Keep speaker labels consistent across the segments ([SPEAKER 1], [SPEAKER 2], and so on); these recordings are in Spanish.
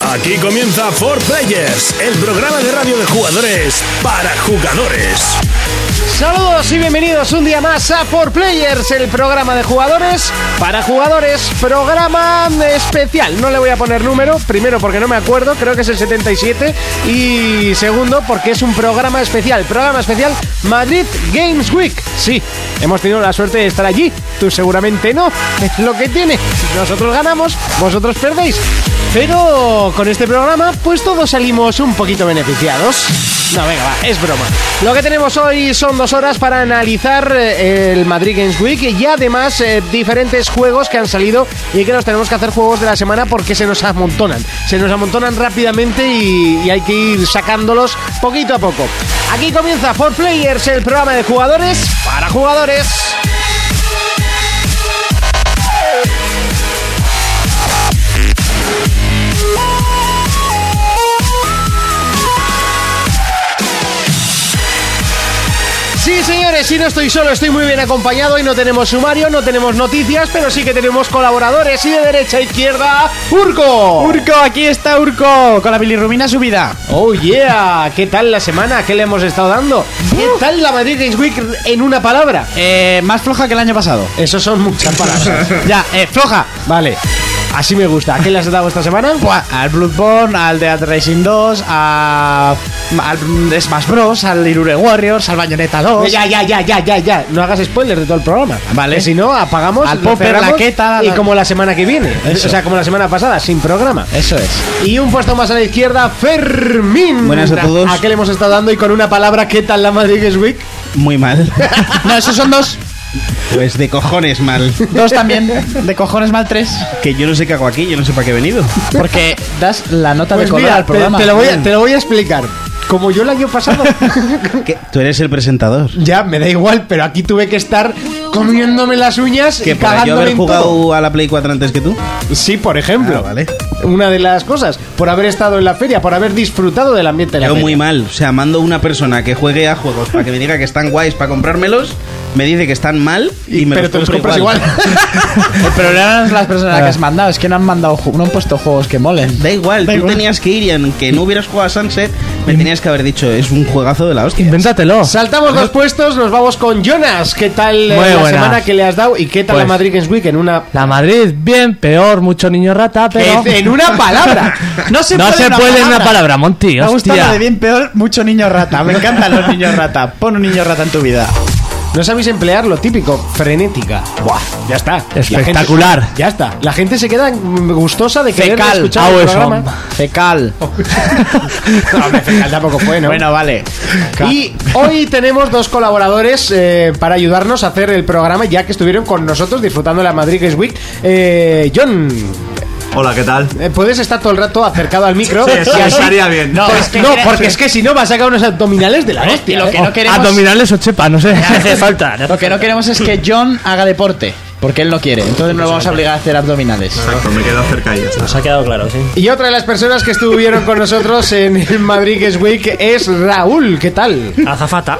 [SPEAKER 1] Aquí comienza For Players, el programa de radio de jugadores para jugadores.
[SPEAKER 2] Saludos y bienvenidos un día más a For Players, el programa de jugadores para jugadores, programa especial. No le voy a poner número, primero porque no me acuerdo, creo que es el 77 y segundo porque es un programa especial, programa especial Madrid Games Week. Sí, hemos tenido la suerte de estar allí, tú seguramente no, es lo que tiene. Nosotros ganamos, vosotros perdéis. Pero con este programa, pues todos salimos un poquito beneficiados. No, venga, va, es broma. Lo que tenemos hoy son dos horas para analizar eh, el Madrid Games Week y además eh, diferentes juegos que han salido y que los tenemos que hacer juegos de la semana porque se nos amontonan. Se nos amontonan rápidamente y, y hay que ir sacándolos poquito a poco. Aquí comienza For Players, el programa de jugadores para jugadores. Sí, señores, y no estoy solo, estoy muy bien acompañado y no tenemos sumario, no tenemos noticias, pero sí que tenemos colaboradores y de derecha a izquierda, Urco.
[SPEAKER 3] Urco, aquí está Urco, con la bilirrubina subida.
[SPEAKER 2] Oh yeah, ¿qué tal la semana? ¿Qué le hemos estado dando? ¿Qué tal la Madrid Games Week en una palabra?
[SPEAKER 3] Eh, más floja que el año pasado.
[SPEAKER 2] Eso son muchas palabras.
[SPEAKER 3] Ya, eh, floja.
[SPEAKER 2] Vale, así me gusta. ¿A qué le has dado esta semana?
[SPEAKER 3] Buah, al Bloodborne, al Dead Racing 2, a, al Smash Bros, al Irure Warriors, al Bayonetta 2.
[SPEAKER 2] Pues Ya, ya, ya, ya, ya, ya. No hagas spoilers de todo el programa.
[SPEAKER 3] Vale.
[SPEAKER 2] Que Si no, apagamos,
[SPEAKER 3] Al
[SPEAKER 2] lo
[SPEAKER 3] popper, la
[SPEAKER 2] cerramos
[SPEAKER 3] queta,
[SPEAKER 2] Y
[SPEAKER 3] la-
[SPEAKER 2] como la semana que viene.
[SPEAKER 3] Eso.
[SPEAKER 2] O sea, como la semana pasada, sin programa.
[SPEAKER 3] Eso es.
[SPEAKER 2] Y un puesto más a la izquierda, Fermín.
[SPEAKER 4] Buenas a todos.
[SPEAKER 2] ¿A qué le hemos estado dando? Y con una palabra, ¿qué tal la Madrid Games Week?
[SPEAKER 4] Muy mal.
[SPEAKER 3] No, esos son dos.
[SPEAKER 4] Pues de cojones mal.
[SPEAKER 3] Dos también. De cojones mal tres.
[SPEAKER 4] Que yo no sé qué hago aquí, yo no sé para qué he venido.
[SPEAKER 3] Porque das la nota de
[SPEAKER 2] Pues
[SPEAKER 3] color
[SPEAKER 2] mira,
[SPEAKER 3] al
[SPEAKER 2] te-
[SPEAKER 3] programa.
[SPEAKER 2] Te, lo voy a, te lo voy a explicar. Como yo el año pasado,
[SPEAKER 4] Que Tú eres el presentador.
[SPEAKER 2] ya me da igual, pero aquí tuve que estar comiéndome las uñas y
[SPEAKER 4] Que para yo
[SPEAKER 2] cagándome
[SPEAKER 4] haber
[SPEAKER 2] en todo.
[SPEAKER 4] jugado a la Play 4 antes que tú.
[SPEAKER 2] Sí, por ejemplo.
[SPEAKER 4] Ah, vale.
[SPEAKER 2] Una de las cosas, por haber estado en la feria, por haber disfrutado del ambiente de la
[SPEAKER 4] Yo
[SPEAKER 2] feria.
[SPEAKER 4] muy mal. O sea, mando una persona que juegue a juegos para que me diga que están guays para comprármelos. Me dice que están mal y, me
[SPEAKER 2] pero te los
[SPEAKER 4] compro
[SPEAKER 2] compras igual.
[SPEAKER 3] El problema no es las personas que has mandado, es que no han mandado, ju- no han puesto juegos que molen.
[SPEAKER 4] Da igual,
[SPEAKER 3] Da
[SPEAKER 4] tú
[SPEAKER 3] igual.
[SPEAKER 4] tenías que ir y aunque no hubieras jugado a Sunset,
[SPEAKER 2] Mm.
[SPEAKER 4] me tenías que haber dicho, es un juegazo de la hostia.
[SPEAKER 3] Invéntatelo.
[SPEAKER 2] Saltamos dos puestos, nos vamos con Jonas. ¿Qué tal eh,
[SPEAKER 5] Muy
[SPEAKER 2] la
[SPEAKER 5] buenas.
[SPEAKER 2] semana que le has dado y qué tal
[SPEAKER 5] Pues-
[SPEAKER 2] la Madrid Games Week en una
[SPEAKER 5] La Madrid, bien, peor, mucho niño rata, pero.
[SPEAKER 2] en, en una palabra?
[SPEAKER 3] No se
[SPEAKER 5] no
[SPEAKER 3] puede,
[SPEAKER 5] se
[SPEAKER 3] una
[SPEAKER 5] puede
[SPEAKER 3] palabra.
[SPEAKER 5] una palabra, Monty.
[SPEAKER 3] Me gusta
[SPEAKER 5] hostia.
[SPEAKER 3] la de bien peor, mucho niño rata. Me encantan los niños rata. Pon un niño rata en tu vida.
[SPEAKER 2] No sabéis emplear lo típico, frenética. Buah, ya está.
[SPEAKER 5] Espectacular.
[SPEAKER 2] La gente- ya está. La gente se queda mm, gustosa de querer
[SPEAKER 5] Fecal,
[SPEAKER 2] escuchar el
[SPEAKER 5] au eso.
[SPEAKER 2] programa.
[SPEAKER 3] Fecal.
[SPEAKER 2] No, hombre, fecal tampoco fue, ¿no?
[SPEAKER 3] Bueno, vale.
[SPEAKER 2] Y hoy tenemos dos colaboradores eh, para ayudarnos a hacer el programa, ya que estuvieron con nosotros disfrutando la Madrid Games Week. Eh, John,
[SPEAKER 6] Hola, ¿qué tal?
[SPEAKER 2] eh, puedes estar todo el rato acercado al micro.
[SPEAKER 6] Sí,
[SPEAKER 2] Y así-
[SPEAKER 6] estaría bien.
[SPEAKER 3] No,
[SPEAKER 2] Pues
[SPEAKER 3] es que
[SPEAKER 2] no,
[SPEAKER 3] queremos-
[SPEAKER 2] porque es que si no va a sacar unos abdominales de la
[SPEAKER 3] Eh,
[SPEAKER 2] hostia.
[SPEAKER 3] y lo
[SPEAKER 2] ¿eh?
[SPEAKER 3] que no queremos-
[SPEAKER 5] Abdominales o chepa, no sé. falta.
[SPEAKER 3] Lo que no queremos es que John haga deporte, porque él no quiere. Entonces no lo vamos a obligar a hacer abdominales.
[SPEAKER 6] Exacto, me quedo cerca y ya está.
[SPEAKER 2] Y otra de las personas que estuvieron con nosotros en el Madrid Games Week es Raúl. ¿Qué tal?
[SPEAKER 7] Azafata.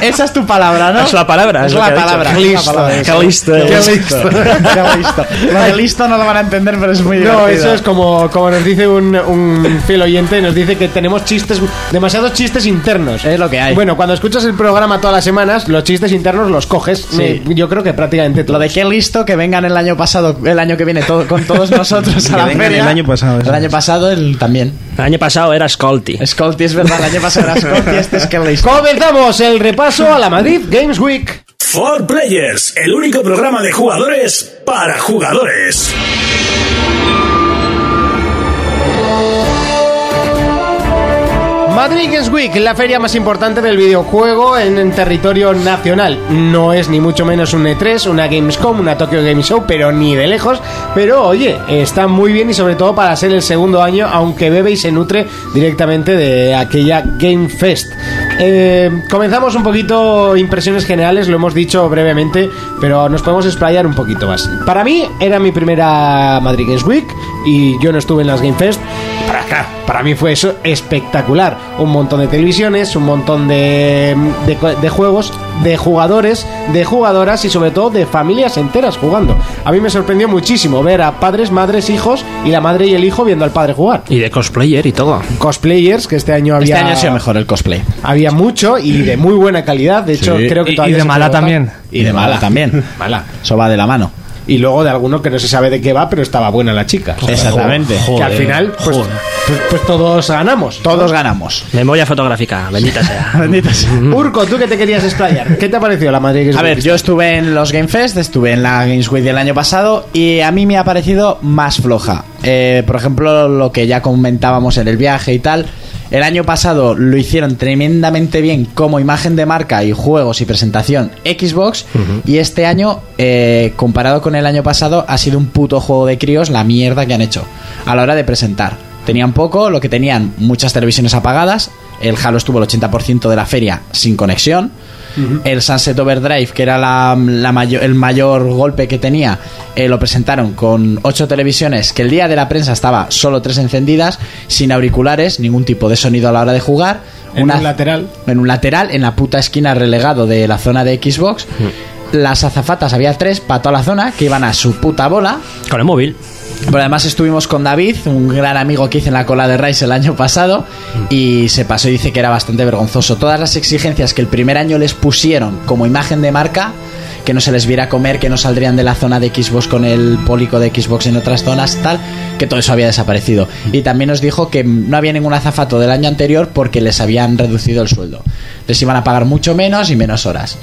[SPEAKER 3] Esa es tu palabra, ¿no?
[SPEAKER 7] Es la palabra, Ah, es
[SPEAKER 3] Es
[SPEAKER 7] lo
[SPEAKER 3] la
[SPEAKER 7] que ha dicho.
[SPEAKER 3] palabra.
[SPEAKER 7] Qué
[SPEAKER 3] es la palabra.
[SPEAKER 2] eh.
[SPEAKER 7] Qué listo.
[SPEAKER 3] Qué
[SPEAKER 7] eres.
[SPEAKER 3] listo. Qué listo. Lo de listo no lo van a entender, pero es muy
[SPEAKER 2] No,
[SPEAKER 3] divertido.
[SPEAKER 2] eso es como, como nos dice un, un fiel oyente, nos dice que tenemos chistes, demasiados chistes internos.
[SPEAKER 3] Es lo que hay.
[SPEAKER 2] Bueno, cuando escuchas el programa todas las semanas, los chistes internos los coges.
[SPEAKER 3] Sí.
[SPEAKER 2] Me- yo creo que prácticamente
[SPEAKER 3] Lo
[SPEAKER 2] todos.
[SPEAKER 3] de qué listo que vengan el año pasado, el año que viene todo, con todos nosotros
[SPEAKER 4] Que
[SPEAKER 3] a la
[SPEAKER 4] vengan
[SPEAKER 3] feria.
[SPEAKER 4] el año pasado, eso
[SPEAKER 3] El año
[SPEAKER 4] es.
[SPEAKER 3] pasado el, también.
[SPEAKER 7] El año pasado era Scolti.
[SPEAKER 3] Scolty es verdad, el año pasado era Scolty, este es que listo.
[SPEAKER 2] Comenzamos el
[SPEAKER 7] Este
[SPEAKER 2] repaso a la Madrid Games Week.
[SPEAKER 1] For Players, el único programa de jugadores para jugadores.
[SPEAKER 2] Madrid Games Week, la feria más importante del videojuego en, en territorio nacional. No es ni mucho menos un E3, una Gamescom, una Tokyo Game Show, pero ni de lejos. Pero oye, está muy bien y sobre todo para ser el segundo año, aunque bebe y se nutre directamente de aquella Game Fest. Eh, comenzamos un poquito impresiones generales, lo hemos dicho brevemente, pero nos podemos explayar un poquito más. Para mí era mi primera Madrid Games Week y yo no estuve en las Game Fest Para, claro, para mí fue eso espectacular. Un montón de televisiones, un montón de, de, co- de juegos, de jugadores, de jugadoras y sobre todo de familias enteras jugando. A mí me sorprendió muchísimo ver a padres, madres, hijos y la madre y el hijo viendo al padre jugar.
[SPEAKER 7] Y de cosplayer y todo.
[SPEAKER 2] Cosplayers, que este año había...
[SPEAKER 3] Este año ha sido mejor el cosplay.
[SPEAKER 2] Había mucho y de muy buena calidad. De hecho,
[SPEAKER 3] Sí.
[SPEAKER 2] creo que
[SPEAKER 5] Y- y
[SPEAKER 2] todavía
[SPEAKER 5] de
[SPEAKER 2] se puede
[SPEAKER 5] mala
[SPEAKER 2] votar.
[SPEAKER 5] también.
[SPEAKER 3] Y de mala también.
[SPEAKER 2] Mala.
[SPEAKER 3] Eso va de la mano.
[SPEAKER 2] Y luego de alguno que no se sabe de qué va, pero estaba buena la chica.
[SPEAKER 3] Exactamente.
[SPEAKER 2] que al final, pues, pues- pues todos ganamos.
[SPEAKER 3] Todos ganamos.
[SPEAKER 7] Memoria fotográfica, bendita sea.
[SPEAKER 3] Bendita sea.
[SPEAKER 2] Urco, tú que te querías explayar, ¿qué te ha parecido la Madrid Games
[SPEAKER 3] A ver,
[SPEAKER 2] Week?
[SPEAKER 3] yo estuve en los Game Fest, estuve en la Games Week del año pasado y a mí me ha parecido más floja. Eh, por ejemplo, lo que ya comentábamos en el viaje y tal. El año pasado lo hicieron tremendamente bien como imagen de marca y juegos y presentación Xbox. Y este año, eh, comparado con el año pasado, ha sido un puto juego de críos la mierda que han hecho a la hora de presentar. Tenían poco, lo que tenían muchas televisiones apagadas. El Halo estuvo el 80% de la feria sin conexión. El Sunset Overdrive, que era la, la mayo- el mayor golpe que tenía, eh, lo presentaron con ocho televisiones, que el día de la prensa estaba solo tres encendidas, sin auriculares, ningún tipo de sonido a la hora de jugar.
[SPEAKER 2] En un lateral.
[SPEAKER 3] En un lateral, en la puta esquina relegado de la zona de Xbox. Las azafatas, había tres para toda la zona, que iban a su puta bola.
[SPEAKER 7] Con el móvil.
[SPEAKER 3] Pero además estuvimos con David, un gran amigo que hice en la cola de Rice el año pasado, y se pasó y dice que era bastante vergonzoso. Todas las exigencias que el primer año les pusieron como imagen de marca, que no se les viera comer, que no saldrían de la zona de Xbox con el pólico de Xbox en otras zonas, tal, que todo eso había desaparecido. Y también nos dijo que no había ningún azafato del año anterior porque les habían reducido el sueldo. Les iban a pagar mucho menos y menos horas.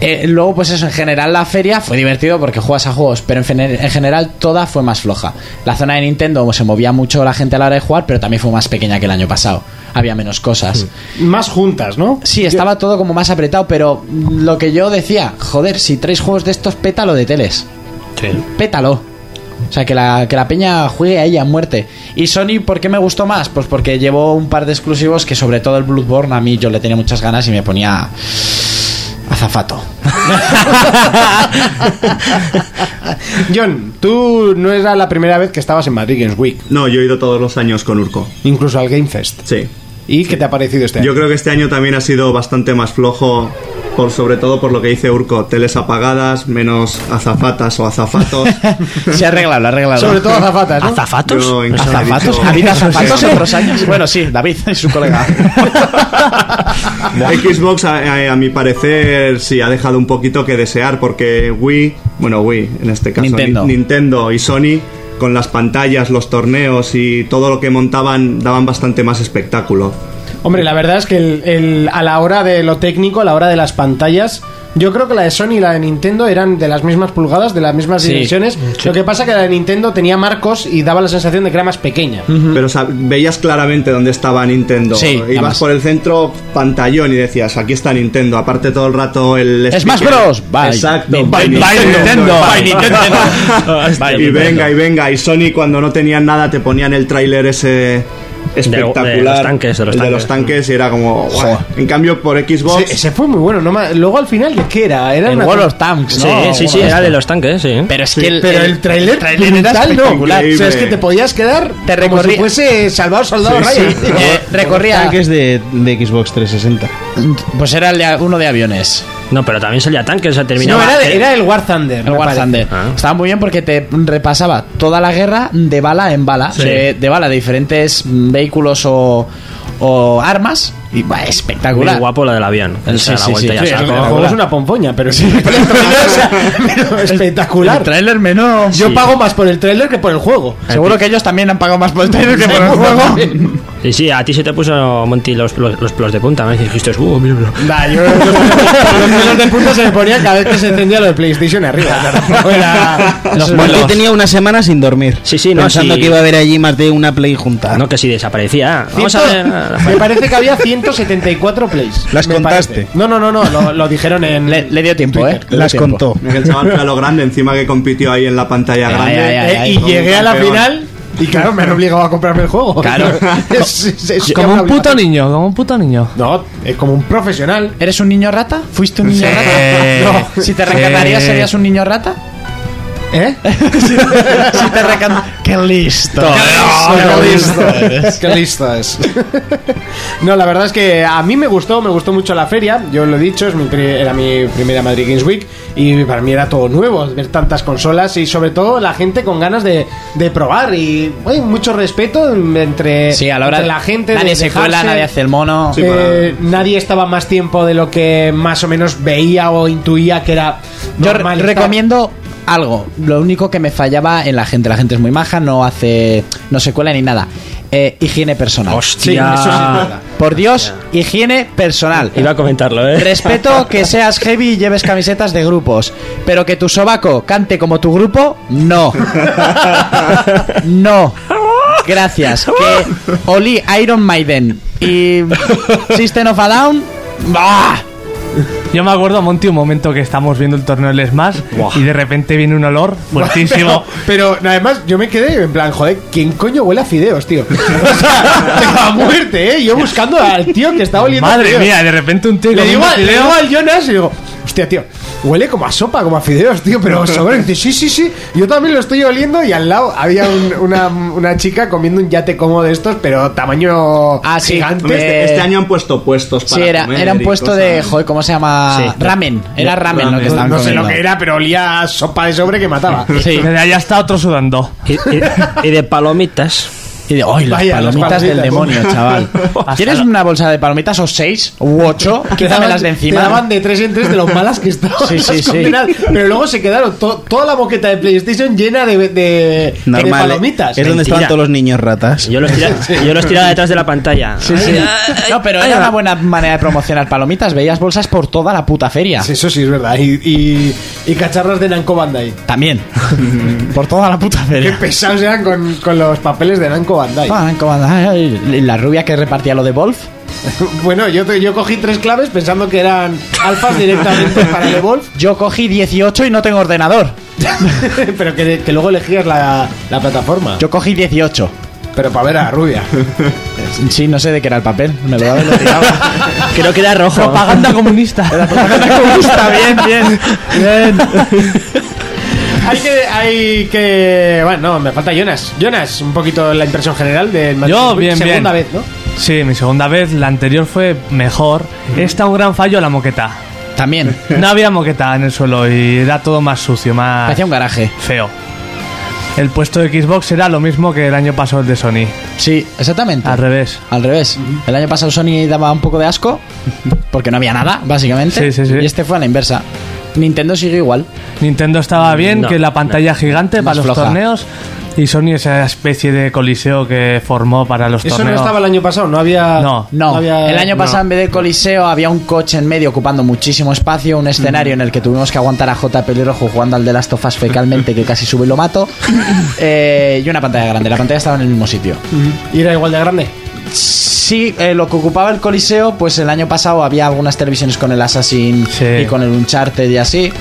[SPEAKER 3] Eh, luego, pues eso, en general la feria fue divertido porque juegas a juegos, pero en, gener- en general toda fue más floja. La zona de Nintendo pues, se movía mucho la gente a la hora de jugar, pero también fue más pequeña que el año pasado. Había menos cosas.
[SPEAKER 2] Más juntas, ¿no?
[SPEAKER 3] Sí, estaba todo como más apretado, pero lo que yo decía, joder, si traes juegos de estos, pétalo de teles. Pétalo. O sea, que la, que la peña juegue a ella a muerte. ¿Y Sony por qué me gustó más? Pues porque llevó un par de exclusivos que sobre todo el Bloodborne a mí yo le tenía muchas ganas y me ponía azafato.
[SPEAKER 2] John, tú no era la primera vez que estabas en Madrid Games Week,
[SPEAKER 6] No, yo he ido todos los años con Urco.
[SPEAKER 2] incluso al Game Fest.
[SPEAKER 6] Sí.
[SPEAKER 2] ¿Y qué te ha parecido este año?
[SPEAKER 6] Yo creo que este año también ha sido bastante más flojo, por sobre todo por lo que dice Urco, teles apagadas, menos azafatas o azafatos.
[SPEAKER 3] Se ha arreglado, lo ha arreglado.
[SPEAKER 2] Sobre todo azafatas, ¿no?
[SPEAKER 7] ¿Azafatos?
[SPEAKER 6] Yo en casa he
[SPEAKER 3] ¿Azafatos?
[SPEAKER 6] dicho-
[SPEAKER 3] ¿Había azafatos en otros años? Bueno, sí, David y su colega.
[SPEAKER 6] Xbox, a, a- a mi parecer, sí ha dejado un poquito que desear porque Wii, bueno, Wii en este caso,
[SPEAKER 3] Nintendo.
[SPEAKER 6] Ni- Nintendo y Sony, con las pantallas, los torneos y todo lo que montaban, daban bastante más espectáculo.
[SPEAKER 2] Hombre, la verdad es que el- el- a la hora de lo técnico, a la hora de las pantallas, yo creo que la de Sony y la de Nintendo eran de las mismas pulgadas, de las mismas
[SPEAKER 3] Sí.
[SPEAKER 2] dimensiones. Lo que pasa que la de Nintendo tenía marcos y daba la sensación de que era más pequeña.
[SPEAKER 6] Pero sab- veías claramente dónde estaba Nintendo.
[SPEAKER 3] Sí,
[SPEAKER 6] Ibas
[SPEAKER 3] además.
[SPEAKER 6] por el centro pantallón y decías, aquí está Nintendo. Aparte todo el rato el...
[SPEAKER 3] Smash
[SPEAKER 6] speaker.
[SPEAKER 3] Bros. Bye.
[SPEAKER 6] Exacto.
[SPEAKER 3] Bye, bye,
[SPEAKER 5] Nintendo. Bye,
[SPEAKER 3] Vale,
[SPEAKER 6] y
[SPEAKER 3] Nintendo.
[SPEAKER 6] venga, y venga. Y Sony cuando no tenían nada te ponían el tráiler ese espectacular.
[SPEAKER 7] de los tanques, de los
[SPEAKER 6] el de
[SPEAKER 7] tanques.
[SPEAKER 6] los tanques y era como... "Guau". En cambio por Xbox...
[SPEAKER 2] Ese, ese fue muy bueno. no me- Luego al final, ¿de qué era? Era
[SPEAKER 3] El
[SPEAKER 2] una-
[SPEAKER 3] World of Tanks, ¿no?
[SPEAKER 7] Sí, sí, sí,
[SPEAKER 3] Bueno,
[SPEAKER 7] era de los tanques, sí.
[SPEAKER 3] Pero es que el,
[SPEAKER 2] Pero el tráiler
[SPEAKER 3] era
[SPEAKER 2] brutal, no.
[SPEAKER 3] espectacular.
[SPEAKER 2] O sea, es
[SPEAKER 6] Increíble.
[SPEAKER 2] que te podías quedar
[SPEAKER 3] Te
[SPEAKER 2] como si
[SPEAKER 3] recorría-
[SPEAKER 2] fuese Salvador Soldado Ryan.
[SPEAKER 3] Eh, recorría.
[SPEAKER 4] Tanques de, de Xbox 360.
[SPEAKER 3] Pues era el de- uno de aviones.
[SPEAKER 7] No, pero también salía tanques, o sea,
[SPEAKER 2] No,
[SPEAKER 7] terminaba.
[SPEAKER 2] era, era el War Thunder.
[SPEAKER 3] El
[SPEAKER 2] me
[SPEAKER 3] War
[SPEAKER 2] parece.
[SPEAKER 3] Thunder.
[SPEAKER 7] Ah.
[SPEAKER 3] Estaba muy bien porque te repasaba toda la guerra de bala en bala,
[SPEAKER 7] Sí.
[SPEAKER 3] de, de bala, de diferentes mm, vehículos o, o armas. Y va,
[SPEAKER 7] Muy
[SPEAKER 3] espectacular.
[SPEAKER 7] guapo la del avión.
[SPEAKER 3] Sí,
[SPEAKER 7] O sea, la
[SPEAKER 3] sí,
[SPEAKER 7] vuelta
[SPEAKER 3] sí.
[SPEAKER 7] y a
[SPEAKER 3] Sí,
[SPEAKER 2] El
[SPEAKER 7] saco.
[SPEAKER 2] juego es una pompoña, pero sí. pero, o sea, pero espectacular.
[SPEAKER 3] El tráiler menos.
[SPEAKER 2] Yo pago más por el tráiler que por el juego.
[SPEAKER 3] Seguro que ellos también han pagado más por el trailer que por el
[SPEAKER 2] Seguro
[SPEAKER 3] juego.
[SPEAKER 2] también.
[SPEAKER 7] Sí, sí, a ti se te puso Monty los, los, los pelos de punta. Me dijiste, uh, mira, mira.
[SPEAKER 2] Nah, yo los pelos de punta se me ponían cada vez que se encendía lo de PlayStation arriba. Tampoco era-
[SPEAKER 3] Los
[SPEAKER 2] Bueno,
[SPEAKER 4] Yo tenía una semana sin dormir.
[SPEAKER 7] Sí, sí, no,
[SPEAKER 4] Pensando
[SPEAKER 7] sí.
[SPEAKER 4] que iba a haber allí más de una play junta.
[SPEAKER 7] No, que si desaparecía. Vamos a ver. ah, la-
[SPEAKER 2] Me parece que había 174 plays.
[SPEAKER 4] Las
[SPEAKER 2] Me
[SPEAKER 4] contaste.
[SPEAKER 2] parece. No, no, no, no, lo, lo dijeron en.
[SPEAKER 3] Le, le dio tiempo,
[SPEAKER 2] Twitter.
[SPEAKER 3] ¿eh? Le dio
[SPEAKER 4] Las
[SPEAKER 3] tiempo.
[SPEAKER 4] contó.
[SPEAKER 6] El chaval fue a lo grande, encima que compitió ahí en la pantalla
[SPEAKER 3] Ay,
[SPEAKER 6] grande.
[SPEAKER 3] ay, ay,
[SPEAKER 2] Eh,
[SPEAKER 3] ay.
[SPEAKER 2] y llegué a la
[SPEAKER 6] campeón.
[SPEAKER 2] final y claro, me han obligado a comprarme el juego.
[SPEAKER 3] Claro.
[SPEAKER 2] Es- es- es-
[SPEAKER 5] Como
[SPEAKER 2] una
[SPEAKER 5] un puto
[SPEAKER 2] obligación.
[SPEAKER 5] niño, como un puto niño.
[SPEAKER 2] No, es como un profesional.
[SPEAKER 3] ¿Eres un niño rata? ¿Fuiste un
[SPEAKER 5] Sí.
[SPEAKER 3] niño rata? No. Si te reencarnarías,
[SPEAKER 5] Sí.
[SPEAKER 3] ¿serías un niño rata?
[SPEAKER 2] ¿Eh?
[SPEAKER 3] Si te recan- ¡Qué listo!
[SPEAKER 2] qué listo eres, qué listo es. no, la verdad es que a mí me gustó, me gustó mucho la feria. Yo lo he dicho, es mi pri- era mi primera Madrid Games Week y para mí era todo nuevo, ver tantas consolas y sobre todo la gente con ganas de, de probar y uy, mucho respeto en- entre,
[SPEAKER 3] Sí, a la hora
[SPEAKER 2] entre la gente.
[SPEAKER 3] nadie
[SPEAKER 2] de
[SPEAKER 3] se cuela,
[SPEAKER 2] dejarse.
[SPEAKER 3] nadie hace el mono.
[SPEAKER 6] Sí, para-
[SPEAKER 2] Eh, Nadie estaba más tiempo de lo que más o menos veía o intuía que era.
[SPEAKER 3] Yo re-
[SPEAKER 2] normal estar-
[SPEAKER 3] recomiendo algo. Lo único que me fallaba en la gente. La gente es muy maja, no hace. no se cuela ni nada. Eh, higiene personal.
[SPEAKER 7] Hostia.
[SPEAKER 3] Sí, eso sí es verdad. Por Dios, higiene personal.
[SPEAKER 7] Iba a comentarlo, ¿eh?
[SPEAKER 3] Respeto que seas heavy y lleves camisetas de grupos, pero que tu sobaco cante como tu grupo, no. No. Gracias. Que olí Iron Maiden y System of a Down. ¡Bah!
[SPEAKER 5] Yo me acuerdo, Monty, un momento que estamos viendo el torneo del Smash y de repente viene un olor fuertísimo.
[SPEAKER 2] Pero además yo me quedé en plan, joder, ¿quién coño huele a fideos, tío? O sea, pero a muerte, ¿eh? Yo buscando al tío que estaba oliendo a
[SPEAKER 5] Madre
[SPEAKER 2] fideos.
[SPEAKER 5] mía, de repente un tío
[SPEAKER 2] Le digo,
[SPEAKER 5] comiendo
[SPEAKER 2] al- le
[SPEAKER 5] fideo.
[SPEAKER 2] digo al Jonas y digo, hostia, tío, huele como a sopa, como a fideos, tío, pero sobre. Dice, sí, sí, sí, yo también lo estoy oliendo y al lado había un- una, una chica comiendo un yate como de estos, pero tamaño
[SPEAKER 3] Ah, sí.
[SPEAKER 2] gigante.
[SPEAKER 6] Este,
[SPEAKER 3] Eh,
[SPEAKER 6] este año han puesto puestos para
[SPEAKER 3] Sí, era,
[SPEAKER 6] comer
[SPEAKER 3] era un
[SPEAKER 6] y
[SPEAKER 3] puesto
[SPEAKER 6] cosas.
[SPEAKER 3] de. Joder, ¿cómo se llama? Ramen. Era ramen, lo
[SPEAKER 6] Ramen.
[SPEAKER 3] que estaban
[SPEAKER 2] no sé lo
[SPEAKER 3] comiendo.
[SPEAKER 2] que era, pero olía a sopa de sobre que mataba.
[SPEAKER 3] Sí.
[SPEAKER 5] Desde allá está otro sudando.
[SPEAKER 7] Y, y- y de palomitas.
[SPEAKER 3] Y de, ¡ay, las
[SPEAKER 2] Vaya, las
[SPEAKER 3] palomitas del
[SPEAKER 2] palomitas.
[SPEAKER 3] demonio, chaval! ¿Quieres una bolsa de palomitas o seis u
[SPEAKER 2] Te
[SPEAKER 3] ocho?
[SPEAKER 2] daban-
[SPEAKER 3] Quítamelas de encima.
[SPEAKER 2] Te daban de tres en tres de los malas que estaban.
[SPEAKER 3] Sí, sí,
[SPEAKER 2] las
[SPEAKER 3] sí.
[SPEAKER 2] condenadas. Pero luego se quedaron to- toda la boqueta de PlayStation llena de, de- de
[SPEAKER 4] Normal. ¿eh?
[SPEAKER 2] palomitas.
[SPEAKER 4] Es donde estaban
[SPEAKER 7] Mentira.
[SPEAKER 4] todos los niños ratas.
[SPEAKER 7] Yo los, tira- yo los tiraba detrás de la pantalla.
[SPEAKER 3] Sí, sí. No, pero era una buena manera de promocionar palomitas. Veías bolsas por toda la puta feria.
[SPEAKER 2] Sí, Eso sí es verdad. Y, y, y cacharras de Nanco Bandai.
[SPEAKER 3] También. por toda la puta
[SPEAKER 2] Qué
[SPEAKER 3] feria.
[SPEAKER 2] pesados eran con, con los papeles de Nanco Bandai.
[SPEAKER 3] Ah, ¿cómo anda? Y La rubia que repartía lo de Wolf.
[SPEAKER 2] Bueno, yo, te- yo cogí tres claves pensando que eran alfas directamente para el Wolf,
[SPEAKER 3] Yo cogí 18 y no tengo ordenador.
[SPEAKER 2] pero que, que luego elegías la, la plataforma.
[SPEAKER 3] Yo cogí 18.
[SPEAKER 2] Pero para ver a la rubia.
[SPEAKER 3] Sí, no sé de qué era el papel. Me lo daba y lo tiraba.
[SPEAKER 7] Creo que era rojo.
[SPEAKER 5] Propaganda comunista.
[SPEAKER 3] Está bien, bien.
[SPEAKER 2] hay que. Hay que. Bueno, no, me falta Jonas. Jonas, un poquito la impresión general de
[SPEAKER 5] Yo, bien,
[SPEAKER 2] Segunda
[SPEAKER 5] bien.
[SPEAKER 2] vez, ¿no?
[SPEAKER 5] Sí, mi segunda vez, la anterior fue mejor. Esta un gran fallo la moqueta.
[SPEAKER 3] También.
[SPEAKER 5] No había moqueta en el suelo y era todo más sucio, más
[SPEAKER 3] Parecía un garaje.
[SPEAKER 5] feo. El puesto de Xbox era lo mismo que el año pasado el de Sony.
[SPEAKER 3] Sí, exactamente.
[SPEAKER 5] Al revés.
[SPEAKER 3] Al revés. El año pasado Sony daba un poco de asco porque no había nada, básicamente.
[SPEAKER 5] Sí, sí, sí.
[SPEAKER 3] Y este fue a la inversa. Nintendo sigue igual.
[SPEAKER 5] Nintendo estaba bien,
[SPEAKER 7] No,
[SPEAKER 5] que la pantalla gigante
[SPEAKER 3] Más
[SPEAKER 5] para los
[SPEAKER 3] floja.
[SPEAKER 5] torneos. Y Sony esa especie de coliseo que formó para los
[SPEAKER 2] Eso no
[SPEAKER 5] torneos.
[SPEAKER 2] estaba el año pasado, no había.
[SPEAKER 5] No,
[SPEAKER 3] No,
[SPEAKER 2] había-
[SPEAKER 3] el año
[SPEAKER 2] no.
[SPEAKER 3] pasado en vez del Coliseo había un coche en medio ocupando muchísimo espacio, un escenario en el que tuvimos que aguantar a J. Pelirrojo jugando al de las tofas fecalmente que casi sube y lo mato, eh, y una pantalla grande. La pantalla estaba en el mismo sitio.
[SPEAKER 2] Y era igual de grande.
[SPEAKER 3] Sí, eh, lo que ocupaba el Coliseo, pues el año pasado había algunas televisiones con el Assassin
[SPEAKER 5] Sí.
[SPEAKER 3] y con el Uncharted y así,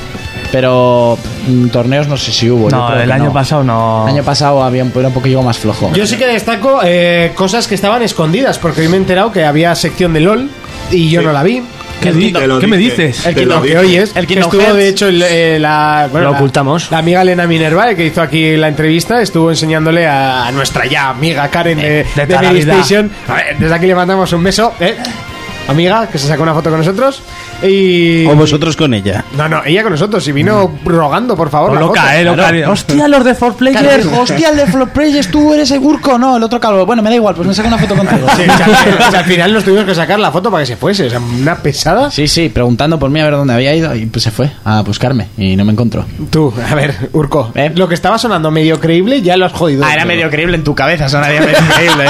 [SPEAKER 3] pero mm, torneos no sé si hubo. yo
[SPEAKER 5] No,
[SPEAKER 3] creo
[SPEAKER 5] el
[SPEAKER 3] que
[SPEAKER 5] año
[SPEAKER 3] no.
[SPEAKER 5] pasado no.
[SPEAKER 3] El año pasado había un, era un poquillo más flojo.
[SPEAKER 2] Yo sí que destaco eh, cosas que estaban escondidas, porque hoy me he enterado que había sección de LOL y yo no la vi.
[SPEAKER 5] ¿Qué, di-
[SPEAKER 6] Te lo
[SPEAKER 5] qué me
[SPEAKER 6] dije.
[SPEAKER 5] dices?
[SPEAKER 6] Te
[SPEAKER 2] El Kingdom
[SPEAKER 6] lo
[SPEAKER 2] que
[SPEAKER 6] dije.
[SPEAKER 2] hoy es.
[SPEAKER 3] El
[SPEAKER 2] que
[SPEAKER 3] Kingdom
[SPEAKER 2] estuvo,
[SPEAKER 3] Hearts.
[SPEAKER 2] de hecho, el- eh, la. bueno,
[SPEAKER 7] Lo
[SPEAKER 2] la-
[SPEAKER 7] ocultamos.
[SPEAKER 2] La amiga Elena Minerva, eh, que hizo aquí la entrevista, estuvo enseñándole a, a nuestra ya amiga Karen de,
[SPEAKER 5] Eh, de
[SPEAKER 2] de
[SPEAKER 5] toda la vida.
[SPEAKER 2] PlayStation. A ver, desde aquí le mandamos un beso, ¿eh? Amiga, que se sacó una foto con nosotros. Y.
[SPEAKER 4] O vosotros con ella.
[SPEAKER 2] No, no, ella con nosotros y vino rogando, por favor.
[SPEAKER 5] Mm. O
[SPEAKER 2] la foto.
[SPEAKER 5] loca, eh, loca. Hostia, los de 4Players.
[SPEAKER 3] Claro, dijo, hostia, el de Flop Reyes, tú eres el Urco, no, el otro calvo. Bueno, me da igual, pues me saco una foto contigo.
[SPEAKER 2] Sí, o sea, o sea, al final nos tuvimos que sacar la foto para que se fuese. O sea, una pesada.
[SPEAKER 3] Sí, sí, preguntando por mí a ver dónde había ido y pues se fue a buscarme y no me encontró.
[SPEAKER 2] Tú, a ver, Urco.
[SPEAKER 3] ¿Eh? Ah,
[SPEAKER 2] Lo que estaba sonando medio creíble ya lo has jodido.
[SPEAKER 3] creíble en tu cabeza, sonaría medio creíble.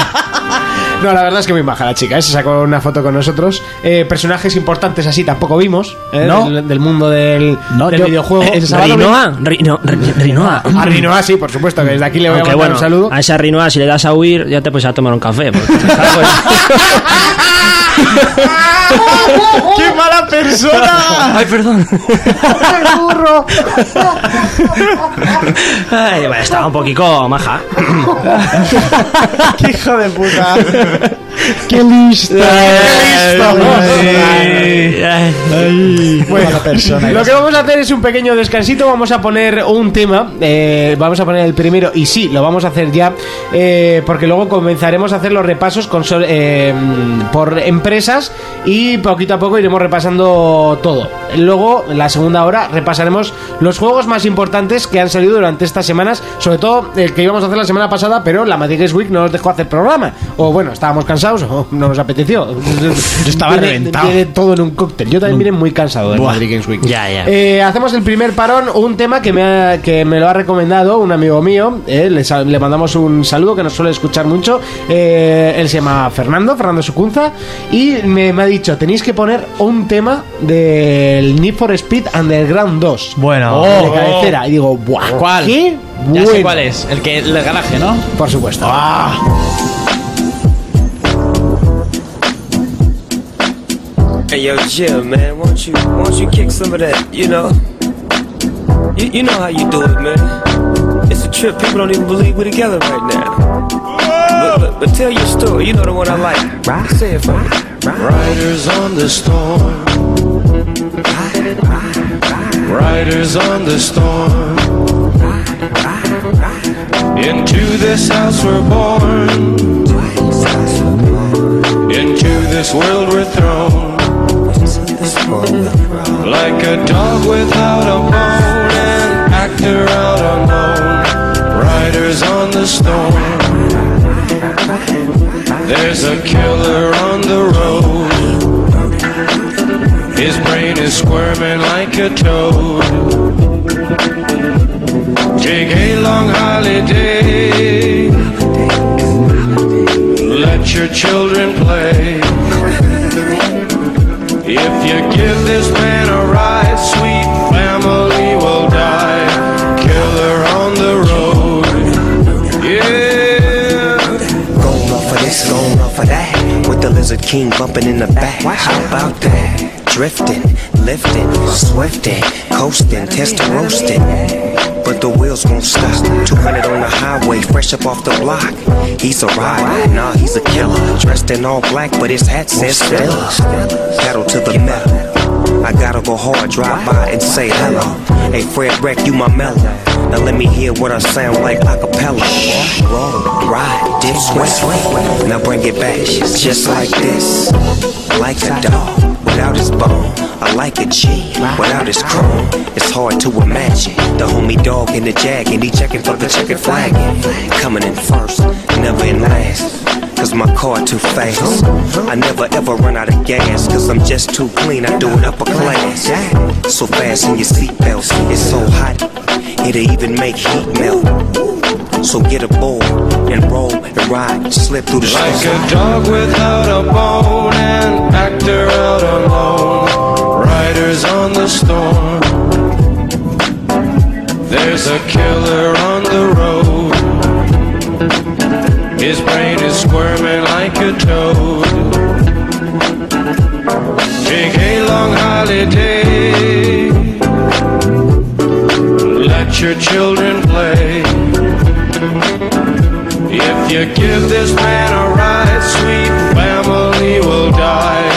[SPEAKER 2] No, la verdad es que muy maja la chica, ¿eh? se sacó una foto con nosotros. Eh, personajes importantes así tampoco vimos, ¿eh?
[SPEAKER 3] No.
[SPEAKER 2] del, del mundo del,
[SPEAKER 3] No,
[SPEAKER 2] del
[SPEAKER 3] yo-
[SPEAKER 2] videojuego.
[SPEAKER 3] el sábado
[SPEAKER 7] eh, Rinoa. Rino- Ri- Rinoa.
[SPEAKER 2] A Rinoa, sí, por supuesto, que desde aquí le voy
[SPEAKER 7] Aunque
[SPEAKER 2] a mandar
[SPEAKER 7] bueno,
[SPEAKER 2] un saludo.
[SPEAKER 7] a esa Rinoa, si le das a huir, ya te puedes ir a tomar un café. porque-
[SPEAKER 2] ¡Qué mala persona!
[SPEAKER 7] Ay, perdón.
[SPEAKER 2] ¡Qué burro!
[SPEAKER 7] Ay, bueno, estaba un poquito maja.
[SPEAKER 3] hijo de puta! ¡Qué listo! ¡Qué
[SPEAKER 2] Bueno,
[SPEAKER 3] persona.
[SPEAKER 2] Lo que vamos a hacer es un pequeño descansito. Vamos a poner un tema. eh, vamos a poner el primero. Y sí, lo vamos a hacer ya. eh, porque luego comenzaremos a hacer los repasos con sol- eh, por empresas. Y poquito a poco iremos repasando todo. Luego, en la segunda hora, repasaremos los juegos más importantes que han salido durante estas semanas. Sobre todo el que íbamos a hacer la semana pasada. Pero la Madrid Games Week no nos dejó hacer programa. O bueno, estábamos cansados o no nos apeteció. Yo
[SPEAKER 3] estaba reventado.
[SPEAKER 2] todo en un cóctel. Yo también vine muy cansado de Madrid Games Week.
[SPEAKER 7] Ya, ya.
[SPEAKER 2] Eh, hacemos el primer parón, un tema que me, ha- que me lo ha recomendado un amigo mío. eh, le, sa- le mandamos un saludo que nos suele escuchar mucho. eh, él se llama Fernando, Fernando Sucunza. Y me, me ha dicho: tenéis que poner un tema del Need for Speed Underground 2.
[SPEAKER 8] Bueno.
[SPEAKER 2] de cabecera. Y digo: ¡buah!
[SPEAKER 3] ¿Cuál?
[SPEAKER 2] ¡Qué
[SPEAKER 3] Ya
[SPEAKER 2] bueno!
[SPEAKER 3] sé cuál es. El que el del garaje, ¿no? Ah,
[SPEAKER 2] Por supuesto.
[SPEAKER 9] Hey yo, chill, man. Won't you, won't you kick some of that? You know, you, you know how you do it, man. It's a trip. People don't even believe we're together right now. But, but, but tell your story. You know the one I like. Right. Say it for me.
[SPEAKER 10] Riders on the storm. Riders on the storm. Into this house we're born. Into this world we're thrown. Like a dog without a bone, an actor out on loan. Riders on the storm. There's a killer on the road. His brain is squirming like a toad. Take a long holiday. Let your children play. If you give this man a ride, sweet family will die. Killer on the road. Yeah.
[SPEAKER 9] Going off for this, going off for that. With the Lizard King bumping in the back. How about that? Drifting, lifting, swifting, coasting, testing, roasting. But the wheels won't stop. 200 on the highway, fresh up off the block. He's a rider, nah, he's a killer. Dressed in all black, but his hat says Stella. Pedal to the metal. I gotta go hard, drive by and say hello. Hey, Fred Wreck, you my mellow. Now let me hear what I sound like a cappella. Roll, ride, dip, sway, sway. Now bring it back, just like this. Like a dog without his bone. I like a G without his chrome. It's hard to imagine the homie dog in the jag and he checking for the chicken flagging. Coming in first, never in last. Cause my car too fast. I never ever run out of gas. Cause I'm just too clean. I do it upper class. So fast in your seatbelts. It's so hot. It'll even make heat melt. So get aboard and roll and ride. Slip through the
[SPEAKER 10] Like
[SPEAKER 9] streets.
[SPEAKER 10] a dog without a bone, an actor out alone. Riders on the storm. There's a killer on the road. His brain is squirming like a toad. Take a long holiday. Let your children play. If you give this man a ride, sweet family will die.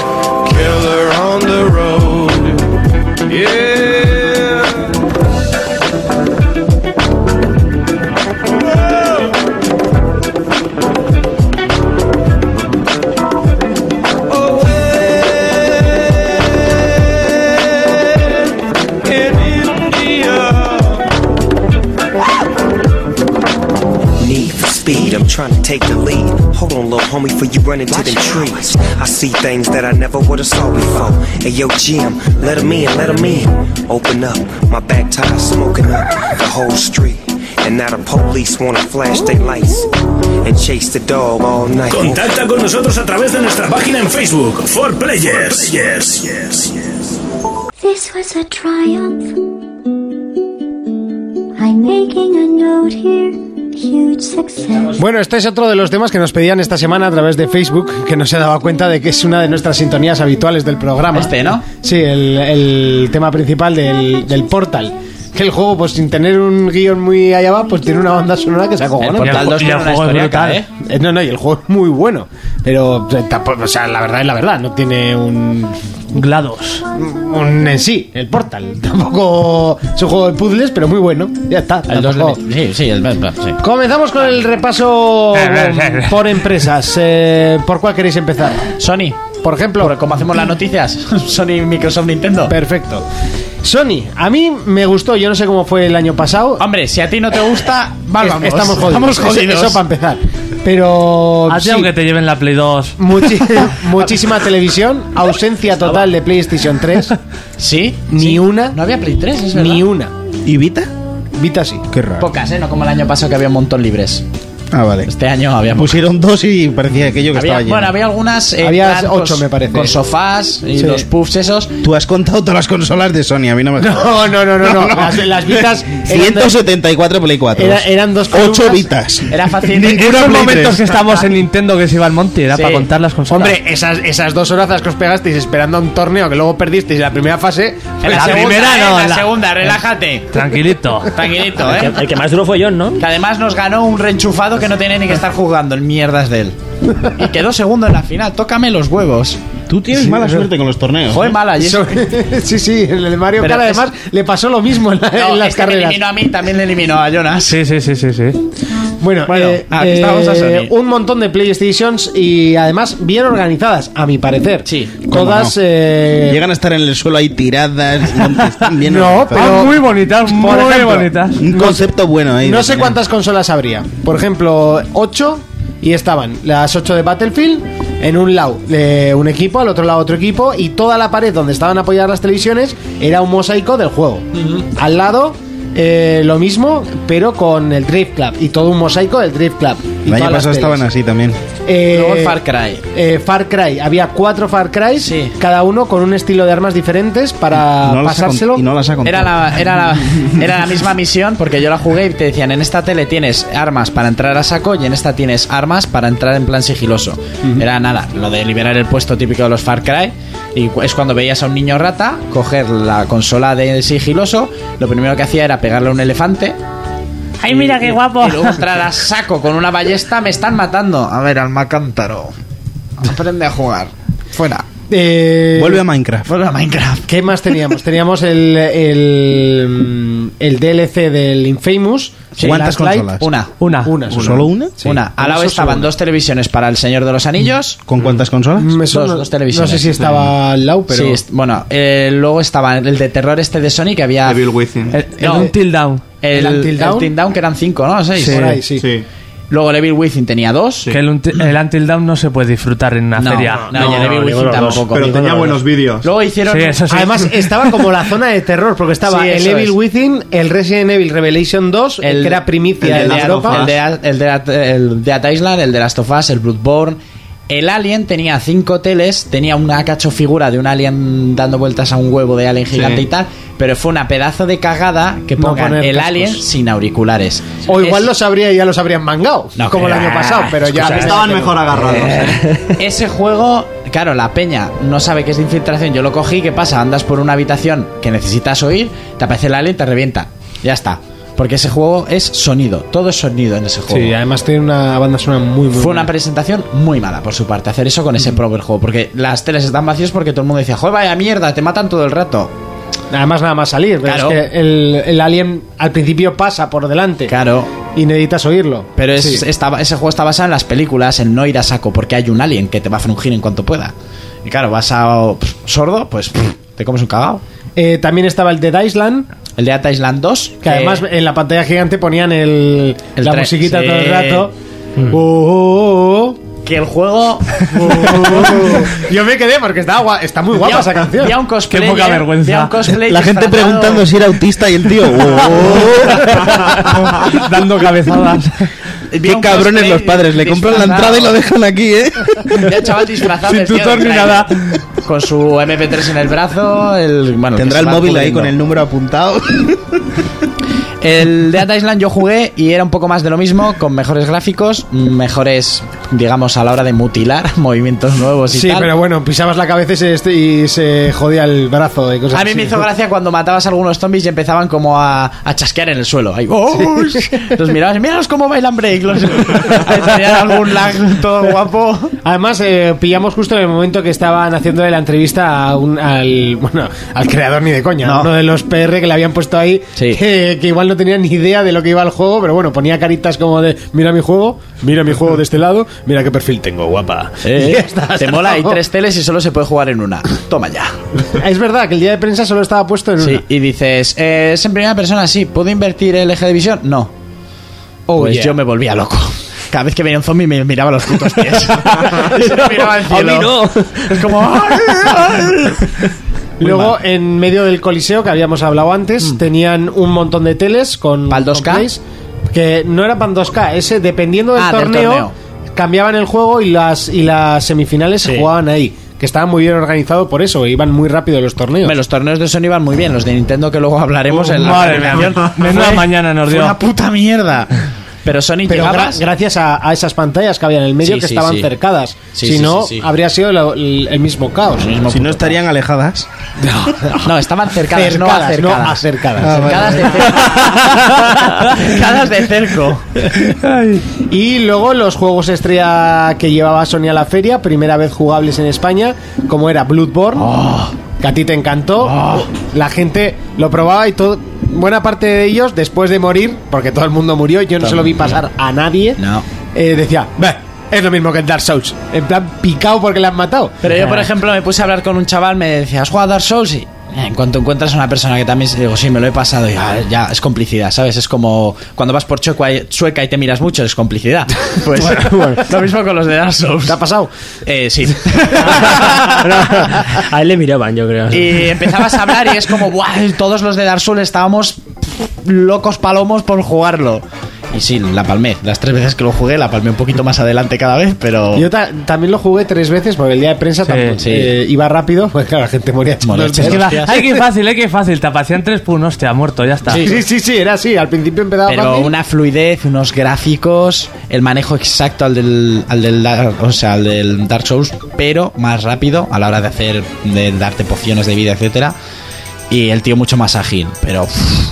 [SPEAKER 10] Killer on the road. Yeah. Away in India.
[SPEAKER 9] Need for speed, I'm trying to take the lead. Hold on, little homie, for you run into them trees. I see things that I never would have saw before. Hey, yo, Jim, let 'em in, let 'em in. Open up, my back tire smoking up the whole street. And now the police wanna flash their lights and chase the dog all night.
[SPEAKER 1] Contacta con nosotros a través de nuestra página en Facebook, For Players. Players.
[SPEAKER 11] This was a triumph. I'm making a note here. Huge success.
[SPEAKER 2] Bueno, este es otro de los temas que nos pedían esta semana a través de Facebook, que nos he dado cuenta de que es una de nuestras sintonías habituales del programa.
[SPEAKER 3] Este, ¿no?
[SPEAKER 2] Sí, el, el tema principal del, del portal. Que que el juego, pues sin tener un guión muy allá va, pues tiene una banda sonora que se acojona.
[SPEAKER 3] El Portal Y el- 2 y tiene el una juego es historiaca, brutal.
[SPEAKER 2] Eh, No, no, y el juego es muy bueno. Pero eh, tampoco, o sea, la verdad es la verdad, no tiene un.
[SPEAKER 5] GLaDOS.
[SPEAKER 2] Un en sí, el Portal. Tampoco es un juego de puzzles, pero muy bueno. Ya está.
[SPEAKER 3] El 2
[SPEAKER 2] tampoco-
[SPEAKER 3] de... Sí, sí, el... sí.
[SPEAKER 2] Comenzamos con el repaso um, por empresas. Eh, ¿Por cuál queréis empezar?
[SPEAKER 3] Sony.
[SPEAKER 2] Por ejemplo.
[SPEAKER 3] como hacemos las noticias. Sony, Microsoft, Nintendo.
[SPEAKER 2] Perfecto. Sony, a mí me gustó, yo no sé cómo fue el año pasado.
[SPEAKER 3] Hombre, si a ti no te gusta, va,
[SPEAKER 2] Es-
[SPEAKER 3] vamos.
[SPEAKER 2] Estamos jodidos.
[SPEAKER 3] Estamos
[SPEAKER 2] Eso-
[SPEAKER 3] jodidos.
[SPEAKER 2] Eso, para empezar. Pero.
[SPEAKER 5] Así
[SPEAKER 2] sí,
[SPEAKER 5] aunque te lleven la Play 2.
[SPEAKER 2] muchi- muchísima televisión, ausencia total de PlayStation 3.
[SPEAKER 3] Sí,
[SPEAKER 2] Ni una,
[SPEAKER 3] no había Play 3, es verdad.
[SPEAKER 2] ni una.
[SPEAKER 4] ¿Y Vita?
[SPEAKER 2] Vita sí.
[SPEAKER 4] Qué raro.
[SPEAKER 3] Pocas, ¿eh? No como el año pasado que había un montón libres.
[SPEAKER 4] Ah, vale.
[SPEAKER 3] Este año había pocas.
[SPEAKER 4] Pusieron dos y parecía aquello que
[SPEAKER 3] Había-
[SPEAKER 4] estaba lleno.
[SPEAKER 3] bueno, había algunas. eh,
[SPEAKER 2] Había
[SPEAKER 3] plan
[SPEAKER 2] ocho,
[SPEAKER 3] con-
[SPEAKER 2] me parece.
[SPEAKER 3] Con sofás y
[SPEAKER 2] Sí.
[SPEAKER 3] los puffs esos.
[SPEAKER 4] Tú has contado todas las consolas de Sony, a mí no me
[SPEAKER 2] No, no, no, no. no. Las, las Vitas. eran de-
[SPEAKER 4] 174 Play 4.
[SPEAKER 2] era- eran dos
[SPEAKER 4] 8
[SPEAKER 2] columnas.
[SPEAKER 4] Vitas.
[SPEAKER 3] Era fácil.
[SPEAKER 4] Ninguna
[SPEAKER 5] ¿eh? Esos
[SPEAKER 4] Play
[SPEAKER 5] momentos
[SPEAKER 4] 3.
[SPEAKER 5] que estamos en Nintendo que se iba al monte, era
[SPEAKER 3] Sí.
[SPEAKER 5] para contar las consolas.
[SPEAKER 2] Hombre, esas, esas dos horas que os pegasteis esperando a un torneo que luego perdisteis en la primera fase.
[SPEAKER 3] En la,
[SPEAKER 5] La
[SPEAKER 3] segunda,
[SPEAKER 5] primera
[SPEAKER 3] eh,
[SPEAKER 5] no,
[SPEAKER 3] en la,
[SPEAKER 5] la-
[SPEAKER 3] segunda, relájate.
[SPEAKER 5] tranquilito.
[SPEAKER 3] Tranquilito,
[SPEAKER 7] El
[SPEAKER 3] eh.
[SPEAKER 7] que, el que más duro fue John, ¿no?
[SPEAKER 3] Que además nos ganó un reenchufado que no tiene ni que estar jugando el mierdas de él. Y quedó segundo en la final. Tócame los huevos.
[SPEAKER 4] Tú tienes mala suerte con los torneos. ¿eh?
[SPEAKER 3] Joder, mala. Y eso-
[SPEAKER 2] sí, sí, el de Mario
[SPEAKER 3] Pero
[SPEAKER 2] Kart
[SPEAKER 3] es-
[SPEAKER 2] además le pasó lo mismo en, la-
[SPEAKER 3] No,
[SPEAKER 2] en las
[SPEAKER 3] este me
[SPEAKER 2] carreras.
[SPEAKER 3] eliminó a mí, también le eliminó a Jonas.
[SPEAKER 5] Sí, sí, sí, sí, sí.
[SPEAKER 2] Bueno,
[SPEAKER 3] Bueno,
[SPEAKER 2] eh,
[SPEAKER 3] ah, que
[SPEAKER 2] eh,
[SPEAKER 3] estábamos a Sony.
[SPEAKER 2] un montón de PlayStations y además bien organizadas, a mi parecer.
[SPEAKER 3] Sí,
[SPEAKER 4] cómo
[SPEAKER 2] Todas.
[SPEAKER 4] no.
[SPEAKER 2] eh,
[SPEAKER 4] Llegan a estar en el suelo ahí tiradas. no, están bien
[SPEAKER 2] No,
[SPEAKER 4] organizadas.
[SPEAKER 2] Pero-
[SPEAKER 5] muy bonitas, muy
[SPEAKER 2] ejemplo,
[SPEAKER 5] bonitas.
[SPEAKER 4] Un concepto bueno ahí.
[SPEAKER 2] no
[SPEAKER 4] de
[SPEAKER 2] sé
[SPEAKER 4] tener.
[SPEAKER 2] cuántas consolas habría. Por ejemplo, 8 y estaban las 8 de Battlefield en un lado de un equipo, al otro lado otro equipo y toda la pared donde estaban apoyadas las televisiones era un mosaico del juego. Al lado eh, lo mismo, pero con el Drift Club y todo un mosaico del Drift Club. y
[SPEAKER 4] El año
[SPEAKER 2] todas las
[SPEAKER 4] pasado estaban
[SPEAKER 2] teles.
[SPEAKER 4] así también.
[SPEAKER 2] Eh,
[SPEAKER 3] Luego el Far Cry.
[SPEAKER 2] eh, Far Cry, había cuatro Far Cry,
[SPEAKER 3] Sí.
[SPEAKER 2] cada uno con un estilo de armas diferentes para
[SPEAKER 4] No las ha cont-
[SPEAKER 2] pasárselo.
[SPEAKER 4] y no las ha contado.
[SPEAKER 3] Era la, era, la, era la misma misión porque yo la jugué y te decían en esta tele tienes armas para entrar a saco y en esta tienes armas para entrar en plan sigiloso. Era nada, lo de liberar el puesto típico de los Far Cry y cu- es cuando veías a un niño rata coger la consola de sigiloso, lo primero que hacía era pegarle a un elefante.
[SPEAKER 7] ¡Ay, mira qué guapo!
[SPEAKER 3] Y luego entrar a saco con una ballesta, me están matando. A ver, alma cántaro. Aprende a jugar. Fuera.
[SPEAKER 2] Eh,
[SPEAKER 4] Vuelve a Minecraft.
[SPEAKER 3] Fuera Minecraft.
[SPEAKER 2] ¿Qué más teníamos? teníamos el, el, el DLC del Infamous.
[SPEAKER 4] Sí.
[SPEAKER 2] el
[SPEAKER 4] ¿Cuántas
[SPEAKER 2] Half-Life,
[SPEAKER 4] consolas?
[SPEAKER 3] Una.
[SPEAKER 5] Una.
[SPEAKER 2] Una
[SPEAKER 4] ¿O ¿Solo una?
[SPEAKER 2] Sí.
[SPEAKER 3] Una. Al lado
[SPEAKER 2] Eso
[SPEAKER 3] estaban
[SPEAKER 2] seguro.
[SPEAKER 3] dos televisiones para El Señor de los Anillos. Mm.
[SPEAKER 4] ¿Con cuántas consolas?
[SPEAKER 2] Me
[SPEAKER 3] Dos-
[SPEAKER 2] suena-
[SPEAKER 3] dos televisiones.
[SPEAKER 2] No sé si estaba al lado, pero.
[SPEAKER 3] Sí, est- bueno, eh, luego estaba el de terror este de Sony que había.
[SPEAKER 6] Evil Within.
[SPEAKER 5] El, el
[SPEAKER 3] No.
[SPEAKER 5] Until Down.
[SPEAKER 3] El,
[SPEAKER 2] ¿El
[SPEAKER 3] el
[SPEAKER 2] Until
[SPEAKER 3] Until
[SPEAKER 2] Dawn?
[SPEAKER 3] Down? que eran cinco, ¿no? Seis.
[SPEAKER 2] por ahí, sí.
[SPEAKER 6] Sí.
[SPEAKER 3] Luego el Evil Within tenía dos.
[SPEAKER 5] Que el, Unti- el Until Down no se puede disfrutar en una
[SPEAKER 3] No,
[SPEAKER 5] feria.
[SPEAKER 3] no, y el
[SPEAKER 7] no,
[SPEAKER 3] Evil Within
[SPEAKER 7] ninguno de los dos.
[SPEAKER 3] tampoco.
[SPEAKER 6] Pero tenía buenos vídeos.
[SPEAKER 3] Luego hicieron.
[SPEAKER 5] Sí, eso sí.
[SPEAKER 2] Además, estaba como la zona de terror, porque estaba
[SPEAKER 3] Sí,
[SPEAKER 2] el
[SPEAKER 3] eso
[SPEAKER 2] Evil
[SPEAKER 3] es.
[SPEAKER 2] Within, el Resident Evil Revelation 2, el,
[SPEAKER 3] El-
[SPEAKER 2] que era
[SPEAKER 6] el
[SPEAKER 2] primicia
[SPEAKER 6] de
[SPEAKER 2] en
[SPEAKER 6] Last of
[SPEAKER 2] Europa.
[SPEAKER 6] Us.
[SPEAKER 3] El de, el, de, el de At Island, el de Last of Us, el Bloodborne. El Alien tenía cinco teles, tenía una cacho figura de un alien dando vueltas a un huevo de alien gigante y tal, pero fue una pedazo de cagada que
[SPEAKER 2] No
[SPEAKER 3] pongan
[SPEAKER 2] poner
[SPEAKER 3] el
[SPEAKER 2] cascos.
[SPEAKER 3] alien sin auriculares.
[SPEAKER 2] O igual
[SPEAKER 3] Es-
[SPEAKER 2] los habría ya los habrían mangado,
[SPEAKER 3] No,
[SPEAKER 2] como el
[SPEAKER 3] que-
[SPEAKER 2] año pasado, pero ya
[SPEAKER 6] Ya estaban mejor agarrados. ¿eh?
[SPEAKER 3] Ese juego, claro, la peña no sabe que es de infiltración. Yo lo cogí, ¿qué pasa? Andas por una habitación que necesitas oír, te aparece el alien, te revienta. Ya está. Porque ese juego es sonido. Todo es sonido en ese juego.
[SPEAKER 2] Sí, además tiene una banda sonora muy, muy
[SPEAKER 3] Fue
[SPEAKER 2] buena.
[SPEAKER 3] una presentación muy mala por su parte hacer eso con ese proper juego. Porque las teles están vacías porque todo el mundo decía, joder, vaya mierda, te matan todo el rato.
[SPEAKER 2] Además, nada más salir. pero
[SPEAKER 3] Claro.
[SPEAKER 2] Es que el, el alien al principio pasa por delante.
[SPEAKER 3] Claro.
[SPEAKER 2] Y necesitas oírlo.
[SPEAKER 3] Pero es-
[SPEAKER 2] Sí.
[SPEAKER 3] está- ese juego está basado en las películas, en no ir a saco, porque hay un alien que te va a frungir en cuanto pueda. Y claro, vas a pff, sordo, pues pff, te comes un cagao.
[SPEAKER 2] Eh, también estaba el Dead Island,
[SPEAKER 3] El de Ata Island 2.
[SPEAKER 2] que además en la pantalla gigante ponían el,
[SPEAKER 3] El
[SPEAKER 2] la
[SPEAKER 3] tren,
[SPEAKER 2] musiquita
[SPEAKER 3] sí.
[SPEAKER 2] todo el rato. Oh, oh, oh,
[SPEAKER 3] Que el
[SPEAKER 2] oh,
[SPEAKER 3] juego.
[SPEAKER 2] oh. Yo me quedé porque está, gua- está muy guapa
[SPEAKER 3] Ya-
[SPEAKER 2] esa canción.
[SPEAKER 3] ya un cosplay.
[SPEAKER 5] Qué poca
[SPEAKER 3] ya-
[SPEAKER 5] vergüenza.
[SPEAKER 3] ya un cosplay
[SPEAKER 4] La gente
[SPEAKER 3] disfrazado.
[SPEAKER 4] preguntando si era autista y el tío. "Oh".
[SPEAKER 5] Dando cabezadas.
[SPEAKER 3] Ya
[SPEAKER 4] Qué
[SPEAKER 3] un
[SPEAKER 4] cabrones
[SPEAKER 3] cosplay
[SPEAKER 4] los padres. Le compran la
[SPEAKER 3] disfrazado.
[SPEAKER 4] entrada y lo dejan aquí, ¿eh?
[SPEAKER 3] Ya el chaval disfrazado.
[SPEAKER 5] Sin
[SPEAKER 3] vestido de
[SPEAKER 5] tutor ni
[SPEAKER 3] trailer.
[SPEAKER 5] nada.
[SPEAKER 3] Con su MP3 en el brazo. El, bueno, que se
[SPEAKER 4] Tendrá el
[SPEAKER 3] va
[SPEAKER 4] móvil ahí
[SPEAKER 3] pudriendo.
[SPEAKER 4] con el número apuntado.
[SPEAKER 3] El Dead Island yo jugué y era un poco más de lo mismo, con mejores gráficos, mejores, digamos, a la hora de mutilar, movimientos nuevos y
[SPEAKER 2] Sí,
[SPEAKER 3] tal.
[SPEAKER 2] pero bueno, pisabas la cabeza y se, este- y se jodía el brazo y cosas
[SPEAKER 3] A mí me
[SPEAKER 2] así.
[SPEAKER 3] hizo gracia cuando matabas a algunos zombies y empezaban como a, a chasquear en el suelo. Ahí, ¡oh! Los mirabas, míralos cómo bailan break. Los, tenían algún lag todo guapo.
[SPEAKER 2] Además, eh, pillamos justo en el momento que estaban haciendo la entrevista a un- al, bueno, al creador ni de coña,
[SPEAKER 3] No.
[SPEAKER 2] uno de los PR que le habían puesto ahí,
[SPEAKER 3] Sí.
[SPEAKER 2] que, que igual no tenía ni idea de lo que iba el juego, pero bueno, ponía caritas como de, mira mi juego, mira mi juego de este lado, mira qué perfil tengo, guapa. Y ya
[SPEAKER 3] Eh,
[SPEAKER 2] está,
[SPEAKER 3] te
[SPEAKER 2] se
[SPEAKER 3] mola, hay
[SPEAKER 2] acabó.
[SPEAKER 3] tres teles y solo se puede jugar en una. Toma ya.
[SPEAKER 2] Es verdad que el día de prensa solo estaba puesto en
[SPEAKER 3] Sí,
[SPEAKER 2] una.
[SPEAKER 3] y dices, eh, es en primera persona, sí, ¿puedo invertir el eje de visión? No.
[SPEAKER 5] Oh,
[SPEAKER 3] pues
[SPEAKER 2] yeah.
[SPEAKER 3] yo me volvía loco. Cada vez que venía un zombie me miraba los putos pies. Yo miraba al cielo. Es como...
[SPEAKER 2] Luego, en medio del coliseo que habíamos hablado antes, tenían un montón de teles con...
[SPEAKER 3] Mm. ¿Pal 2K?
[SPEAKER 2] con plays, que no era pan 2K, ese dependiendo del,
[SPEAKER 3] Ah, del
[SPEAKER 2] torneo,
[SPEAKER 3] torneo.
[SPEAKER 2] cambiaban el juego y las, y las semifinales se jugaban ahí. Que estaba muy bien organizado por eso, iban muy rápido los torneos. Oh,
[SPEAKER 3] Hombre, los torneos de Sony iban muy bien, los de Nintendo que luego hablaremos en la
[SPEAKER 5] Madre
[SPEAKER 3] terminación.
[SPEAKER 5] mía, menuda mañana nos
[SPEAKER 3] Fue
[SPEAKER 5] dio.
[SPEAKER 3] una puta mierda. Pero Sony
[SPEAKER 2] Pero gra-
[SPEAKER 3] llegabas-
[SPEAKER 2] gracias a, a esas pantallas que había en el medio
[SPEAKER 3] Sí,
[SPEAKER 2] que
[SPEAKER 3] sí,
[SPEAKER 2] estaban
[SPEAKER 3] sí.
[SPEAKER 2] cercadas.
[SPEAKER 3] Sí,
[SPEAKER 2] si
[SPEAKER 3] sí,
[SPEAKER 2] no,
[SPEAKER 3] sí, sí.
[SPEAKER 2] habría sido lo- el, el mismo caos.
[SPEAKER 4] Si no estarían alejadas.
[SPEAKER 3] No, estaban cercadas, no
[SPEAKER 2] Cercadas, no
[SPEAKER 3] acercadas.
[SPEAKER 2] acercadas.
[SPEAKER 3] Cercadas de cerco. Cercadas de cerco.
[SPEAKER 2] Y luego los juegos estrella que llevaba Sony a la feria, primera vez jugables en España, como era Bloodborne,
[SPEAKER 3] Ah.
[SPEAKER 2] que a ti te encantó. La gente lo probaba y todo, buena parte de ellos, después de morir, porque todo el mundo murió, yo no se lo vi pasar a nadie,
[SPEAKER 3] No.
[SPEAKER 2] eh, decía, "Bah, es lo mismo que en Dark Souls. En plan, picado porque le han matado. Eh.
[SPEAKER 3] Pero yo, por ejemplo, me puse a hablar con un chaval, me decía, ¿has jugado a Dark Souls? Y en cuanto encuentras a una persona que también, digo, sí, me lo he pasado, y ya, ya, es complicidad, ¿sabes? Es como cuando vas por Chuecua- Sueca y te miras mucho, es complicidad. Pues lo mismo con los de Dark Souls.
[SPEAKER 2] ¿Te ha pasado?
[SPEAKER 3] Eh, sí.
[SPEAKER 7] a él le miraban, yo creo.
[SPEAKER 3] Y empezabas a hablar y es como, ¡buah! Todos los de Dark Souls estábamos locos palomos por jugarlo. Y sí, la palmé. Las tres veces que lo jugué, la palmé un poquito más adelante cada vez, pero.
[SPEAKER 2] Yo ta- también lo jugué tres veces porque el día de prensa tampoco-
[SPEAKER 3] sí.
[SPEAKER 2] eh, iba rápido, porque claro, la gente moría.
[SPEAKER 3] Mola,
[SPEAKER 2] echando
[SPEAKER 3] es que
[SPEAKER 2] los
[SPEAKER 3] va-
[SPEAKER 2] dedos.
[SPEAKER 5] Ay, qué fácil, ay, qué fácil. Te aparecían tres punos, te ha muerto, ya está.
[SPEAKER 2] Sí, sí, sí, sí, era así. Al principio empezaba
[SPEAKER 3] Pero
[SPEAKER 2] fácil.
[SPEAKER 3] una fluidez, unos gráficos, el manejo exacto al del, al del, Dar- o sea, al del Dark Souls, pero más rápido a la hora de hacer, de darte pociones de vida, etcétera. Y el tío mucho más ágil, pero uff,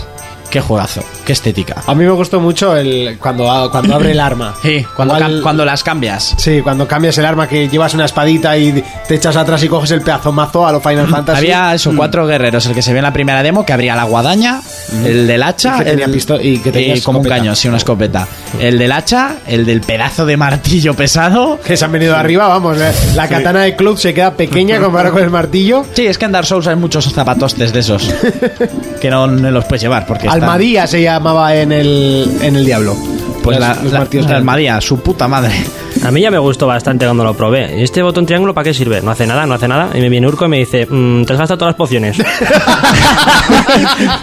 [SPEAKER 3] qué juegazo, qué estética.
[SPEAKER 2] A mí me gustó mucho el cuando, cuando abre el arma.
[SPEAKER 3] Sí, cuando,
[SPEAKER 2] Igual-
[SPEAKER 3] cam- cuando las cambias.
[SPEAKER 2] Sí, cuando cambias el arma que llevas una espadita y te echas atrás y coges el pedazo mazo a lo Final Fantasy.
[SPEAKER 3] Había
[SPEAKER 2] Mm.
[SPEAKER 3] eso, cuatro guerreros, el que se ve en la primera demo, que abría la guadaña, el del
[SPEAKER 2] Mm.
[SPEAKER 3] hacha,
[SPEAKER 2] Y que tenía
[SPEAKER 3] el-
[SPEAKER 2] pisto- y que tenía
[SPEAKER 3] como un
[SPEAKER 2] escopeta.
[SPEAKER 3] cañón, sí, una escopeta. El del hacha, el del pedazo de martillo pesado.
[SPEAKER 2] que se han venido arriba, vamos. eh. La katana de club se queda pequeña comparado con el martillo.
[SPEAKER 3] Sí, es que en Dark Souls hay muchos zapatostes de esos que no, no los puedes llevar porque están-
[SPEAKER 2] Almadía se llamaba en el, en el Diablo.
[SPEAKER 3] Pues
[SPEAKER 2] Las-
[SPEAKER 3] la,
[SPEAKER 2] los
[SPEAKER 3] la-
[SPEAKER 2] martillos
[SPEAKER 3] la
[SPEAKER 2] de-
[SPEAKER 3] Almadía, su puta madre.
[SPEAKER 7] A mí ya me gustó bastante cuando lo probé. ¿Este botón triángulo para qué sirve? No hace nada, no hace nada. Y me viene Urco y me dice, "Mm, te has gastado todas las pociones.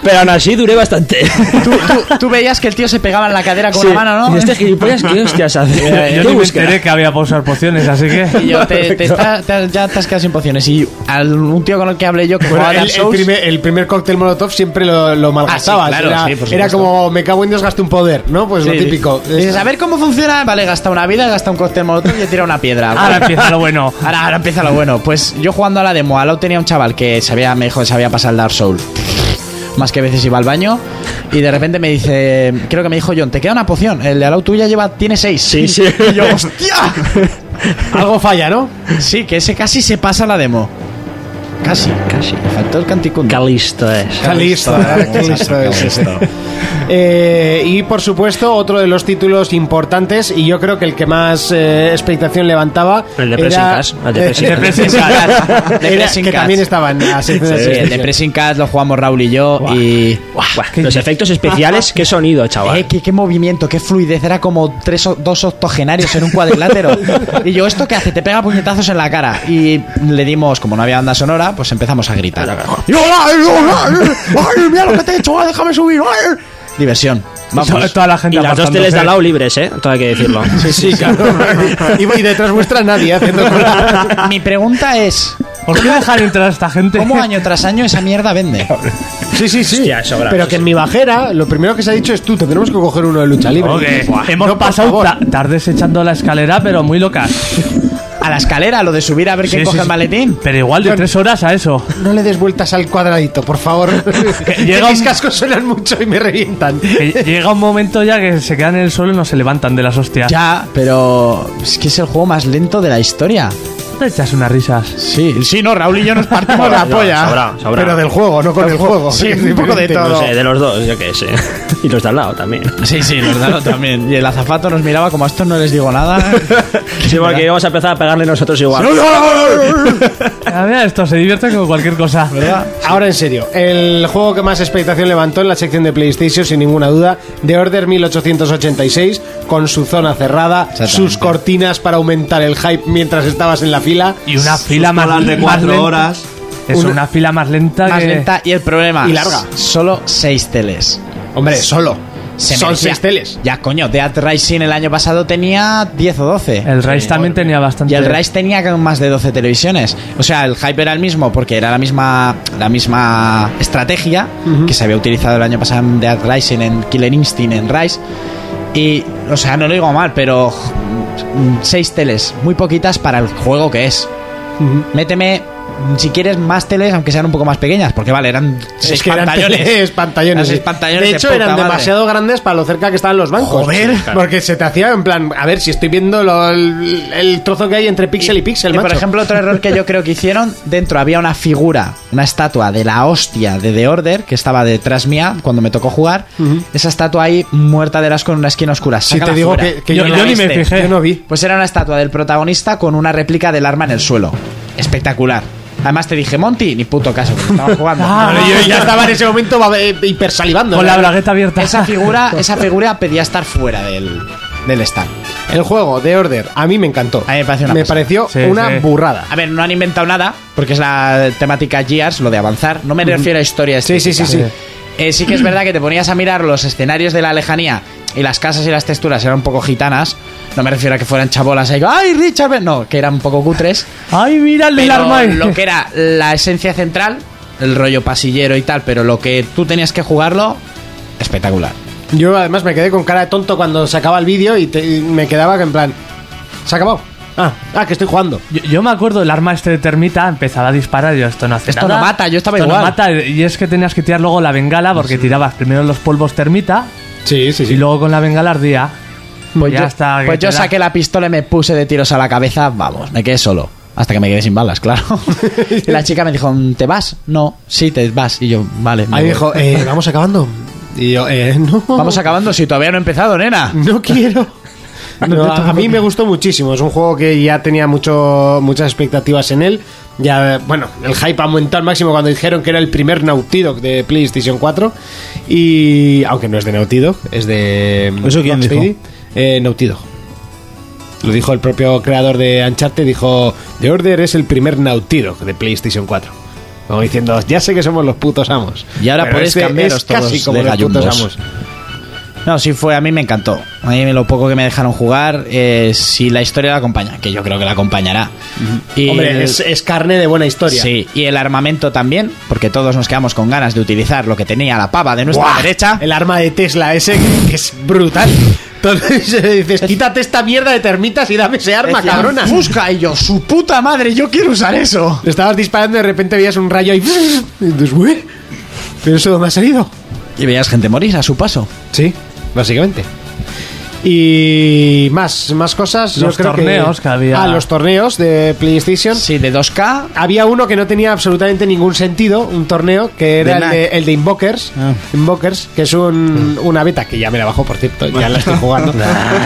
[SPEAKER 7] Pero aún así duré bastante.
[SPEAKER 3] Tú, tú- tú veías que el tío se pegaba en la cadera con
[SPEAKER 7] Sí.
[SPEAKER 3] la mano, ¿no?
[SPEAKER 7] Y Este gilipollas, ¿qué hostias hace?
[SPEAKER 5] Yo
[SPEAKER 7] ¿Qué
[SPEAKER 5] ni me
[SPEAKER 7] busca?
[SPEAKER 5] enteré que había para usar pociones, así que.
[SPEAKER 3] Y yo, te- te está- te has- ya te has quedado sin pociones. Y al, un tío con el que hablé yo que
[SPEAKER 2] Bueno,
[SPEAKER 3] jugaba a
[SPEAKER 2] el,
[SPEAKER 3] Dark
[SPEAKER 2] el
[SPEAKER 3] Souls,
[SPEAKER 2] primer, el primer cóctel Molotov siempre lo, lo malgastabas.
[SPEAKER 3] Ah, claro,
[SPEAKER 2] era,
[SPEAKER 3] sí, por supuesto.
[SPEAKER 2] era como, me cago en Dios, gasto un poder, ¿no? Pues lo
[SPEAKER 3] sí,
[SPEAKER 2] típico.
[SPEAKER 3] Dices, a ver cómo funciona. Vale, gasta una vida, gasta un cóctel molotov y tira una piedra.
[SPEAKER 5] Ahora empieza lo bueno.
[SPEAKER 3] Ahora, ahora empieza lo bueno. Pues yo jugando a la demo, al lado tenía un chaval que sabía mejor, sabía pasar el Dark Souls. Más que veces iba al baño y de repente me dice, creo que me dijo John, te queda una poción. El de al lado tuya lleva, tiene seis. Sí, sí. Y yo, hostia.
[SPEAKER 2] Algo falla, ¿no?
[SPEAKER 3] Sí, que ese casi se pasa la demo. Casi, casi. Me faltó el canticundo.
[SPEAKER 7] Qué listo es.
[SPEAKER 2] Qué listo, ¿eh? Qué listo es. Eh, y por supuesto, otro de los títulos importantes, y yo creo que el que más eh, expectación levantaba.
[SPEAKER 7] El de Pressing
[SPEAKER 2] era,
[SPEAKER 7] Cash, el de
[SPEAKER 2] eh,
[SPEAKER 7] Pressing
[SPEAKER 2] el
[SPEAKER 5] Cash.
[SPEAKER 2] de Pressing Cash.
[SPEAKER 3] Era-
[SPEAKER 2] Era-
[SPEAKER 3] Pressing
[SPEAKER 2] que
[SPEAKER 3] Catch.
[SPEAKER 2] también estaba en la sección de
[SPEAKER 3] Sí, el de
[SPEAKER 2] PlayStation.
[SPEAKER 3] Pressing Catch lo jugamos Raúl y yo y...
[SPEAKER 7] Buah, Los efectos especiales, qué sonido, chaval.
[SPEAKER 3] Eh, qué, qué movimiento, qué fluidez. Era como tres o, dos octogenarios en un cuadrilátero. y yo, ¿esto qué hace? Te pega puñetazos en la cara. Y le dimos, como no había banda sonora, pues empezamos a gritar. Y, "Hola, eh, hola, eh, ¡Ay, mira lo que te he hecho! ¡Ay, ¡Déjame subir! ay". Diversión. Vamos.
[SPEAKER 5] Toda la gente
[SPEAKER 7] Y las dos
[SPEAKER 5] apartándose.
[SPEAKER 7] teles de al lado libres, ¿eh? Todo hay que decirlo.
[SPEAKER 2] Sí, claro. y, y detrás vuestra nadie haciendo cola.
[SPEAKER 3] Mi pregunta es:
[SPEAKER 5] ¿Por qué dejar entrar a esta gente?
[SPEAKER 3] ¿cómo año tras año esa mierda vende?
[SPEAKER 2] Sí, sí, sí.
[SPEAKER 7] Hostia, eso, bravo.
[SPEAKER 2] Pero que en mi bajera, lo primero que se ha dicho es tú, tendremos que coger uno de lucha libre.
[SPEAKER 5] Oye,
[SPEAKER 2] Buah,
[SPEAKER 5] hemos
[SPEAKER 2] no, por
[SPEAKER 5] pasado
[SPEAKER 2] favor.
[SPEAKER 5] ta- tardes echando la escalera, pero muy locas.
[SPEAKER 3] A la escalera, lo de subir a ver quién
[SPEAKER 5] Sí,
[SPEAKER 3] coge
[SPEAKER 5] sí,
[SPEAKER 3] el
[SPEAKER 5] sí.
[SPEAKER 3] maletín.
[SPEAKER 5] Pero igual de tres horas a eso.
[SPEAKER 2] No le des vueltas al cuadradito, por favor. Que
[SPEAKER 5] llega
[SPEAKER 2] mis
[SPEAKER 5] un-
[SPEAKER 2] cascos suenan mucho y me revientan.
[SPEAKER 5] Que llega un momento ya que se quedan en el suelo y no se levantan de las hostias.
[SPEAKER 3] Ya, pero es que es el juego más lento de la historia.
[SPEAKER 5] Te echas unas risas.
[SPEAKER 3] Sí, sí, no, Raúl y yo nos partimos
[SPEAKER 2] Como la
[SPEAKER 3] la
[SPEAKER 2] polla.
[SPEAKER 7] sabrá, sabrá.
[SPEAKER 2] Pero del juego, no con el juego.
[SPEAKER 3] Sí,
[SPEAKER 2] Es
[SPEAKER 3] un poco de
[SPEAKER 2] diferente.
[SPEAKER 7] No
[SPEAKER 3] todo.
[SPEAKER 7] sé, de los dos, yo qué sé. y los de al lado también.
[SPEAKER 3] Sí, sí, nos daron también. Y el azafato nos miraba como a estos no les digo nada.
[SPEAKER 7] Sí, porque íbamos a empezar a pegarle nosotros igual.
[SPEAKER 5] A ver, esto se divierte con cualquier cosa.
[SPEAKER 3] ¿Verdad?
[SPEAKER 2] Ahora en serio, el juego que más expectación levantó en la sección de PlayStation, sin ninguna duda, The Order 1886, con su zona cerrada,
[SPEAKER 3] Exactamente.
[SPEAKER 2] sus cortinas para aumentar el hype mientras estabas en la fila.
[SPEAKER 5] Y una fila
[SPEAKER 6] Sus colas
[SPEAKER 5] más,
[SPEAKER 6] de
[SPEAKER 5] más
[SPEAKER 6] cuatro
[SPEAKER 5] lenta.
[SPEAKER 6] horas.
[SPEAKER 5] Es
[SPEAKER 2] Una-
[SPEAKER 5] una, fila más lenta
[SPEAKER 3] Más
[SPEAKER 5] que...
[SPEAKER 3] lenta y el problema.
[SPEAKER 2] Y larga.
[SPEAKER 3] Solo seis teles.
[SPEAKER 2] Hombre, solo.
[SPEAKER 3] Se
[SPEAKER 2] Son
[SPEAKER 3] merecía.
[SPEAKER 2] seis teles.
[SPEAKER 3] Ya, coño, Dead Rising el año pasado tenía 10 o 12.
[SPEAKER 5] El Rice también tenía bastante...
[SPEAKER 3] Y el Rise tenía más de 12 televisiones. O sea, el hype era el mismo porque era la misma, la misma estrategia que se había utilizado el año pasado en Dead Rising, en Killer Instinct, en Rise. Y, o sea, no lo digo mal, pero j- mm, seis teles, muy poquitas para el juego que es. Méteme, mm, si quieres, más teles, aunque sean un poco más pequeñas, porque vale, eran seis
[SPEAKER 2] Es que eran
[SPEAKER 3] pantallones.
[SPEAKER 2] teles, pantallones,
[SPEAKER 3] Eran
[SPEAKER 2] sí.
[SPEAKER 3] seis pantallones
[SPEAKER 2] de hecho, eran
[SPEAKER 3] puta madre.
[SPEAKER 2] demasiado grandes para lo cerca que estaban los bancos.
[SPEAKER 3] Joder.
[SPEAKER 2] Sí, claro. Porque se te hacía en plan, a ver si estoy viendo lo- el, el trozo que hay entre píxel y, píxel,
[SPEAKER 3] Y,
[SPEAKER 2] macho.
[SPEAKER 3] por ejemplo, otro error que yo creo que hicieron, dentro había una figura, una estatua de la hostia de The Order, que estaba detrás mía cuando me tocó jugar. Esa estatua ahí muerta de las con una esquina oscura.
[SPEAKER 2] si te
[SPEAKER 3] Sácala
[SPEAKER 2] digo
[SPEAKER 3] fuera.
[SPEAKER 2] que, que
[SPEAKER 5] Yo-
[SPEAKER 2] no
[SPEAKER 5] yo
[SPEAKER 2] la
[SPEAKER 5] ni me
[SPEAKER 2] viste.
[SPEAKER 5] fijé.
[SPEAKER 2] Yo no vi.
[SPEAKER 3] Pues era una estatua del protagonista con una réplica del arma en el suelo. Espectacular. Además te dije, Monty, ni puto caso, porque estaba jugando.
[SPEAKER 5] Ah,
[SPEAKER 2] Vale, yo ya estaba en ese momento va- eh, hipersalivando.
[SPEAKER 5] Con la
[SPEAKER 2] ¿no?
[SPEAKER 5] bragueta abierta.
[SPEAKER 3] esa figura, esa figura pedía estar fuera del, del stand.
[SPEAKER 2] El juego de Order a mí me encantó.
[SPEAKER 3] A mí me pareció una pasada.
[SPEAKER 2] pareció
[SPEAKER 5] Sí,
[SPEAKER 2] una
[SPEAKER 5] sí.
[SPEAKER 2] burrada.
[SPEAKER 3] A ver, no han inventado nada, porque es la temática Gears, lo de avanzar. No me refiero a historia
[SPEAKER 2] Sí, sí,
[SPEAKER 3] estética.
[SPEAKER 2] sí, sí.
[SPEAKER 3] Eh, sí que es verdad que te ponías a mirar los escenarios de la lejanía y las casas y las texturas eran un poco gitanas. No me refiero a que fueran chabolas ahí, ¡ay, Richard! Ben-". No, que eran un poco cutres.
[SPEAKER 5] ¡Ay, mira el del arma!
[SPEAKER 3] Pero lo que era la esencia central, el rollo pasillero y tal, pero lo que tú tenías que jugarlo, espectacular.
[SPEAKER 2] Yo además me quedé con cara de tonto cuando se acaba el vídeo y, te- y me quedaba que en plan, se ha acabado. Ah, ah, que estoy jugando.
[SPEAKER 5] Yo, yo me acuerdo, el arma este de termita empezaba a disparar y yo, esto no hace
[SPEAKER 3] Esto
[SPEAKER 5] nada.
[SPEAKER 3] no mata, yo estaba
[SPEAKER 5] Esto no
[SPEAKER 3] igual.
[SPEAKER 5] mata, y es que tenías que tirar luego la bengala porque tirabas primero los polvos termita
[SPEAKER 2] Sí, sí,
[SPEAKER 5] y luego con la bengala ardía.
[SPEAKER 3] Pues
[SPEAKER 5] ya
[SPEAKER 3] yo,
[SPEAKER 5] está, que
[SPEAKER 3] pues yo
[SPEAKER 5] te da-
[SPEAKER 3] saqué la pistola y me puse de tiros a la cabeza, vamos, me quedé solo. Hasta que me quedé sin balas, claro. y la chica me dijo, ¿te vas? No, sí, te vas. Y yo, vale. me
[SPEAKER 2] Ahí
[SPEAKER 3] voy".
[SPEAKER 2] dijo, eh, vamos acabando. Y yo, eh, no.
[SPEAKER 3] Vamos acabando si todavía no he empezado, nena.
[SPEAKER 2] No quiero. Ah, No, a mí me gustó muchísimo. Es un juego que ya tenía mucho, muchas expectativas en él. Ya, bueno, el hype aumentó al máximo cuando dijeron que era el primer Naughty Dog de PlayStation 4. Y. Aunque no es de Naughty Dog, es de.
[SPEAKER 4] ¿Eso quién
[SPEAKER 2] Rocksteady.
[SPEAKER 4] dijo?
[SPEAKER 2] Eh, Naughty Dog. Lo dijo el propio creador de Uncharted. Dijo: The Order es el primer Naughty Dog de PlayStation 4. Como diciendo, ya sé que somos los putos amos.
[SPEAKER 3] Y ahora
[SPEAKER 2] Pero
[SPEAKER 3] podéis
[SPEAKER 2] este
[SPEAKER 3] cambiaros
[SPEAKER 2] es casi
[SPEAKER 3] todos
[SPEAKER 2] como
[SPEAKER 3] de
[SPEAKER 2] los putos
[SPEAKER 3] gallumbos.
[SPEAKER 2] amos.
[SPEAKER 3] No, sí fue, a mí me encantó. A mí lo poco que me dejaron jugar, eh, si la historia la acompaña, que yo creo que la acompañará. Y el-
[SPEAKER 2] Hombre, es, es carne de buena historia.
[SPEAKER 3] Sí, y el armamento también, porque todos nos quedamos con ganas de utilizar lo que tenía Pues la pava de nuestra
[SPEAKER 2] Buah,
[SPEAKER 3] derecha.
[SPEAKER 2] El arma de Tesla ese que- que es brutal. Entonces eh, dices, quítate esta mierda de termitas y dame ese arma,
[SPEAKER 3] Decía,
[SPEAKER 2] cabrona.
[SPEAKER 3] Busca y yo, su puta madre, yo quiero usar eso.
[SPEAKER 2] Le estabas disparando y de repente veías un rayo ahí. Y dices, "Ué, ¿Pero eso dónde ha salido?
[SPEAKER 3] Y veías gente morir a su paso.
[SPEAKER 2] Sí, básicamente. Y más, más cosas.
[SPEAKER 5] Los
[SPEAKER 2] yo creo
[SPEAKER 5] torneos
[SPEAKER 2] que,
[SPEAKER 5] que había.
[SPEAKER 2] Ah, los torneos de PlayStation.
[SPEAKER 3] Sí, de 2K.
[SPEAKER 2] Había uno que no tenía absolutamente ningún sentido, un torneo, que era
[SPEAKER 4] De
[SPEAKER 2] el, de, el de Invokers. Invokers, que es un- una beta, que ya me la bajó, por cierto, ya la estoy jugando.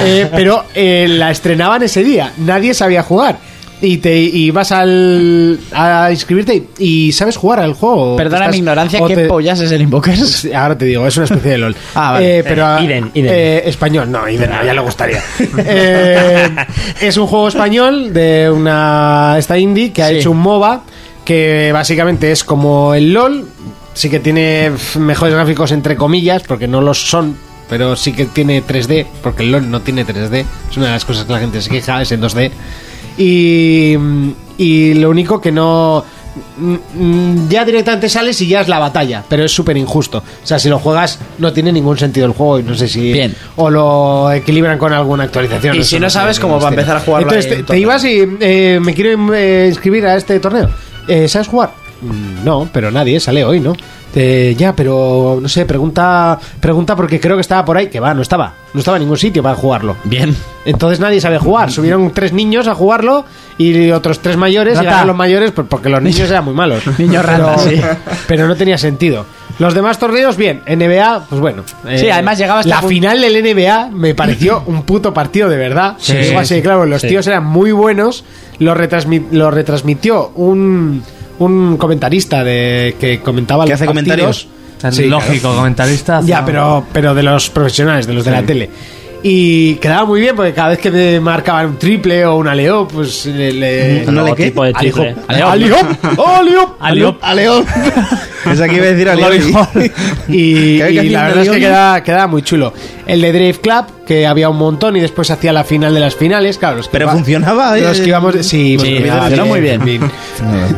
[SPEAKER 2] Eh, pero eh, la estrenaban ese día, nadie sabía jugar. Y te y vas al, a inscribirte y, y sabes jugar al juego.
[SPEAKER 3] Perdona
[SPEAKER 2] Estás-
[SPEAKER 3] mi ignorancia,
[SPEAKER 2] o
[SPEAKER 3] ¿qué
[SPEAKER 2] te-
[SPEAKER 3] pollas es el Invokers?
[SPEAKER 2] Sí, Ahora te digo, es una especie de LOL.
[SPEAKER 3] Ah, vale.
[SPEAKER 2] Eh, pero, ah,
[SPEAKER 7] Iden, Iden.
[SPEAKER 2] eh, español, no, Iden, no, ya le gustaría. Eh, es un juego español de una esta indie que ha
[SPEAKER 3] Sí.
[SPEAKER 2] hecho un MOBA que básicamente es como el LOL, sí que tiene pf, mejores gráficos entre comillas porque no los son. Pero sí que tiene 3D, porque el LOL no tiene 3D. Es una de las cosas que la gente se queja, es en 2D. Y, y lo único que no, mm, mm, ya directamente sales y ya es la batalla, pero es súper injusto. O sea, si lo juegas no tiene ningún sentido el juego y no sé si
[SPEAKER 3] Bien.
[SPEAKER 2] o lo equilibran con alguna actualización.
[SPEAKER 3] Y
[SPEAKER 2] eso
[SPEAKER 3] si no
[SPEAKER 2] tiene
[SPEAKER 3] sabes
[SPEAKER 2] ningún
[SPEAKER 3] cómo va a
[SPEAKER 2] misterio.
[SPEAKER 3] empezar a jugarlo
[SPEAKER 2] Entonces
[SPEAKER 3] ahí
[SPEAKER 2] te,
[SPEAKER 3] en
[SPEAKER 2] te
[SPEAKER 3] torneo.
[SPEAKER 2] ibas y eh, me quiero eh, inscribir a este torneo. Eh, ¿Sabes jugar? Mm, No, pero nadie sale hoy, ¿no? Eh, ya, pero no sé, pregunta, pregunta porque creo que estaba por ahí, que va, no estaba, no estaba en ningún sitio para jugarlo.
[SPEAKER 3] Bien.
[SPEAKER 2] Entonces nadie sabe jugar. Subieron tres niños a jugarlo y otros tres mayores y
[SPEAKER 3] Rata.
[SPEAKER 2] ganaron los mayores pues, porque los niños eran muy malos.
[SPEAKER 3] Niño rata, sí.
[SPEAKER 2] Pero no tenía sentido. Los demás torneos, bien. NBA, pues bueno.
[SPEAKER 3] Sí, además llegaba hasta
[SPEAKER 2] La
[SPEAKER 3] pun-
[SPEAKER 2] final del NBA me pareció un puto partido de verdad.
[SPEAKER 5] Sí,
[SPEAKER 2] Digo así,
[SPEAKER 5] sí,
[SPEAKER 2] claro, los
[SPEAKER 7] sí.
[SPEAKER 2] tíos eran muy buenos. Lo, retransmi- lo retransmitió un, un comentarista de que comentaba
[SPEAKER 4] ¿Que
[SPEAKER 2] los
[SPEAKER 4] hace
[SPEAKER 2] partidos.
[SPEAKER 4] comentarios?
[SPEAKER 5] Tan
[SPEAKER 2] Sí, claro.
[SPEAKER 5] lógico, comentarista.
[SPEAKER 2] Ya,
[SPEAKER 5] no.
[SPEAKER 2] pero, pero de los profesionales, de los de la tele. Y quedaba muy bien porque cada vez que me marcaban un triple o un aleo, pues le. le-
[SPEAKER 4] ¿Un ale qué?
[SPEAKER 7] tipo de
[SPEAKER 2] Alihop.
[SPEAKER 7] triple.
[SPEAKER 2] Alihop. Alihop.
[SPEAKER 5] Aliop.
[SPEAKER 2] Alihop.
[SPEAKER 4] Esa que iba a decir a León.
[SPEAKER 2] Y,
[SPEAKER 4] Cada vez que
[SPEAKER 2] y
[SPEAKER 4] hacía
[SPEAKER 2] la verdad
[SPEAKER 4] un
[SPEAKER 2] es que
[SPEAKER 4] aleo, ¿no?
[SPEAKER 2] quedaba, quedaba muy chulo. El de Drive Club, que había un montón y después hacía la final de las finales. Claro, los que
[SPEAKER 4] Pero
[SPEAKER 2] iba-
[SPEAKER 4] funcionaba, ¿eh?
[SPEAKER 2] Los que íbamos. Sí, funcionaba
[SPEAKER 3] funcionó muy bien.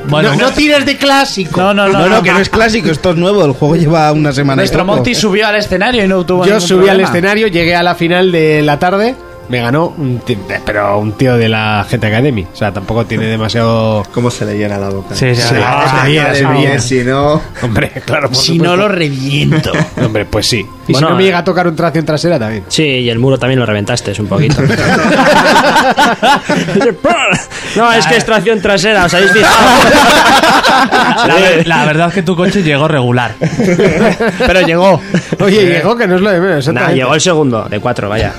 [SPEAKER 5] Bueno,
[SPEAKER 2] no, no tires de clásico.
[SPEAKER 3] No, no, no.
[SPEAKER 4] No, no, que no es clásico, esto es nuevo, el juego lleva una semana. y
[SPEAKER 3] Nuestro
[SPEAKER 4] poco.
[SPEAKER 3] Monty subió al escenario y no tuvo
[SPEAKER 2] Yo
[SPEAKER 3] ningún
[SPEAKER 2] subí al
[SPEAKER 3] problema.
[SPEAKER 2] escenario, llegué a la final de la tarde, me ganó un tío, pero un tío de la Gente Academy. O sea, tampoco tiene demasiado.
[SPEAKER 6] ¿Cómo se le llena la boca?
[SPEAKER 5] Sí, sí,
[SPEAKER 6] Se
[SPEAKER 5] sí.
[SPEAKER 6] le-
[SPEAKER 5] Ah,
[SPEAKER 6] se le llena
[SPEAKER 2] mira,
[SPEAKER 6] de
[SPEAKER 2] sí.
[SPEAKER 6] bien, si no.
[SPEAKER 2] eh. Hombre, claro, por
[SPEAKER 3] Si
[SPEAKER 2] supuesto.
[SPEAKER 3] no lo reviento.
[SPEAKER 2] Hombre, pues sí. Y
[SPEAKER 7] Bueno,
[SPEAKER 2] si no me
[SPEAKER 7] eh.
[SPEAKER 2] llega a tocar un tracción trasera también.
[SPEAKER 7] Sí, y el muro también lo reventaste un poquito. no, es que es tracción trasera, os habéis fijado.
[SPEAKER 5] La, ver- la verdad es que tu coche llegó regular.
[SPEAKER 3] Pero llegó.
[SPEAKER 2] Oye, llegó que no es lo de menos.
[SPEAKER 7] Nah,
[SPEAKER 2] exactamente.
[SPEAKER 7] llegó el segundo, de cuatro, vaya.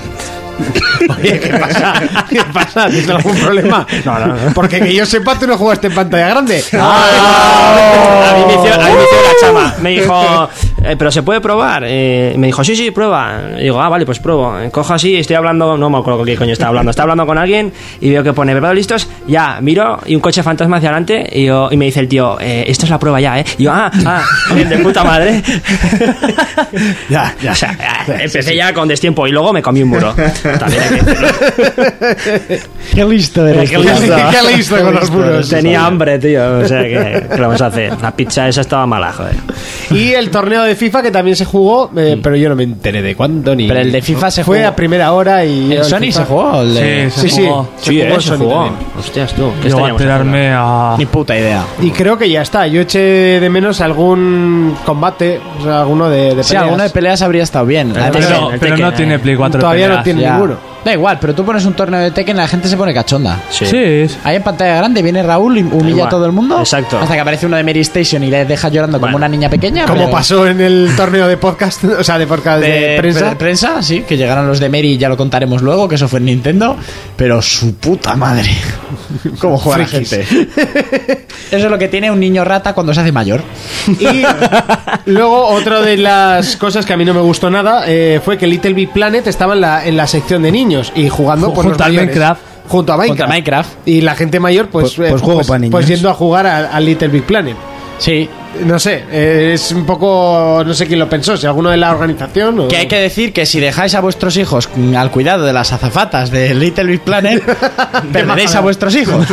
[SPEAKER 2] Oye, ¿qué pasa? ¿Qué pasa? ¿Tienes algún problema? No, no, Porque que yo sepa, tú no jugaste en pantalla grande. Ah, ¡Uh!
[SPEAKER 7] A mí me hizo, a mí me hizo la chama. Me dijo, eh, pero se puede probar. Eh, me dijo, sí, sí, prueba. Y digo, ah, vale, pues pruebo. Eh, Cojo así, estoy hablando, no me acuerdo con qué coño estaba hablando. Estaba hablando con alguien y veo que pone, ¿preparados listos? Ya, miro y un coche fantasma hacia adelante y, yo- y me dice el tío, eh, esto es la prueba ya, ¿eh? Y yo, ah, ah, bien, de puta madre.
[SPEAKER 2] Ya, ya.
[SPEAKER 7] O sea, ah, empecé ya con destiempo y luego me comí un muro. También hay que decirlo.
[SPEAKER 3] Qué listo eres.
[SPEAKER 7] Qué listo.
[SPEAKER 2] ¿Qué listo con los puros?
[SPEAKER 7] Tenía hambre, tío. O sea, que, ¿qué le vamos a hacer? La pizza esa estaba mala, joder.
[SPEAKER 2] Y el torneo de FIFA que también se jugó, eh, pero yo no me enteré de cuándo ni.
[SPEAKER 3] Mm. Pero el de FIFA se
[SPEAKER 2] fue
[SPEAKER 3] jugó.
[SPEAKER 2] a primera hora y.
[SPEAKER 3] ¿El
[SPEAKER 2] el
[SPEAKER 3] Sony
[SPEAKER 2] FIFA-
[SPEAKER 3] se jugó? el de- eh,
[SPEAKER 5] Sí,
[SPEAKER 2] Sí,
[SPEAKER 5] se
[SPEAKER 2] sí. eh,
[SPEAKER 5] jugó.
[SPEAKER 2] Se jugó el Sony también.
[SPEAKER 7] Hostias, tú. ¿qué
[SPEAKER 5] Llegó a
[SPEAKER 7] estaríamos
[SPEAKER 5] enterarme a.
[SPEAKER 3] Ni puta idea.
[SPEAKER 2] Y creo que ya está. Yo eché de menos algún combate, o sea, alguno de, de
[SPEAKER 3] Si alguno de
[SPEAKER 2] peleas.
[SPEAKER 3] peleas habría estado bien. Además,
[SPEAKER 5] Pero,
[SPEAKER 7] Tekken, el
[SPEAKER 5] pero
[SPEAKER 7] Tekken,
[SPEAKER 5] no
[SPEAKER 7] eh.
[SPEAKER 5] tiene Play 4
[SPEAKER 2] Todavía no
[SPEAKER 5] peleas.
[SPEAKER 2] tiene
[SPEAKER 3] ya.
[SPEAKER 2] ninguno.
[SPEAKER 3] Da igual, pero tú pones un torneo de Tekken, la gente se pone cachonda.
[SPEAKER 7] Sí.
[SPEAKER 5] Sí, sí.
[SPEAKER 3] Ahí en pantalla grande viene Raúl y humilla
[SPEAKER 7] Igual.
[SPEAKER 3] a todo el mundo.
[SPEAKER 7] Exacto.
[SPEAKER 3] Hasta que aparece uno de Mary Station y le deja llorando como
[SPEAKER 7] Bueno.
[SPEAKER 3] una niña pequeña.
[SPEAKER 2] Como
[SPEAKER 3] pero-
[SPEAKER 2] pasó en el torneo de podcast, o sea, de podcast de,
[SPEAKER 3] de
[SPEAKER 2] prensa.
[SPEAKER 3] pre- prensa, sí, que llegaron los de Mary y ya lo contaremos luego, que eso fue en Nintendo, pero su puta madre. Cómo juega la
[SPEAKER 2] Frikis.
[SPEAKER 3] gente. Eso es lo que tiene un niño rata cuando se hace mayor.
[SPEAKER 2] Y luego otra de las cosas que a mí no me gustó nada eh, fue que Little Big Planet estaba en la, en la sección de niños y jugando por
[SPEAKER 5] Junto
[SPEAKER 2] los
[SPEAKER 5] al
[SPEAKER 2] mayores.
[SPEAKER 5] Minecraft.
[SPEAKER 2] Junto a Minecraft.
[SPEAKER 3] Contra Minecraft.
[SPEAKER 2] Y la gente mayor, pues,
[SPEAKER 4] Pues- pues
[SPEAKER 2] eh,
[SPEAKER 4] juego pa' niños.
[SPEAKER 2] pues yendo a jugar a- al Little Big Planet.
[SPEAKER 3] Sí.
[SPEAKER 2] No sé, eh, es un poco. No sé quién lo pensó, si alguno de la organización o.
[SPEAKER 3] Que hay que decir que si dejáis a vuestros hijos mm, al cuidado de las azafatas de Little Big Planet, perderéis a vuestros hijos.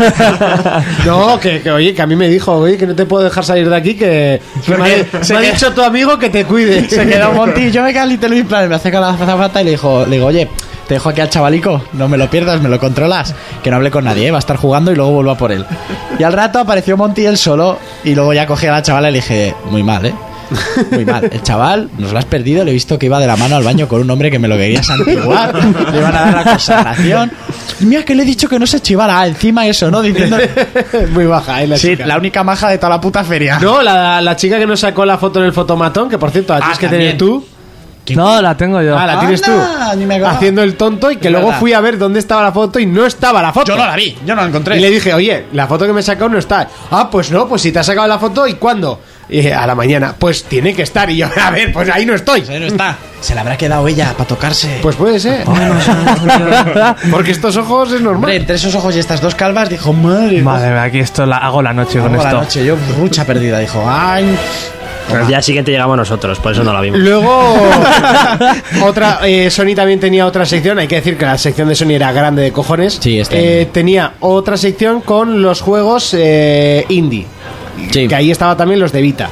[SPEAKER 2] No, que, que, oye, que a mí me dijo, oye, que no te puedo dejar salir de aquí, que. que me ha,
[SPEAKER 3] se
[SPEAKER 2] me ha
[SPEAKER 3] queda-
[SPEAKER 2] dicho tu amigo que te cuide.
[SPEAKER 3] Se quedó Monty, yo me quedé en Little Big Planet, me acerco a la azafata y le digo, le digo, oye, te dejo aquí al chavalico, no me lo pierdas, me lo controlas, que no hable con nadie, ¿eh? va a estar jugando y luego vuelvo a por él. Y al rato apareció Monty él solo y luego ya cogí a la chavala y le dije, muy mal, ¿eh? Muy mal. El chaval, nos lo has perdido, le he visto que iba de la mano al baño con un hombre que me lo quería santiguar, le iban a dar la consagración. Y mira que le he dicho que no se chivara, ah, encima eso, ¿no? Diciendo...
[SPEAKER 2] Muy baja, eh, la
[SPEAKER 3] Sí,
[SPEAKER 2] chica.
[SPEAKER 3] la única maja de toda la puta feria.
[SPEAKER 2] No, la, la chica que nos sacó la foto en el fotomatón, que por cierto, la tienes que
[SPEAKER 3] Ah,
[SPEAKER 2] tener
[SPEAKER 3] también.
[SPEAKER 2] tú.
[SPEAKER 5] No, la tengo yo.
[SPEAKER 2] Ah, la tienes tú.
[SPEAKER 3] Anda, ni me acordaba.
[SPEAKER 2] Haciendo el tonto y que
[SPEAKER 3] Es
[SPEAKER 2] luego
[SPEAKER 3] verdad.
[SPEAKER 2] fui a ver dónde estaba la foto y no estaba la foto.
[SPEAKER 3] Yo no la vi, yo no la encontré.
[SPEAKER 2] Y le dije, oye, la foto que me he sacado no está. Ah, pues no, pues si te has sacado la foto, ¿y cuándo? Y, a la mañana. Pues tiene que estar. Y yo, a ver, pues ahí no estoy.
[SPEAKER 3] Ahí no está. Se la habrá quedado ella para tocarse.
[SPEAKER 2] Pues puede ser. Porque estos ojos es
[SPEAKER 3] Hombre,
[SPEAKER 2] normal.
[SPEAKER 3] entre esos ojos y estas dos calvas dijo, madre,
[SPEAKER 5] Madre mía, aquí esto la hago la noche
[SPEAKER 3] Hago
[SPEAKER 5] con
[SPEAKER 3] la
[SPEAKER 5] esto. Pues
[SPEAKER 3] noche, yo mucha perdida, dijo, ay,
[SPEAKER 7] Al día siguiente llegamos nosotros, por eso no la vimos.
[SPEAKER 2] Luego, otra, eh, Sony también tenía otra sección. Hay que decir que la sección de Sony era grande de cojones.
[SPEAKER 3] Sí, está bien.
[SPEAKER 2] Eh, tenía otra sección con los juegos eh, indie. que ahí estaba también los de Vita.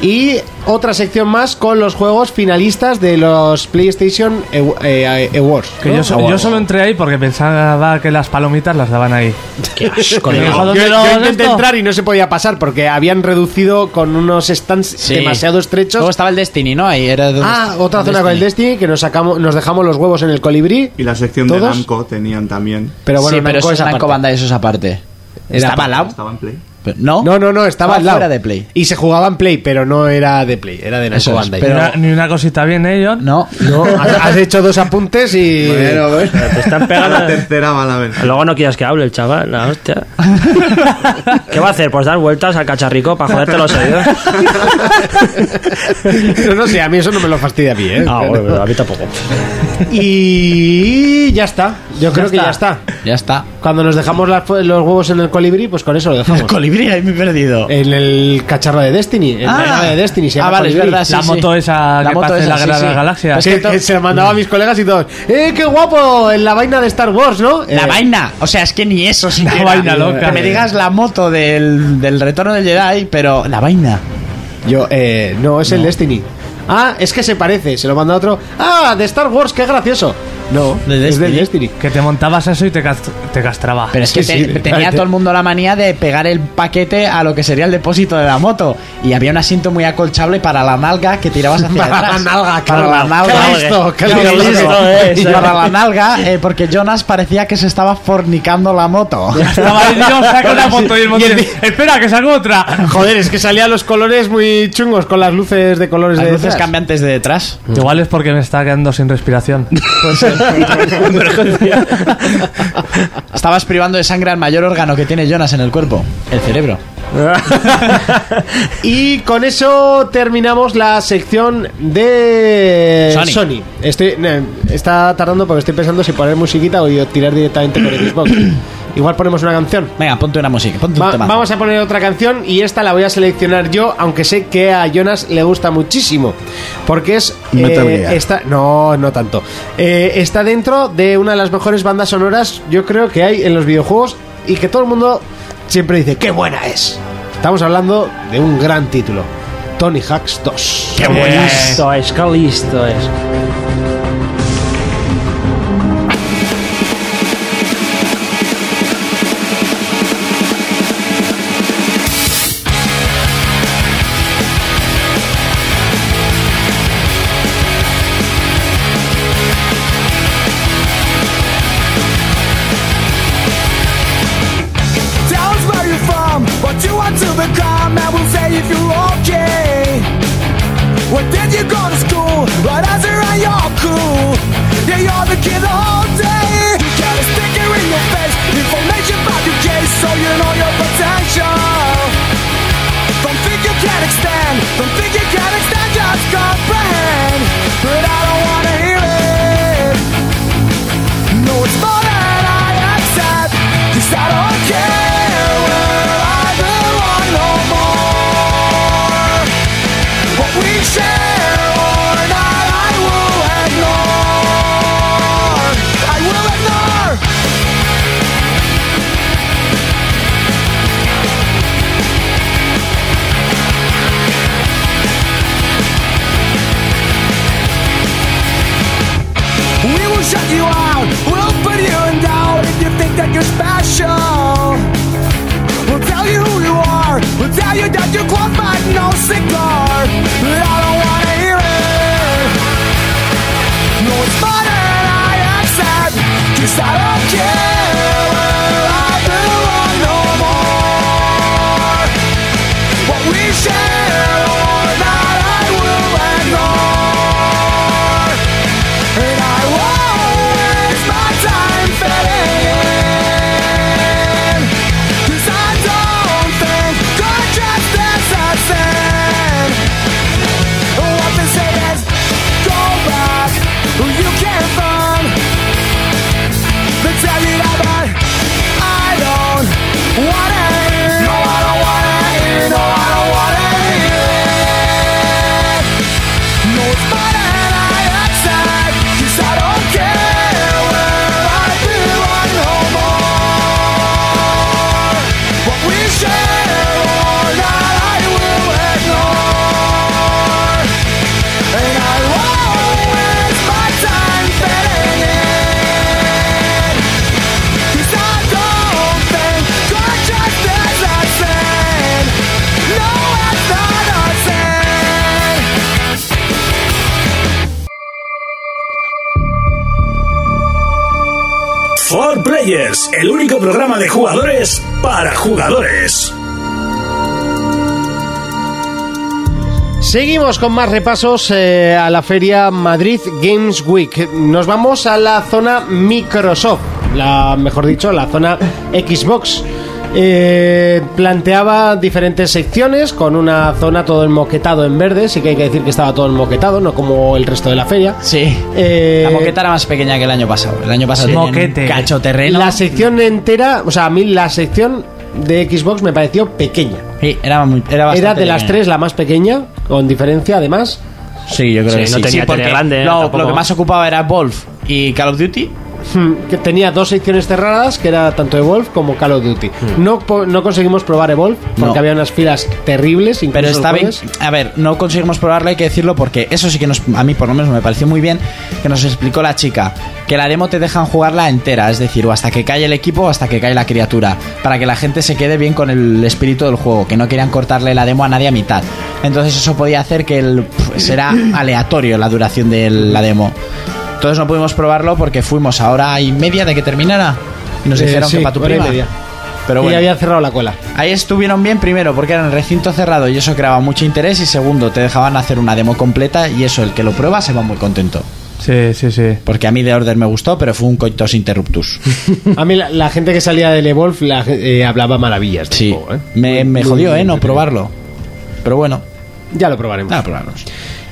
[SPEAKER 2] Y otra sección más con los juegos finalistas de los PlayStation Aw- eh, eh, Awards.
[SPEAKER 5] Que yo, so- yo solo entré ahí porque pensaba que las palomitas las daban ahí.
[SPEAKER 2] Yo,
[SPEAKER 5] Me dijo,
[SPEAKER 2] yo
[SPEAKER 5] "¿Dónde lo hago
[SPEAKER 2] intenté
[SPEAKER 5] esto?".
[SPEAKER 2] entrar y no se podía pasar porque habían reducido con unos stands demasiado estrechos.
[SPEAKER 3] Luego estaba el Destiny, ¿no? Ahí era donde-
[SPEAKER 2] Ah, otra zona con el Destiny que nos sacamos, nos dejamos los huevos en el colibrí.
[SPEAKER 6] Y la sección de
[SPEAKER 2] ¿Todos?
[SPEAKER 6] Namco tenían también.
[SPEAKER 2] Pero bueno,
[SPEAKER 3] sí, pero
[SPEAKER 2] Namco
[SPEAKER 3] eso
[SPEAKER 2] es
[SPEAKER 3] es
[SPEAKER 2] aparte.
[SPEAKER 3] Namco Bandai, eso es aparte. ¿Estaba al lado?
[SPEAKER 6] Estaba en Play.
[SPEAKER 3] Pero- ¿No?
[SPEAKER 2] No, no, no, estaba
[SPEAKER 3] Ah,
[SPEAKER 2] al lado.
[SPEAKER 3] fuera de Play.
[SPEAKER 2] Y se jugaba en Play, pero no era de Play, era de Namco
[SPEAKER 3] Eso es,
[SPEAKER 2] Bandai.
[SPEAKER 5] Ni
[SPEAKER 3] pero-
[SPEAKER 5] una- Ni una cosita bien, ¿eh, John?
[SPEAKER 3] No.
[SPEAKER 2] No, has, has hecho dos apuntes y.
[SPEAKER 7] Te están
[SPEAKER 6] A la
[SPEAKER 7] pegando.
[SPEAKER 6] tercera mala vez.
[SPEAKER 7] Luego no quieras que hable el chaval, la hostia. ¿Qué va a hacer? Pues dar vueltas al cacharrico para joderte los oídos.
[SPEAKER 2] No, no sé, a mí eso no me lo fastidia a mí, ¿eh?
[SPEAKER 7] Ah, bueno, pero a mí tampoco.
[SPEAKER 2] Y ya está. Yo creo que
[SPEAKER 5] está.
[SPEAKER 2] ya está.
[SPEAKER 3] Ya está.
[SPEAKER 2] Cuando nos dejamos las- los huevos en el colibrí, pues con eso lo dejamos.
[SPEAKER 3] Colibrí, ahí me he perdido.
[SPEAKER 2] En el cacharro de Destiny. En la
[SPEAKER 3] Ah.
[SPEAKER 2] nave de Destiny se
[SPEAKER 3] Ah,
[SPEAKER 2] llama
[SPEAKER 3] vale, es
[SPEAKER 2] colibrí.
[SPEAKER 3] verdad, sí,
[SPEAKER 5] La
[SPEAKER 3] sí.
[SPEAKER 5] moto esa
[SPEAKER 3] La
[SPEAKER 5] que
[SPEAKER 3] moto
[SPEAKER 5] pasa en
[SPEAKER 3] esa,
[SPEAKER 5] la
[SPEAKER 3] sí,
[SPEAKER 5] guerra de
[SPEAKER 3] sí.
[SPEAKER 5] las galaxias.
[SPEAKER 2] Que- que se la mandaba a mis colegas y todos. ¡Eh, qué guapo! En la vaina de Star Wars, ¿no?
[SPEAKER 3] La
[SPEAKER 2] Eh,
[SPEAKER 3] vaina. O sea, es que ni eso siquiera.
[SPEAKER 5] vaina loca.
[SPEAKER 3] Que me digas la moto del, del retorno del Jedi, pero la vaina.
[SPEAKER 2] Yo, eh, no, es el Destiny. Ah, es que se parece. Se lo manda otro. ¡Ah, de Star Wars! ¡Qué gracioso! No,
[SPEAKER 3] ¿De
[SPEAKER 2] es del
[SPEAKER 3] Destiny?
[SPEAKER 2] Destiny.
[SPEAKER 5] Que te montabas eso y te, cas- te castraba.
[SPEAKER 3] Pero es que
[SPEAKER 2] Sí,
[SPEAKER 3] te-
[SPEAKER 2] sí, de-
[SPEAKER 3] tenía
[SPEAKER 2] de-
[SPEAKER 3] todo el mundo la manía de pegar el paquete a lo que sería el depósito de la moto. Y había un asiento muy acolchable para la nalga que tirabas hacia
[SPEAKER 2] Para
[SPEAKER 3] atrás.
[SPEAKER 2] la nalga,
[SPEAKER 3] Para
[SPEAKER 2] claro.
[SPEAKER 3] la
[SPEAKER 2] ¡Qué
[SPEAKER 3] nalga.
[SPEAKER 2] listo! ¡Qué
[SPEAKER 3] Para la
[SPEAKER 2] listo!
[SPEAKER 3] nalga. Y Para la nalga, eh, porque Jonas parecía que se estaba fornicando la moto.
[SPEAKER 5] Estaba ahí, Dios, saca una moto y el motor,
[SPEAKER 2] Y el-
[SPEAKER 5] dice, Espera, que saco otra.
[SPEAKER 2] Joder, es que salían los colores muy chungos con las luces de colores
[SPEAKER 3] Las
[SPEAKER 2] de
[SPEAKER 3] luces
[SPEAKER 2] detrás.
[SPEAKER 3] cambiantes de detrás.
[SPEAKER 5] Igual es porque me está quedando sin respiración.
[SPEAKER 3] Pues, eh, Estabas privando de sangre al mayor órgano que tiene Jonas en el cuerpo, el cerebro.
[SPEAKER 2] Y con eso terminamos la sección de
[SPEAKER 3] Sony.
[SPEAKER 2] Estoy, eh, está tardando porque estoy pensando si poner musiquita o yo tirar directamente con el Xbox. Igual ponemos una canción.
[SPEAKER 3] Venga, ponte una música, ponte
[SPEAKER 2] Va-
[SPEAKER 3] un tema.
[SPEAKER 2] vamos a poner otra canción y esta la voy a seleccionar yo, aunque sé que a Jonas le gusta muchísimo. Porque es.
[SPEAKER 4] Metal
[SPEAKER 2] eh,
[SPEAKER 4] Gear.
[SPEAKER 2] está, no, no tanto. Eh, está dentro de una de las mejores bandas sonoras, yo creo que hay en los videojuegos y que todo el mundo siempre dice: ¡Qué buena es! Estamos hablando de un gran título: Tony Hawk's 2.
[SPEAKER 7] Qué listo es, qué listo es.
[SPEAKER 11] Tell us where you're from, what you want to become, and we'll say if you're okay. Well, did you go to school? Right answer and you're cool. Yeah, you're the kid the whole day. You got a sticker in your face, information about your case, so you know your potential. Don't think you can extend, don't think you can extend, just comprehend. But I don't wanna hear it. No, it's more than I accept. Cause I don't care where I belong no more. What we share or not, I will ignore. I will ignore. We will shut you out. We'll put you in doubt if you think that you're special. We'll tell you who you are. We'll tell you that you're qualified, no cigar. But I don't wanna hear it. No, it's fun and I accept. Cause I don't care where I belong no more. What we share or not, I will ignore. And I won't waste my time fitting in. 'Cause I don't think good justice is sin. What they say is, go back, who you came from. They tell you
[SPEAKER 1] For Players, el único programa de jugadores para jugadores.
[SPEAKER 2] Seguimos con más repasos eh, a la feria Madrid Games Week. Nos vamos a la zona Microsoft, la mejor dicho, la zona Xbox. Eh, planteaba diferentes secciones con una zona todo enmoquetado en verde, sí que hay que decir que estaba todo enmoquetado, no como el resto de la feria.
[SPEAKER 3] Sí.
[SPEAKER 2] Eh,
[SPEAKER 3] La moqueta era más pequeña que el año pasado. El año pasado
[SPEAKER 5] Sí.
[SPEAKER 3] tenía
[SPEAKER 5] Moquete.
[SPEAKER 3] un cacho terreno.
[SPEAKER 2] La sección entera, o sea, a mí la sección de Xbox me pareció pequeña.
[SPEAKER 3] Sí, era, muy, era, bastante
[SPEAKER 2] Era de las
[SPEAKER 3] pequeña.
[SPEAKER 2] tres la más pequeña, con diferencia además.
[SPEAKER 3] Sí, yo creo
[SPEAKER 7] Sí,
[SPEAKER 3] que
[SPEAKER 7] no
[SPEAKER 3] sí.
[SPEAKER 7] tenía
[SPEAKER 3] Sí,
[SPEAKER 7] tele
[SPEAKER 3] porque
[SPEAKER 7] grande,
[SPEAKER 3] lo-
[SPEAKER 7] tampoco.
[SPEAKER 3] lo que más ocupaba era Wolf y Call of Duty.
[SPEAKER 2] Hmm, que tenía dos secciones cerradas, que era tanto Evolve como Call of Duty. No, po- no conseguimos probar Evolve, porque
[SPEAKER 3] Hmm. No.
[SPEAKER 2] había unas filas terribles, incluso
[SPEAKER 3] Pero
[SPEAKER 2] el
[SPEAKER 3] está bien.
[SPEAKER 2] jueves.
[SPEAKER 3] A ver, no conseguimos probarlo, hay que decirlo, porque eso sí que nos, a mí por lo menos me pareció muy bien que nos explicó la chica. Que la demo te dejan jugarla entera, es decir, o hasta que cae el equipo o hasta que cae la criatura. Para que la gente se quede bien con el espíritu del juego, que no querían cortarle la demo a nadie a mitad. Entonces eso podía hacer que el, pues, era aleatorio la duración de la demo. Entonces no pudimos probarlo porque fuimos a hora y media de que terminara. Y nos
[SPEAKER 2] Eh,
[SPEAKER 3] dijeron
[SPEAKER 2] sí,
[SPEAKER 3] que para tu
[SPEAKER 2] hora y
[SPEAKER 3] prima.
[SPEAKER 2] media.
[SPEAKER 3] Pero
[SPEAKER 2] Y
[SPEAKER 3] bueno.
[SPEAKER 2] había cerrado la cola.
[SPEAKER 3] Ahí estuvieron bien primero porque eran recinto cerrado y eso creaba mucho interés y segundo te dejaban hacer una demo completa y eso el que lo prueba se va muy contento.
[SPEAKER 5] Sí, sí, sí.
[SPEAKER 3] Porque a mí The Order me gustó, pero fue un coitus interruptus.
[SPEAKER 2] A mí la, la gente que salía del Evolve la- eh, hablaba maravillas. del
[SPEAKER 3] Sí,
[SPEAKER 2] juego, ¿eh?
[SPEAKER 3] me, me
[SPEAKER 2] Muy-
[SPEAKER 3] jodió,
[SPEAKER 2] muy
[SPEAKER 3] ¿eh? No
[SPEAKER 2] entretenido.
[SPEAKER 3] probarlo. Pero bueno,
[SPEAKER 2] Ya lo probaremos.
[SPEAKER 3] nada, probarlos.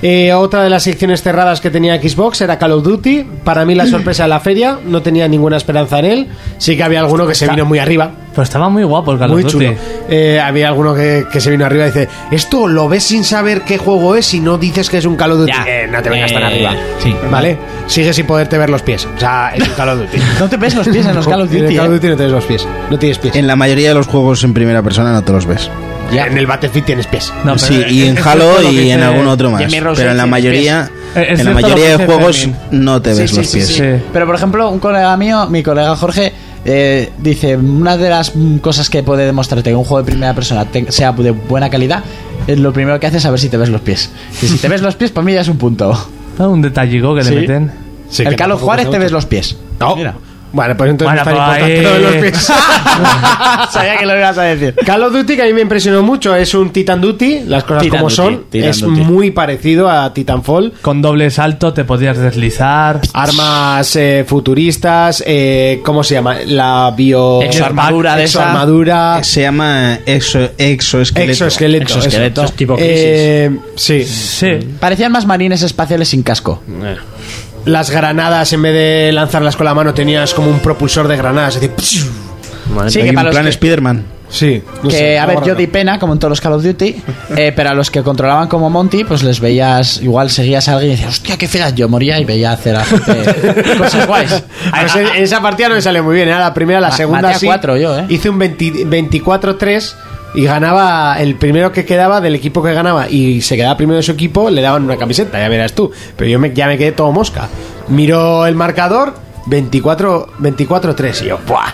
[SPEAKER 2] Eh, otra de las secciones cerradas que tenía Xbox era Call of Duty. Para mí la sorpresa de la feria, no tenía ninguna esperanza en él. Sí que había alguno que se vino muy arriba.
[SPEAKER 5] Pero estaba muy guapo el Call of
[SPEAKER 2] Muy
[SPEAKER 5] Duty.
[SPEAKER 2] chulo. Eh, había alguno que, que se vino arriba y dice, esto lo ves sin saber qué juego es y no dices que es un Call of Duty.
[SPEAKER 3] Ya.
[SPEAKER 2] Eh, no te vengas tan
[SPEAKER 3] Eh,
[SPEAKER 2] arriba.
[SPEAKER 3] sí.
[SPEAKER 2] ¿Vale? Sigue sin poderte ver los pies. O sea, es un Call of Duty.
[SPEAKER 3] No te ves los pies en los Call of
[SPEAKER 2] En
[SPEAKER 3] Duty.
[SPEAKER 2] el Call of
[SPEAKER 3] ¿eh?
[SPEAKER 2] Duty no tienes los pies. No tienes pies.
[SPEAKER 4] En la mayoría de los juegos en primera persona no te los ves.
[SPEAKER 2] Ya, en el Battlefield tienes pies.
[SPEAKER 5] No, pero
[SPEAKER 4] sí,
[SPEAKER 5] es-
[SPEAKER 4] y
[SPEAKER 5] es
[SPEAKER 4] en
[SPEAKER 5] cierto
[SPEAKER 4] Halo
[SPEAKER 5] lo que
[SPEAKER 4] y en
[SPEAKER 5] dice-
[SPEAKER 4] algún otro más.
[SPEAKER 3] Jimmy Rose
[SPEAKER 4] Pero en la
[SPEAKER 3] tiene
[SPEAKER 4] mayoría,
[SPEAKER 5] pies. Es
[SPEAKER 4] en
[SPEAKER 5] cierto
[SPEAKER 4] la
[SPEAKER 5] lo
[SPEAKER 4] mayoría
[SPEAKER 5] que
[SPEAKER 4] de
[SPEAKER 5] dice
[SPEAKER 4] juegos
[SPEAKER 5] Fermín.
[SPEAKER 4] no te ves los pies.
[SPEAKER 5] sí.
[SPEAKER 3] Pero por ejemplo, un colega mío, mi colega Jorge, eh, dice, una de las mm, cosas que puede demostrarte que un juego de primera persona te- sea de buena calidad, es lo primero que hace es saber si te ves los pies. Y si te ves los pies, para mí ya es un punto.
[SPEAKER 5] Ah, un detallico que
[SPEAKER 2] Sí.
[SPEAKER 5] le meten.
[SPEAKER 3] el Carlos Juárez te ves los pies.
[SPEAKER 2] No. Bueno, pues entonces
[SPEAKER 5] Bueno,
[SPEAKER 2] no es tan
[SPEAKER 5] pues ahí-
[SPEAKER 2] importante lo de los pies.
[SPEAKER 3] Sabía que lo ibas a decir.
[SPEAKER 2] Call of Duty que a mí me impresionó mucho es un Titan Duty, las cosas
[SPEAKER 3] Titan
[SPEAKER 2] como
[SPEAKER 3] Duty,
[SPEAKER 2] son,
[SPEAKER 3] Titan
[SPEAKER 2] es
[SPEAKER 3] Duty.
[SPEAKER 2] muy parecido a Titanfall,
[SPEAKER 5] Con doble salto te podías deslizar.
[SPEAKER 2] armas eh, futuristas, eh, ¿cómo se llama? La bio...
[SPEAKER 3] Exoarmadura de esa.
[SPEAKER 2] Exoarmadura,
[SPEAKER 4] Eh, Se llama exo, exoesqueleto.
[SPEAKER 2] exoesqueleto.
[SPEAKER 3] Exoesqueleto.
[SPEAKER 2] eso.
[SPEAKER 7] tipo
[SPEAKER 2] Eh, sí. Eh.
[SPEAKER 5] Sí.
[SPEAKER 3] Parecían más marines espaciales sin casco.
[SPEAKER 2] Las granadas, en vez de lanzarlas con la mano, tenías como un propulsor de granadas. es decir, ¡psiu!
[SPEAKER 3] Sí,
[SPEAKER 4] Hay
[SPEAKER 3] que
[SPEAKER 4] un
[SPEAKER 3] para los
[SPEAKER 4] plan
[SPEAKER 3] que,
[SPEAKER 4] Spiderman.
[SPEAKER 2] Sí. no
[SPEAKER 3] que,
[SPEAKER 2] sé,
[SPEAKER 3] a
[SPEAKER 2] algo
[SPEAKER 3] ver, yo
[SPEAKER 2] raro.
[SPEAKER 3] di pena, como en todos los Call of Duty, eh, pero a los que controlaban como Monty, pues les veías, igual seguías a alguien y decías, hostia, qué feas, yo moría y veía hacer a gente cosas guays.
[SPEAKER 2] A ver, en esa partida no me sale muy bien, era la primera, la
[SPEAKER 3] Ma-
[SPEAKER 2] segunda
[SPEAKER 3] maté a
[SPEAKER 2] sí.
[SPEAKER 3] cuatro yo, ¿eh?
[SPEAKER 2] Hice un 20 24-3 y ganaba el primero que quedaba del equipo que ganaba y se quedaba primero de su equipo, le daban una camiseta, ya verás tú. Pero yo me, ya me quedé todo mosca. Miro el marcador, 24 24-3 y yo, ¡buah!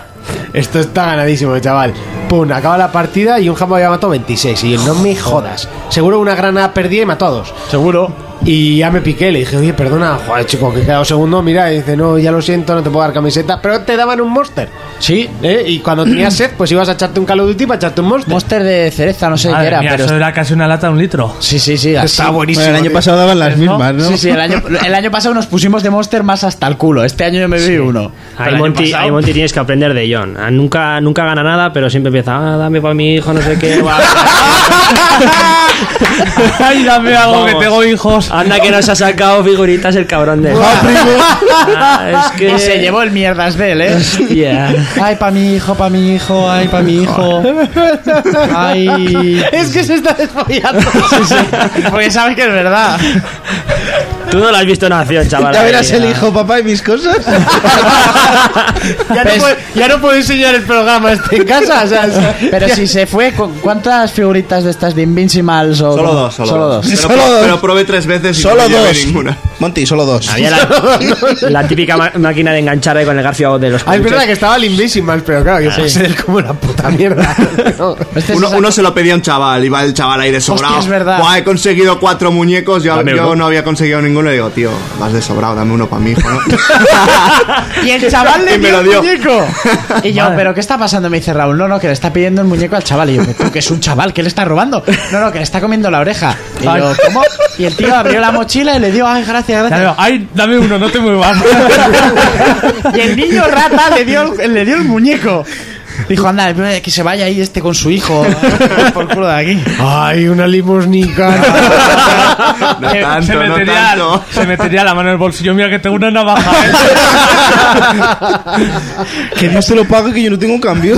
[SPEAKER 2] Esto está ganadísimo, chaval. Pum, acaba la partida y un jambo había matado 26. Y yo, no me jodas. Seguro una granada perdí y mató a dos.
[SPEAKER 3] Seguro.
[SPEAKER 2] Y ya me piqué, le dije, oye, perdona, joder, chico, que he quedado segundo, mira, y dice, no, ya lo siento, no te puedo dar camiseta, pero te daban un monster.
[SPEAKER 3] Sí,
[SPEAKER 2] ¿eh? Y cuando tenías sed, pues ibas a echarte un Call of Duty para echarte un monster.
[SPEAKER 3] Monster de cereza, no sé qué
[SPEAKER 5] Madre
[SPEAKER 3] era,
[SPEAKER 5] mía,
[SPEAKER 3] pero.
[SPEAKER 5] eso era casi una lata de un litro.
[SPEAKER 3] Sí, sí, sí. así.
[SPEAKER 2] Está buenísimo.
[SPEAKER 4] Bueno, el año
[SPEAKER 2] tío.
[SPEAKER 4] pasado daban las mismas, ¿no?
[SPEAKER 3] Sí, sí, el año, el año pasado nos pusimos de Monster más hasta el culo. Este año yo me vi uno.
[SPEAKER 7] Ahí Monty, ahí Monty tienes que aprender de John. Ah, Nunca, nunca gana nada, pero siempre empieza, ah, dame para mi hijo, no sé qué. va".
[SPEAKER 5] Ay, dame algo que
[SPEAKER 7] Vamos.
[SPEAKER 5] tengo hijos.
[SPEAKER 7] Anda que nos ha sacado figuritas el cabrón de... Ah, es que...
[SPEAKER 3] Y se llevó el mierdas de él, ¿eh?
[SPEAKER 7] Hostia.
[SPEAKER 3] Ay, pa' mi hijo, pa' mi hijo, ay, pa' mi hijo. Ay.
[SPEAKER 2] Es que se está desfollando.
[SPEAKER 3] Porque sabes que es verdad.
[SPEAKER 7] Tú no lo has visto en acción, chaval.
[SPEAKER 4] Ya verás
[SPEAKER 7] Ahí,
[SPEAKER 4] el
[SPEAKER 7] ah.
[SPEAKER 4] hijo, papá, y mis cosas.
[SPEAKER 2] ya,
[SPEAKER 3] Pues-
[SPEAKER 2] no puedo, ya no puedo enseñar el programa este en casa. o sea, es-
[SPEAKER 3] Pero si se fue, ¿cu- ¿cuántas figuritas de estas de Invincibles o.?
[SPEAKER 6] Solo dos, solo,
[SPEAKER 3] dos.
[SPEAKER 6] Pero,
[SPEAKER 4] Solo dos.
[SPEAKER 6] pero probé tres veces y
[SPEAKER 4] Solo
[SPEAKER 6] no me llevé
[SPEAKER 4] dos.
[SPEAKER 6] ninguna.
[SPEAKER 4] Monty, solo dos.
[SPEAKER 7] Había la, la típica ma- máquina de enganchar ahí con el garfio de los
[SPEAKER 2] Ah, es verdad
[SPEAKER 7] peluches.
[SPEAKER 2] que estaba limbísima el pero claro, yo sé de él como una puta mierda. No.
[SPEAKER 6] Uno, uno se lo pedía a un chaval, iba el chaval ahí de sobrado.
[SPEAKER 3] Este Hostia, es verdad.
[SPEAKER 6] "Buah, he conseguido cuatro muñecos, yo,
[SPEAKER 7] Dame
[SPEAKER 6] yo
[SPEAKER 7] uno.
[SPEAKER 6] no había conseguido ninguno. Y digo, tío, vas de sobrado, dame uno para mí, hijo. ¿no?".
[SPEAKER 3] Y el chaval le
[SPEAKER 6] Y me
[SPEAKER 3] dio
[SPEAKER 6] lo
[SPEAKER 3] el
[SPEAKER 6] dio.
[SPEAKER 3] muñeco. Y yo, ¿pero qué está pasando? Me dice Raúl, no, no, que le está pidiendo el muñeco al chaval. Y yo, ¿tú que es un chaval? ¿Qué le está robando? No, no, que le está comiendo la oreja. Y yo, ¿cómo? Y el tío abrió la mochila y le dio, ay, gracias,
[SPEAKER 5] Ya
[SPEAKER 3] gracias.
[SPEAKER 5] veo, Ay, dame uno, no te muevas.
[SPEAKER 3] Y el niño rata le dio, el- le dio el muñeco. Dijo, anda, eh, que se vaya ahí este con su hijo. Por culo de aquí.
[SPEAKER 2] Ay, una limosnica.
[SPEAKER 6] No
[SPEAKER 5] Eh, se,
[SPEAKER 6] tanto, no
[SPEAKER 5] metería,
[SPEAKER 6] tanto.
[SPEAKER 5] se metería la mano en el bolsillo. Mira que tengo una navaja. ¿eh?
[SPEAKER 4] Que Dios te lo pague que yo no tengo cambio.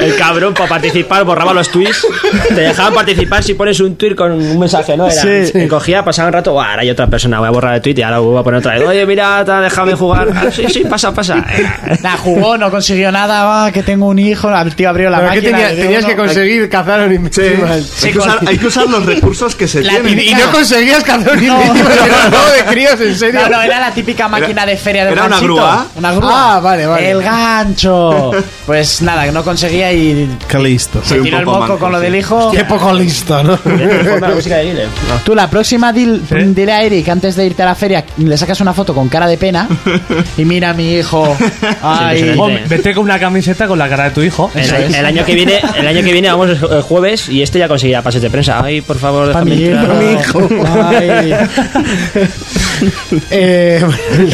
[SPEAKER 7] El cabrón, para participar, borraba los tweets. Te dejaban participar si pones un tweet con un mensaje, ¿no? Era,
[SPEAKER 2] Sí, sí.
[SPEAKER 7] y cogía, pasaba un rato, "Buah, ahora hay otra persona, voy a borrar el tweet y ahora voy a poner otra vez. Oye, mira, ta, déjame jugar. Ah, sí, sí, pasa, pasa.
[SPEAKER 3] Nah, jugó, no consiguió nada, ah, que tengo un hijo. El tío abrió la
[SPEAKER 2] ¿Pero qué
[SPEAKER 3] máquina.
[SPEAKER 2] tenías,
[SPEAKER 3] le dio
[SPEAKER 2] tenías
[SPEAKER 3] uno.
[SPEAKER 2] que conseguir cazar a un
[SPEAKER 6] Sí,
[SPEAKER 2] imbécil?
[SPEAKER 6] hay, que usar, hay que usar los recursos que se
[SPEAKER 3] La
[SPEAKER 6] tienen.
[SPEAKER 2] Y, y no conseguías cazar un
[SPEAKER 3] No.
[SPEAKER 2] imbécil, era un juego de críos, en serio.
[SPEAKER 3] No, no, era la típica máquina de feria de
[SPEAKER 6] era una
[SPEAKER 3] ganchito.
[SPEAKER 6] grúa.
[SPEAKER 3] Una grúa.
[SPEAKER 2] Ah, vale, vale.
[SPEAKER 3] El gancho. Pues nada, que no conseguía y
[SPEAKER 4] Qué listo.
[SPEAKER 6] Soy un
[SPEAKER 3] tiró el
[SPEAKER 6] poco
[SPEAKER 3] moco
[SPEAKER 6] manco,
[SPEAKER 3] con lo
[SPEAKER 6] sí.
[SPEAKER 3] del hijo.
[SPEAKER 2] Qué poco listo, ¿no? Ah.
[SPEAKER 7] Ponme la música de Guile.
[SPEAKER 3] Tú la próxima dil-
[SPEAKER 5] ¿Sí?
[SPEAKER 3] dile a Eric antes de irte a la feria, le sacas una foto con cara de pena y mira a mi hijo. Ay,
[SPEAKER 7] impresionante.
[SPEAKER 5] Ah, Hombre, Vete con una camiseta con la cara de tu hijo.
[SPEAKER 7] El, el año que viene, el año que viene vamos el jueves y este ya conseguirá pases de prensa. Ay, por favor,
[SPEAKER 3] pa'
[SPEAKER 7] déjame
[SPEAKER 3] mi hijo.
[SPEAKER 7] entrar.
[SPEAKER 3] Ay.
[SPEAKER 2] Eh,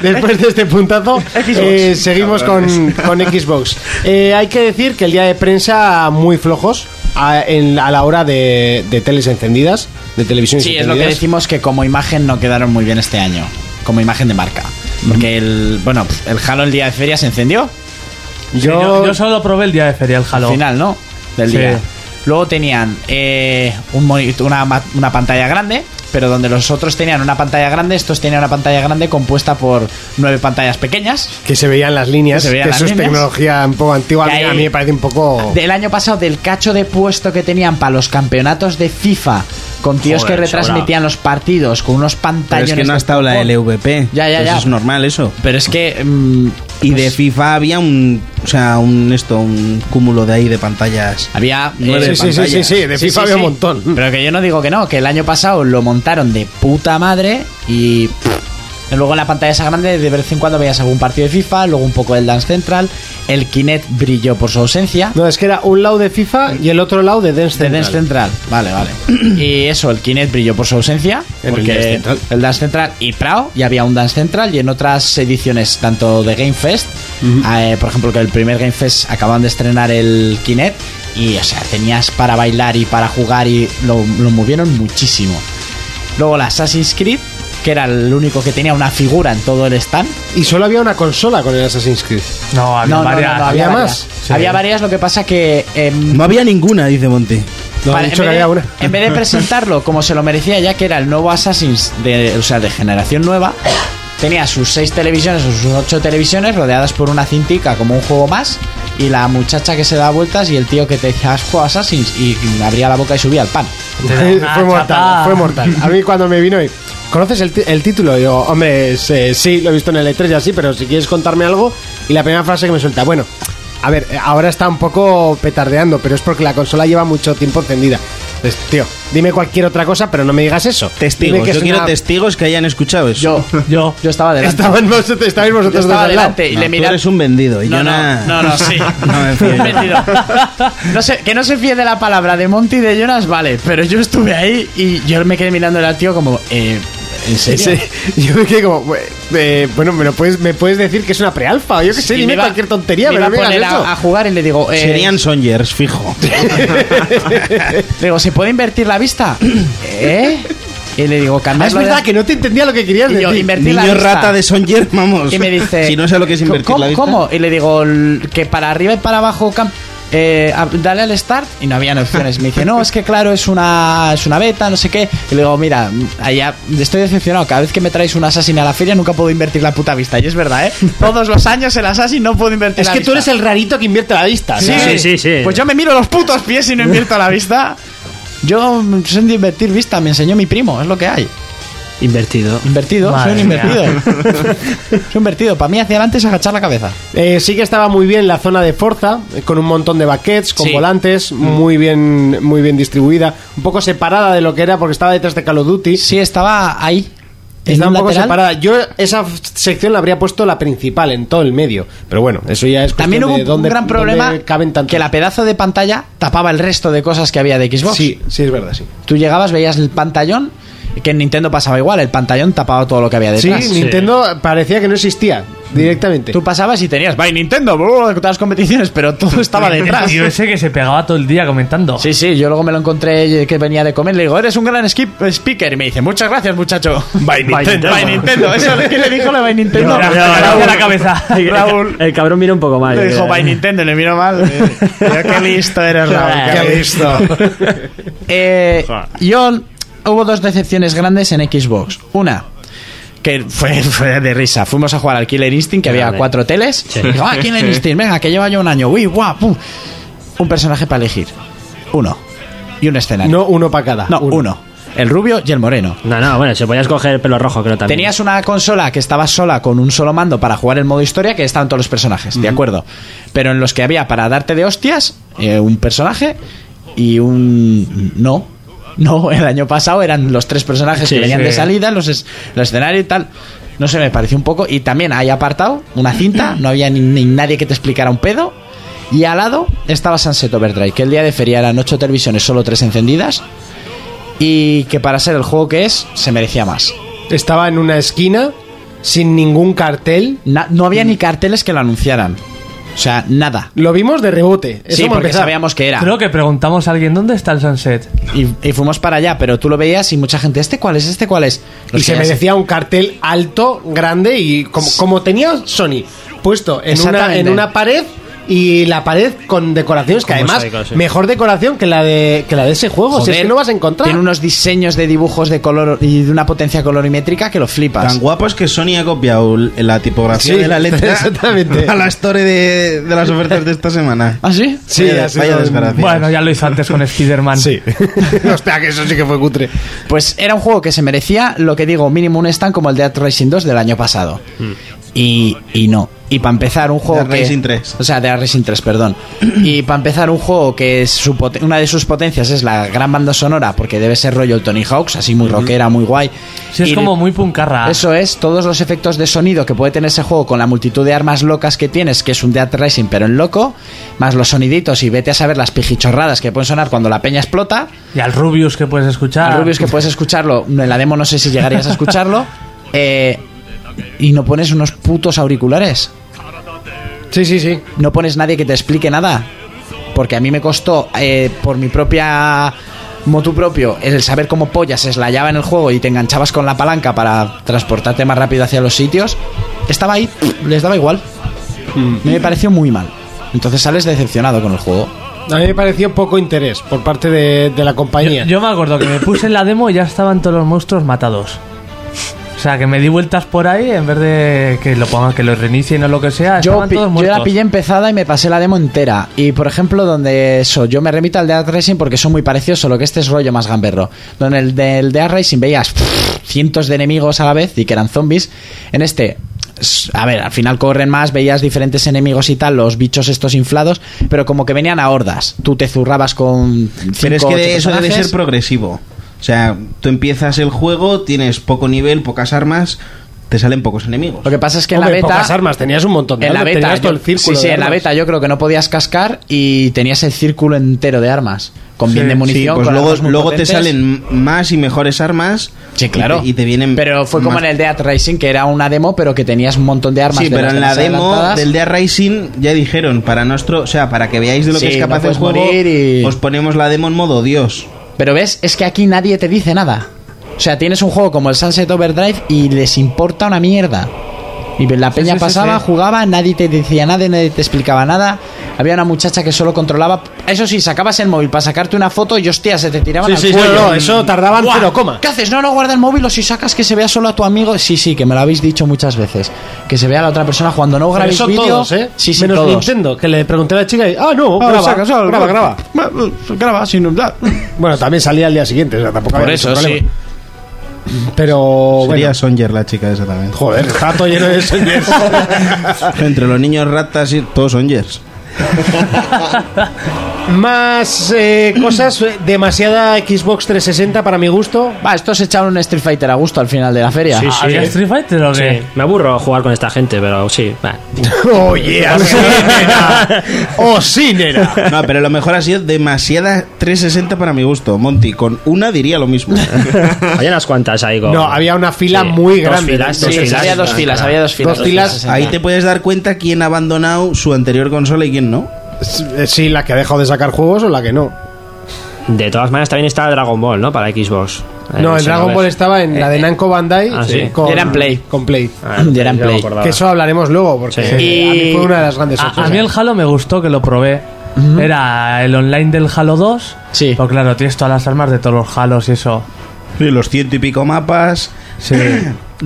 [SPEAKER 2] después de este puntazo, eh, seguimos con, con Xbox. Eh, hay que decir que el día de prensa muy flojos a, en- a la hora de, de teles encendidas, de televisiones
[SPEAKER 3] Sí, es lo que
[SPEAKER 2] encendidas.
[SPEAKER 3] decimos que como imagen no quedaron muy bien este año, como imagen de marca. Porque el, bueno, pf, el Halo el día de feria se encendió,
[SPEAKER 5] Sí, yo...
[SPEAKER 2] yo,
[SPEAKER 5] yo solo probé el día de feria el
[SPEAKER 3] al
[SPEAKER 5] jalón.
[SPEAKER 3] final, ¿no? Del
[SPEAKER 5] Sí.
[SPEAKER 3] día. Luego tenían eh, un moni- una, ma- una pantalla grande, pero donde los otros tenían una pantalla grande, estos tenían una pantalla grande compuesta por nueve pantallas pequeñas.
[SPEAKER 2] que se veían las líneas, que,
[SPEAKER 3] Que se veían las
[SPEAKER 2] eso es
[SPEAKER 3] líneas.
[SPEAKER 2] tecnología un poco antigua, a mí,
[SPEAKER 3] Que ahí-
[SPEAKER 2] a mí me parece un poco...
[SPEAKER 3] del año pasado del cacho de puesto que tenían para los campeonatos de FIFA con tíos
[SPEAKER 7] Joder,
[SPEAKER 3] que retransmitían los partidos con unos
[SPEAKER 4] Pero
[SPEAKER 3] pantallones.
[SPEAKER 4] es que no ha
[SPEAKER 3] de
[SPEAKER 4] estado la
[SPEAKER 3] fútbol.
[SPEAKER 4] LVP.
[SPEAKER 3] Oh. Ya, ya,
[SPEAKER 4] Entonces
[SPEAKER 3] ya.
[SPEAKER 4] Pues Es normal eso.
[SPEAKER 3] Pero es que mm,
[SPEAKER 4] Y de
[SPEAKER 3] pues,
[SPEAKER 4] FIFA había un, o sea, un esto, un cúmulo de ahí de pantallas.
[SPEAKER 3] había
[SPEAKER 4] Nueve
[SPEAKER 3] eh,
[SPEAKER 2] Sí, sí, sí, sí, sí, de
[SPEAKER 3] sí,
[SPEAKER 2] FIFA
[SPEAKER 3] sí,
[SPEAKER 2] había un
[SPEAKER 3] sí.
[SPEAKER 2] montón.
[SPEAKER 3] Pero que yo no digo que no, que el año pasado lo montaron de puta madre y pff, luego en la pantalla esa grande de vez en cuando veías algún partido de FIFA, luego un poco del Dance Central, el Kinect brilló por su ausencia.
[SPEAKER 2] No, es que era un lado de FIFA y el otro lado de Dance
[SPEAKER 3] De
[SPEAKER 2] Central.
[SPEAKER 3] Dance Central, vale, vale. Y eso, el Kinect brilló por su ausencia.
[SPEAKER 2] En el
[SPEAKER 3] porque
[SPEAKER 2] Dance Central.
[SPEAKER 3] el Dance Central y Prao, y había un Dance Central, y en otras ediciones, tanto de Game Fest, eh, por ejemplo, que el primer Game Fest acaban de estrenar el Kinect, y o sea, tenías para bailar y para jugar, y lo, lo movieron muchísimo. Luego la Assassin's Creed, que era el único que tenía una figura en todo el stand.
[SPEAKER 2] Y solo había una consola con el Assassin's Creed.
[SPEAKER 5] No, había
[SPEAKER 3] No, no, no,
[SPEAKER 5] varias.
[SPEAKER 3] no,
[SPEAKER 2] Había
[SPEAKER 3] había
[SPEAKER 2] más.
[SPEAKER 3] varias. Había varias, lo que pasa que. em,
[SPEAKER 4] No había ninguna, dice Monty.
[SPEAKER 2] No,
[SPEAKER 3] Para-
[SPEAKER 2] han dicho que
[SPEAKER 3] en, vez
[SPEAKER 2] había una.
[SPEAKER 3] de, en vez de presentarlo como se lo merecía, ya que era el nuevo Assassin's de, o sea, de generación nueva, tenía sus seis televisiones o sus ocho televisiones rodeadas por una cintica como un juego más. Y la muchacha que se da vueltas y el tío que te decía, "Has jugado Assassin's y abría la boca y subía al pan.
[SPEAKER 5] Te da una
[SPEAKER 2] fue
[SPEAKER 5] chapa.
[SPEAKER 2] mortal, fue mortal. A mí cuando me vino y... ¿Conoces el, ti- el título? Y Yo, hombre, es, eh, sí, lo he visto en el E3 y así, pero si quieres contarme algo... Y la primera frase que me suelta, bueno, a ver, eh, ahora está un poco petardeando, pero es porque la consola lleva mucho tiempo encendida. Entonces, tío, dime cualquier otra cosa, pero no me digas eso.
[SPEAKER 4] Testigos.
[SPEAKER 2] Dime que
[SPEAKER 4] Yo
[SPEAKER 2] es
[SPEAKER 4] quiero
[SPEAKER 2] una-
[SPEAKER 4] testigos que hayan escuchado eso.
[SPEAKER 3] Yo,
[SPEAKER 5] Yo.
[SPEAKER 3] yo estaba delante.
[SPEAKER 2] Estaban vosotros, estabais
[SPEAKER 3] yo
[SPEAKER 2] vosotros dos
[SPEAKER 3] estaba
[SPEAKER 2] al lado.
[SPEAKER 3] delante y
[SPEAKER 4] No,
[SPEAKER 3] le
[SPEAKER 4] tú
[SPEAKER 3] miraba.
[SPEAKER 4] eres un vendido. Y
[SPEAKER 3] No,
[SPEAKER 4] yo
[SPEAKER 3] no,
[SPEAKER 4] na-
[SPEAKER 3] no, no, sí.
[SPEAKER 4] No me fío.
[SPEAKER 3] Metido. No sé, que no se fíe de la palabra de Monty y de Jonas, vale, pero yo estuve ahí y yo me quedé mirando al tío como, eh, ¿en serio?
[SPEAKER 2] Sí, yo me quedé como, eh, bueno, me, lo puedes, me puedes decir que es una prealfa, o yo que sé,
[SPEAKER 3] Y
[SPEAKER 2] dime
[SPEAKER 3] me iba-
[SPEAKER 2] cualquier tontería,
[SPEAKER 3] me
[SPEAKER 2] pero
[SPEAKER 3] iba
[SPEAKER 2] no me
[SPEAKER 3] a
[SPEAKER 2] digas
[SPEAKER 3] poner
[SPEAKER 2] eso.
[SPEAKER 3] a, a jugar y le digo, eh,
[SPEAKER 4] Serían Songers, fijo.
[SPEAKER 3] le digo, ¿se puede invertir la vista? ¿Eh? Y le digo,
[SPEAKER 2] Ah, es
[SPEAKER 3] cambiarlo. de-
[SPEAKER 2] verdad que no te entendía lo que querías
[SPEAKER 3] Y yo,
[SPEAKER 2] decir.
[SPEAKER 3] invertir la
[SPEAKER 4] Niño
[SPEAKER 3] vista.
[SPEAKER 4] rata de Songers, vamos.
[SPEAKER 3] Y me dice,
[SPEAKER 4] Si no sé lo que es invertir
[SPEAKER 3] ¿cómo,
[SPEAKER 4] la vista.
[SPEAKER 3] ¿Cómo? Y le digo, "L- que para arriba y para abajo, cam- eh, a- dale al start. Y no habían opciones. Me dice, no, es que claro, es una, es una beta, no sé qué. Y le digo, mira, allá estoy decepcionado. Cada vez que me traéis un Assassin a la feria, nunca puedo invertir la puta vista. Y es verdad, ¿eh? Todos los años el Assassin no puedo invertir
[SPEAKER 2] Es
[SPEAKER 3] la
[SPEAKER 2] que tú
[SPEAKER 3] vista.
[SPEAKER 2] eres el rarito que invierte la vista.
[SPEAKER 7] Sí, sí, sí.
[SPEAKER 3] Pues yo me miro los putos pies y no invierto la vista. Yo mm, soy de invertir vista, me enseñó mi primo, es lo que hay.
[SPEAKER 7] Invertido.
[SPEAKER 3] Invertido, soy un
[SPEAKER 5] Madre
[SPEAKER 3] invertido. soy un invertido. Para mí hacia adelante es agachar la cabeza.
[SPEAKER 2] Eh, sí que estaba muy bien la zona de Forza, eh, con un montón de baquets, con
[SPEAKER 3] Sí. Mm.
[SPEAKER 2] volantes, muy bien, muy bien distribuida, un poco separada de lo que era porque estaba detrás de Call of Duty.
[SPEAKER 3] Sí, estaba ahí. en
[SPEAKER 2] Está un
[SPEAKER 3] un
[SPEAKER 2] poco
[SPEAKER 3] lateral.
[SPEAKER 2] separada. Yo esa f- sección la habría puesto la principal en todo el medio. Pero bueno, eso ya es cuestión
[SPEAKER 3] También hubo
[SPEAKER 2] de
[SPEAKER 3] un
[SPEAKER 2] dónde-
[SPEAKER 3] gran problema
[SPEAKER 2] dónde caben tanto.
[SPEAKER 3] que la pedazo de pantalla tapaba el resto de cosas que había de Xbox.
[SPEAKER 2] Sí, sí, es verdad, sí.
[SPEAKER 3] Tú llegabas, veías el pantallón, que en Nintendo pasaba igual, el pantallón tapaba todo lo que había
[SPEAKER 2] Sí,
[SPEAKER 3] detrás.
[SPEAKER 2] Nintendo parecía que no existía directamente.
[SPEAKER 3] Tú pasabas y tenías, bye Nintendo, bro", todas las competiciones, pero todo estaba detrás.
[SPEAKER 5] Yo ese que se pegaba todo el día comentando.
[SPEAKER 3] Sí, sí, yo luego me lo encontré eh, que venía de comer, le digo, eres un gran skip- speaker, y me dice, muchas gracias muchacho.
[SPEAKER 1] By Nintendo.
[SPEAKER 3] Bye Nintendo, eso es que le dijo la Bye Nintendo.
[SPEAKER 5] Era- era- era la cabeza.
[SPEAKER 7] El,
[SPEAKER 3] Raúl.
[SPEAKER 7] el cabrón mira un poco mal. eh.
[SPEAKER 3] Le
[SPEAKER 7] yo
[SPEAKER 3] dijo
[SPEAKER 7] creo.
[SPEAKER 3] Bye Nintendo, y le miro mal. eh, "Pero qué listo eres, Raúl, qué listo". Eh, yo hubo dos decepciones grandes en Xbox. Una que fue, fue de risa. Fuimos a jugar al Killer Instinct, que había
[SPEAKER 7] Vale.
[SPEAKER 3] cuatro teles. Y digo, ah, Killer Instinct, venga, que lleva ya un año. Uy, guau, pum. Un personaje para elegir. Uno. Y un escenario.
[SPEAKER 2] No uno para cada.
[SPEAKER 3] No, uno. El rubio y el moreno.
[SPEAKER 7] No, no, bueno, se podía escoger el pelo rojo, creo también.
[SPEAKER 3] Tenías una consola que estaba sola con un solo mando para jugar el modo historia, que estaban todos los personajes, de acuerdo. Pero en los que había para darte de hostias, eh, un personaje y un. No. No, el año pasado eran los tres personajes
[SPEAKER 7] Sí,
[SPEAKER 3] que venían
[SPEAKER 7] sí.
[SPEAKER 3] de salida, los, es- los escenarios y tal. No sé, me pareció un poco. Y también hay apartado una cinta, no había ni, ni nadie que te explicara un pedo. Y al lado estaba Sunset Overdrive, que el día de feria eran ocho televisiones, solo tres encendidas. Y que para ser el juego que es, se merecía más.
[SPEAKER 2] Estaba en una esquina sin ningún cartel.
[SPEAKER 3] Na- no había ni carteles que lo anunciaran. O sea, nada.
[SPEAKER 2] Lo vimos de rebote. Eso
[SPEAKER 3] sí,
[SPEAKER 2] me
[SPEAKER 3] porque
[SPEAKER 2] empezaba.
[SPEAKER 3] sabíamos que era.
[SPEAKER 5] Creo que preguntamos a alguien, ¿dónde está el sunset?
[SPEAKER 3] Y, y fuimos para allá, pero tú lo veías y mucha gente, ¿este cuál es? ¿Este cuál es?
[SPEAKER 2] Y
[SPEAKER 3] Los
[SPEAKER 2] se
[SPEAKER 3] que ya-
[SPEAKER 2] merecía un cartel alto, grande y como, como tenía Sony puesto en una,
[SPEAKER 3] Exactamente.
[SPEAKER 2] en una pared y la pared con decoraciones que
[SPEAKER 7] Con
[SPEAKER 2] además
[SPEAKER 7] mosaicos, sí.
[SPEAKER 2] mejor decoración que la de que la de ese juego. si es
[SPEAKER 3] Joder,
[SPEAKER 2] que no vas a encontrar.
[SPEAKER 3] Tiene unos diseños de dibujos de color y de una potencia colorimétrica que lo flipas.
[SPEAKER 4] Tan guapos que Sony ha copiado l- la tipografía
[SPEAKER 2] Sí,
[SPEAKER 4] de la letra
[SPEAKER 2] exactamente.
[SPEAKER 4] a la story de, de las ofertas de esta semana.
[SPEAKER 3] ¿Ah, sí?
[SPEAKER 2] Sí,
[SPEAKER 4] vaya,
[SPEAKER 2] ha sido
[SPEAKER 4] vaya
[SPEAKER 2] un-
[SPEAKER 4] desgracia.
[SPEAKER 5] Bueno, ya lo hizo antes con Spider-Man.
[SPEAKER 2] Sí. Hostia, que eso sí que fue cutre.
[SPEAKER 3] Pues era un juego que se merecía, lo que digo, mínimo un stand como el Dead Racing 2 del año pasado. Hmm. Y, y no. Y para empezar, un juego
[SPEAKER 4] Dead
[SPEAKER 3] que-
[SPEAKER 4] Racing 3.
[SPEAKER 3] O sea, Dead Racing 3, perdón. Y para empezar, un juego que es su poten- una de sus potencias es la gran banda sonora, porque debe ser rollo el Tony Hawks, así muy rockera, muy guay.
[SPEAKER 5] Sí, es
[SPEAKER 3] Y-
[SPEAKER 5] como muy puncarra.
[SPEAKER 3] Eso es, todos los efectos de sonido que puede tener ese juego con la multitud de armas locas que tienes, que es un Dead Racing pero en loco, más los soniditos y vete a saber las pijichorradas que pueden sonar cuando la peña explota.
[SPEAKER 5] Y al Rubius que puedes escuchar.
[SPEAKER 2] Ah.
[SPEAKER 3] Al Rubius que puedes escucharlo, en la demo no sé si llegarías a escucharlo. eh, y no pones unos putos auriculares.
[SPEAKER 2] Sí, sí, sí.
[SPEAKER 3] No pones nadie que te explique nada. Porque a mí me costó, eh, por mi propia motu propio, el saber cómo pollas se eslayaba en el juego y te enganchabas con la palanca para transportarte más rápido hacia los sitios. Estaba ahí, les daba igual. Me pareció muy mal. Entonces sales decepcionado con el juego.
[SPEAKER 2] A mí me pareció poco interés por parte de, de la compañía.
[SPEAKER 5] Yo, yo me acuerdo que me puse en la demo y ya estaban todos los monstruos matados. O sea, que me di vueltas por ahí en vez de que lo pongan, que lo reinicien o lo que sea.
[SPEAKER 3] Yo,
[SPEAKER 5] estaban
[SPEAKER 3] pi-
[SPEAKER 5] todos
[SPEAKER 3] yo
[SPEAKER 5] muertos.
[SPEAKER 3] la pillé empezada y me pasé la demo entera. Y por ejemplo, donde eso, yo me remito al de Dead Racing porque son muy parecidos, solo que este es rollo más gamberro. Donde el del Dead Racing veías pff, cientos de enemigos a la vez y que eran zombies. En este, s- a ver, al final corren más, veías diferentes enemigos y tal, los bichos estos inflados, pero como que venían a hordas. Tú te zurrabas con.
[SPEAKER 4] Pero es
[SPEAKER 3] cinco,
[SPEAKER 4] que
[SPEAKER 3] ocho
[SPEAKER 4] de- eso debe
[SPEAKER 3] personajes.
[SPEAKER 4] ser progresivo. O sea, tú empiezas el juego, tienes poco nivel, pocas armas, te salen pocos enemigos.
[SPEAKER 3] Lo que pasa es que
[SPEAKER 2] Hombre,
[SPEAKER 3] en la
[SPEAKER 2] pocas
[SPEAKER 3] beta.
[SPEAKER 2] armas, tenías un montón de
[SPEAKER 3] En la
[SPEAKER 2] armas,
[SPEAKER 3] beta,
[SPEAKER 2] tenías todo
[SPEAKER 3] yo-
[SPEAKER 2] el círculo
[SPEAKER 3] sí, sí,
[SPEAKER 2] de
[SPEAKER 3] en la
[SPEAKER 2] armas.
[SPEAKER 3] beta yo creo que no podías cascar y tenías el círculo entero de armas. Con bien
[SPEAKER 5] Sí, sí,
[SPEAKER 3] de
[SPEAKER 4] Sí,
[SPEAKER 3] munición,
[SPEAKER 4] pues
[SPEAKER 3] con
[SPEAKER 4] luego,
[SPEAKER 3] armas muy
[SPEAKER 4] luego te
[SPEAKER 3] potentes.
[SPEAKER 4] salen más y mejores armas.
[SPEAKER 3] Sí, claro.
[SPEAKER 4] Y te, y te vienen.
[SPEAKER 3] Pero fue como
[SPEAKER 4] más-
[SPEAKER 3] en el Dead Racing, que era una demo, pero que tenías un montón de armas.
[SPEAKER 4] Sí,
[SPEAKER 3] de
[SPEAKER 4] pero
[SPEAKER 3] las
[SPEAKER 4] en
[SPEAKER 3] que
[SPEAKER 4] la
[SPEAKER 3] nos
[SPEAKER 4] demo
[SPEAKER 3] adelantadas.
[SPEAKER 4] del Dead Racing ya dijeron, para nuestro, o sea, para que veáis de lo
[SPEAKER 3] Sí,
[SPEAKER 4] que es
[SPEAKER 3] no
[SPEAKER 4] capaz el
[SPEAKER 3] puedes
[SPEAKER 4] juego,
[SPEAKER 3] morir y-
[SPEAKER 4] os ponemos la demo en modo Dios.
[SPEAKER 3] Pero ves, es que aquí nadie te dice nada. O sea, tienes un juego como el Sunset Overdrive y les importa una mierda. Y la peña
[SPEAKER 5] sí, sí,
[SPEAKER 3] pasaba,
[SPEAKER 5] sí.
[SPEAKER 3] jugaba, nadie te decía nada, nadie te explicaba nada. Había una muchacha que solo controlaba. Eso sí, sacabas el móvil para sacarte una foto y hostia, se te tiraban
[SPEAKER 2] Sí,
[SPEAKER 3] al
[SPEAKER 2] sí, no,
[SPEAKER 3] cuello.
[SPEAKER 2] no, eso tardaban
[SPEAKER 3] Buah,
[SPEAKER 2] cero coma.
[SPEAKER 3] ¿Qué haces? No, no, guarda el móvil o si sacas que se vea solo a tu amigo. Sí, sí, que me lo habéis dicho muchas veces. Que se vea a la otra persona cuando no
[SPEAKER 2] Pero
[SPEAKER 3] grabéis
[SPEAKER 2] eso
[SPEAKER 3] vídeo.
[SPEAKER 2] todos, ¿eh?
[SPEAKER 3] Sí, sí,
[SPEAKER 2] Menos
[SPEAKER 3] todos.
[SPEAKER 2] Nintendo, que le pregunté a la chica y, ah, no,
[SPEAKER 3] Ah,
[SPEAKER 2] graba,
[SPEAKER 3] saca, saca,
[SPEAKER 2] graba, graba.
[SPEAKER 3] graba. Graba, sin
[SPEAKER 2] Bueno, también salía al día siguiente, o sea, tampoco
[SPEAKER 7] Por
[SPEAKER 2] había
[SPEAKER 7] eso,
[SPEAKER 2] mucho
[SPEAKER 7] sí.
[SPEAKER 2] problema. Pero,
[SPEAKER 4] Sería
[SPEAKER 2] bueno,
[SPEAKER 4] Songer la chica esa también.
[SPEAKER 2] joder, está todo lleno de señores.
[SPEAKER 4] Entre los niños ratas y todos Songers.
[SPEAKER 2] Más eh, cosas, eh, demasiada Xbox 360 para mi gusto.
[SPEAKER 3] Va, estos echaron un Street Fighter a gusto al final de la feria.
[SPEAKER 7] Sí,
[SPEAKER 5] ¿Había
[SPEAKER 7] sí.
[SPEAKER 5] Street Fighter o qué?
[SPEAKER 7] Sí, me aburro jugar con esta gente, pero sí. va.
[SPEAKER 2] Oh, yeah, oh, sí, nena.
[SPEAKER 4] No, pero lo mejor ha sido demasiada 360 para mi gusto. Monty, con una diría lo mismo.
[SPEAKER 7] Había unas cuantas ahí. Con...
[SPEAKER 2] No, había una fila
[SPEAKER 7] Sí,
[SPEAKER 2] muy
[SPEAKER 7] dos
[SPEAKER 2] grande.
[SPEAKER 7] filas,
[SPEAKER 2] Sí,
[SPEAKER 7] dos filas.
[SPEAKER 3] había dos filas, había dos filas.
[SPEAKER 2] Dos filas.
[SPEAKER 4] Ahí te puedes dar cuenta quién ha abandonado su anterior consola y quién no.
[SPEAKER 2] Eh, Sí, la que ha dejado de sacar juegos o la que no.
[SPEAKER 7] De todas maneras, también está Dragon Ball, ¿no? Para Xbox. Eh,
[SPEAKER 2] No, el
[SPEAKER 7] si
[SPEAKER 2] Dragon
[SPEAKER 7] ves.
[SPEAKER 2] Ball estaba en
[SPEAKER 3] Eh,
[SPEAKER 2] la de Namco Bandai.
[SPEAKER 7] Ah, sí.
[SPEAKER 2] con,
[SPEAKER 3] Era en Play.
[SPEAKER 2] Con Play.
[SPEAKER 7] Ah,
[SPEAKER 3] Ya era en
[SPEAKER 7] yo no me
[SPEAKER 3] Play.
[SPEAKER 7] acordaba.
[SPEAKER 2] Que eso hablaremos luego, porque
[SPEAKER 7] Sí.
[SPEAKER 2] eh, a mí fue una de las grandes
[SPEAKER 5] A, a
[SPEAKER 2] sorpresas.
[SPEAKER 5] mí el Halo me gustó que lo probé. Era el online del Halo 2.
[SPEAKER 3] Sí.
[SPEAKER 5] Pero claro, tienes todas las armas de todos los Halos y eso.
[SPEAKER 4] Sí, los ciento y pico mapas. los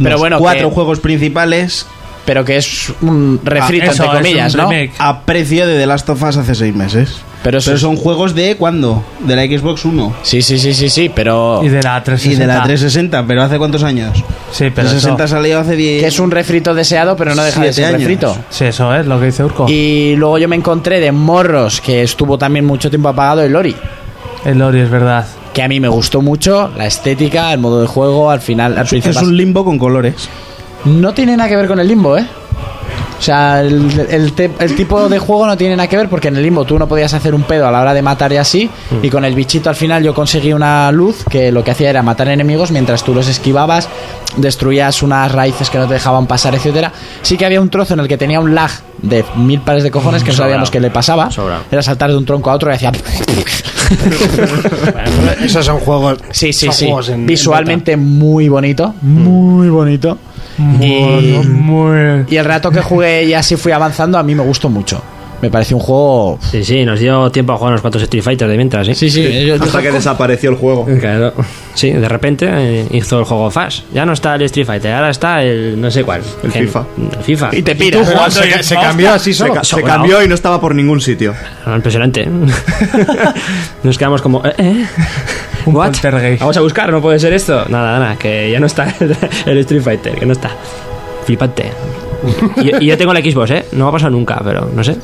[SPEAKER 3] Pero bueno,
[SPEAKER 4] cuatro
[SPEAKER 3] que-
[SPEAKER 4] juegos principales
[SPEAKER 3] Pero que es Ah, un refrito,
[SPEAKER 5] Ah, Eso, es
[SPEAKER 3] entre comillas,
[SPEAKER 5] un
[SPEAKER 3] ¿no?
[SPEAKER 5] remake.
[SPEAKER 4] a precio de The Last of Us hace seis meses.
[SPEAKER 3] Pero eso es-
[SPEAKER 4] son juegos de cuándo? De la Xbox 1
[SPEAKER 3] Sí, sí, sí, sí, sí, pero.
[SPEAKER 5] Y de la 360.
[SPEAKER 4] y de la 360, pero ¿hace cuántos años?
[SPEAKER 5] Sí, pero
[SPEAKER 4] 360
[SPEAKER 5] eso,
[SPEAKER 4] salió hace 10.
[SPEAKER 3] Que es un refrito deseado, pero no deja de
[SPEAKER 4] Siete
[SPEAKER 3] ser
[SPEAKER 4] años.
[SPEAKER 3] refrito.
[SPEAKER 5] sí, eso es lo que dice Urco.
[SPEAKER 3] Y luego yo me encontré de Morros, que estuvo también mucho tiempo apagado, el Lori.
[SPEAKER 5] El Ori es verdad.
[SPEAKER 3] Que a mí me gustó mucho la estética, el modo de juego, al final, al
[SPEAKER 4] Es
[SPEAKER 3] principio.
[SPEAKER 4] un limbo con colores.
[SPEAKER 3] No tiene nada que ver con el limbo, ¿eh? O sea, el, el te- el tipo de juego no tiene nada que ver porque en el limbo tú no podías hacer un pedo a la hora de matar y así. Y con el bichito al final yo conseguí una luz que lo que hacía era matar enemigos mientras tú los esquivabas, destruías unas raíces que no te dejaban pasar, etcétera. Sí que había un trozo en el que tenía un lag de mil pares de cojones que no
[SPEAKER 7] Sobrao.
[SPEAKER 3] sabíamos qué le pasaba.
[SPEAKER 7] Sobrao.
[SPEAKER 3] Era saltar de un tronco a otro y hacía.
[SPEAKER 2] Esos son juegos.
[SPEAKER 3] Sí, sí,
[SPEAKER 2] son
[SPEAKER 3] sí.
[SPEAKER 2] juegos en-
[SPEAKER 3] Visualmente muy bonito. Mm. Muy bonito.
[SPEAKER 5] Muy, muy-
[SPEAKER 3] Y el rato que jugué y así fui avanzando, a mí me gustó mucho. Me pareció un juego.
[SPEAKER 7] Sí, sí, nos dio tiempo a jugar unos cuantos Street Fighter de mientras, ¿eh?
[SPEAKER 3] Sí, sí. yo-
[SPEAKER 6] Hasta que desapareció el juego.
[SPEAKER 7] Claro. Sí, de repente eh, hizo el juego Fast. Ya no está el Street Fighter, ahora está el no sé cuál.
[SPEAKER 6] El FIFA.
[SPEAKER 7] El FIFA.
[SPEAKER 3] Y te piras.
[SPEAKER 2] se, se cambió así
[SPEAKER 6] Se,
[SPEAKER 2] solo.
[SPEAKER 6] ca- se cambió y no estaba por ningún sitio.
[SPEAKER 7] Ah, Impresionante. ¿eh? Nos quedamos como, ¿eh? ¿eh?
[SPEAKER 5] Un
[SPEAKER 7] What?
[SPEAKER 5] poltergeist.
[SPEAKER 7] Vamos a buscar, no puede ser esto. Nada, nada, que ya no está el, el Street Fighter, que no está. Flipante. Y, y yo tengo la Xbox, ¿eh? No me ha pasado nunca, pero no sé.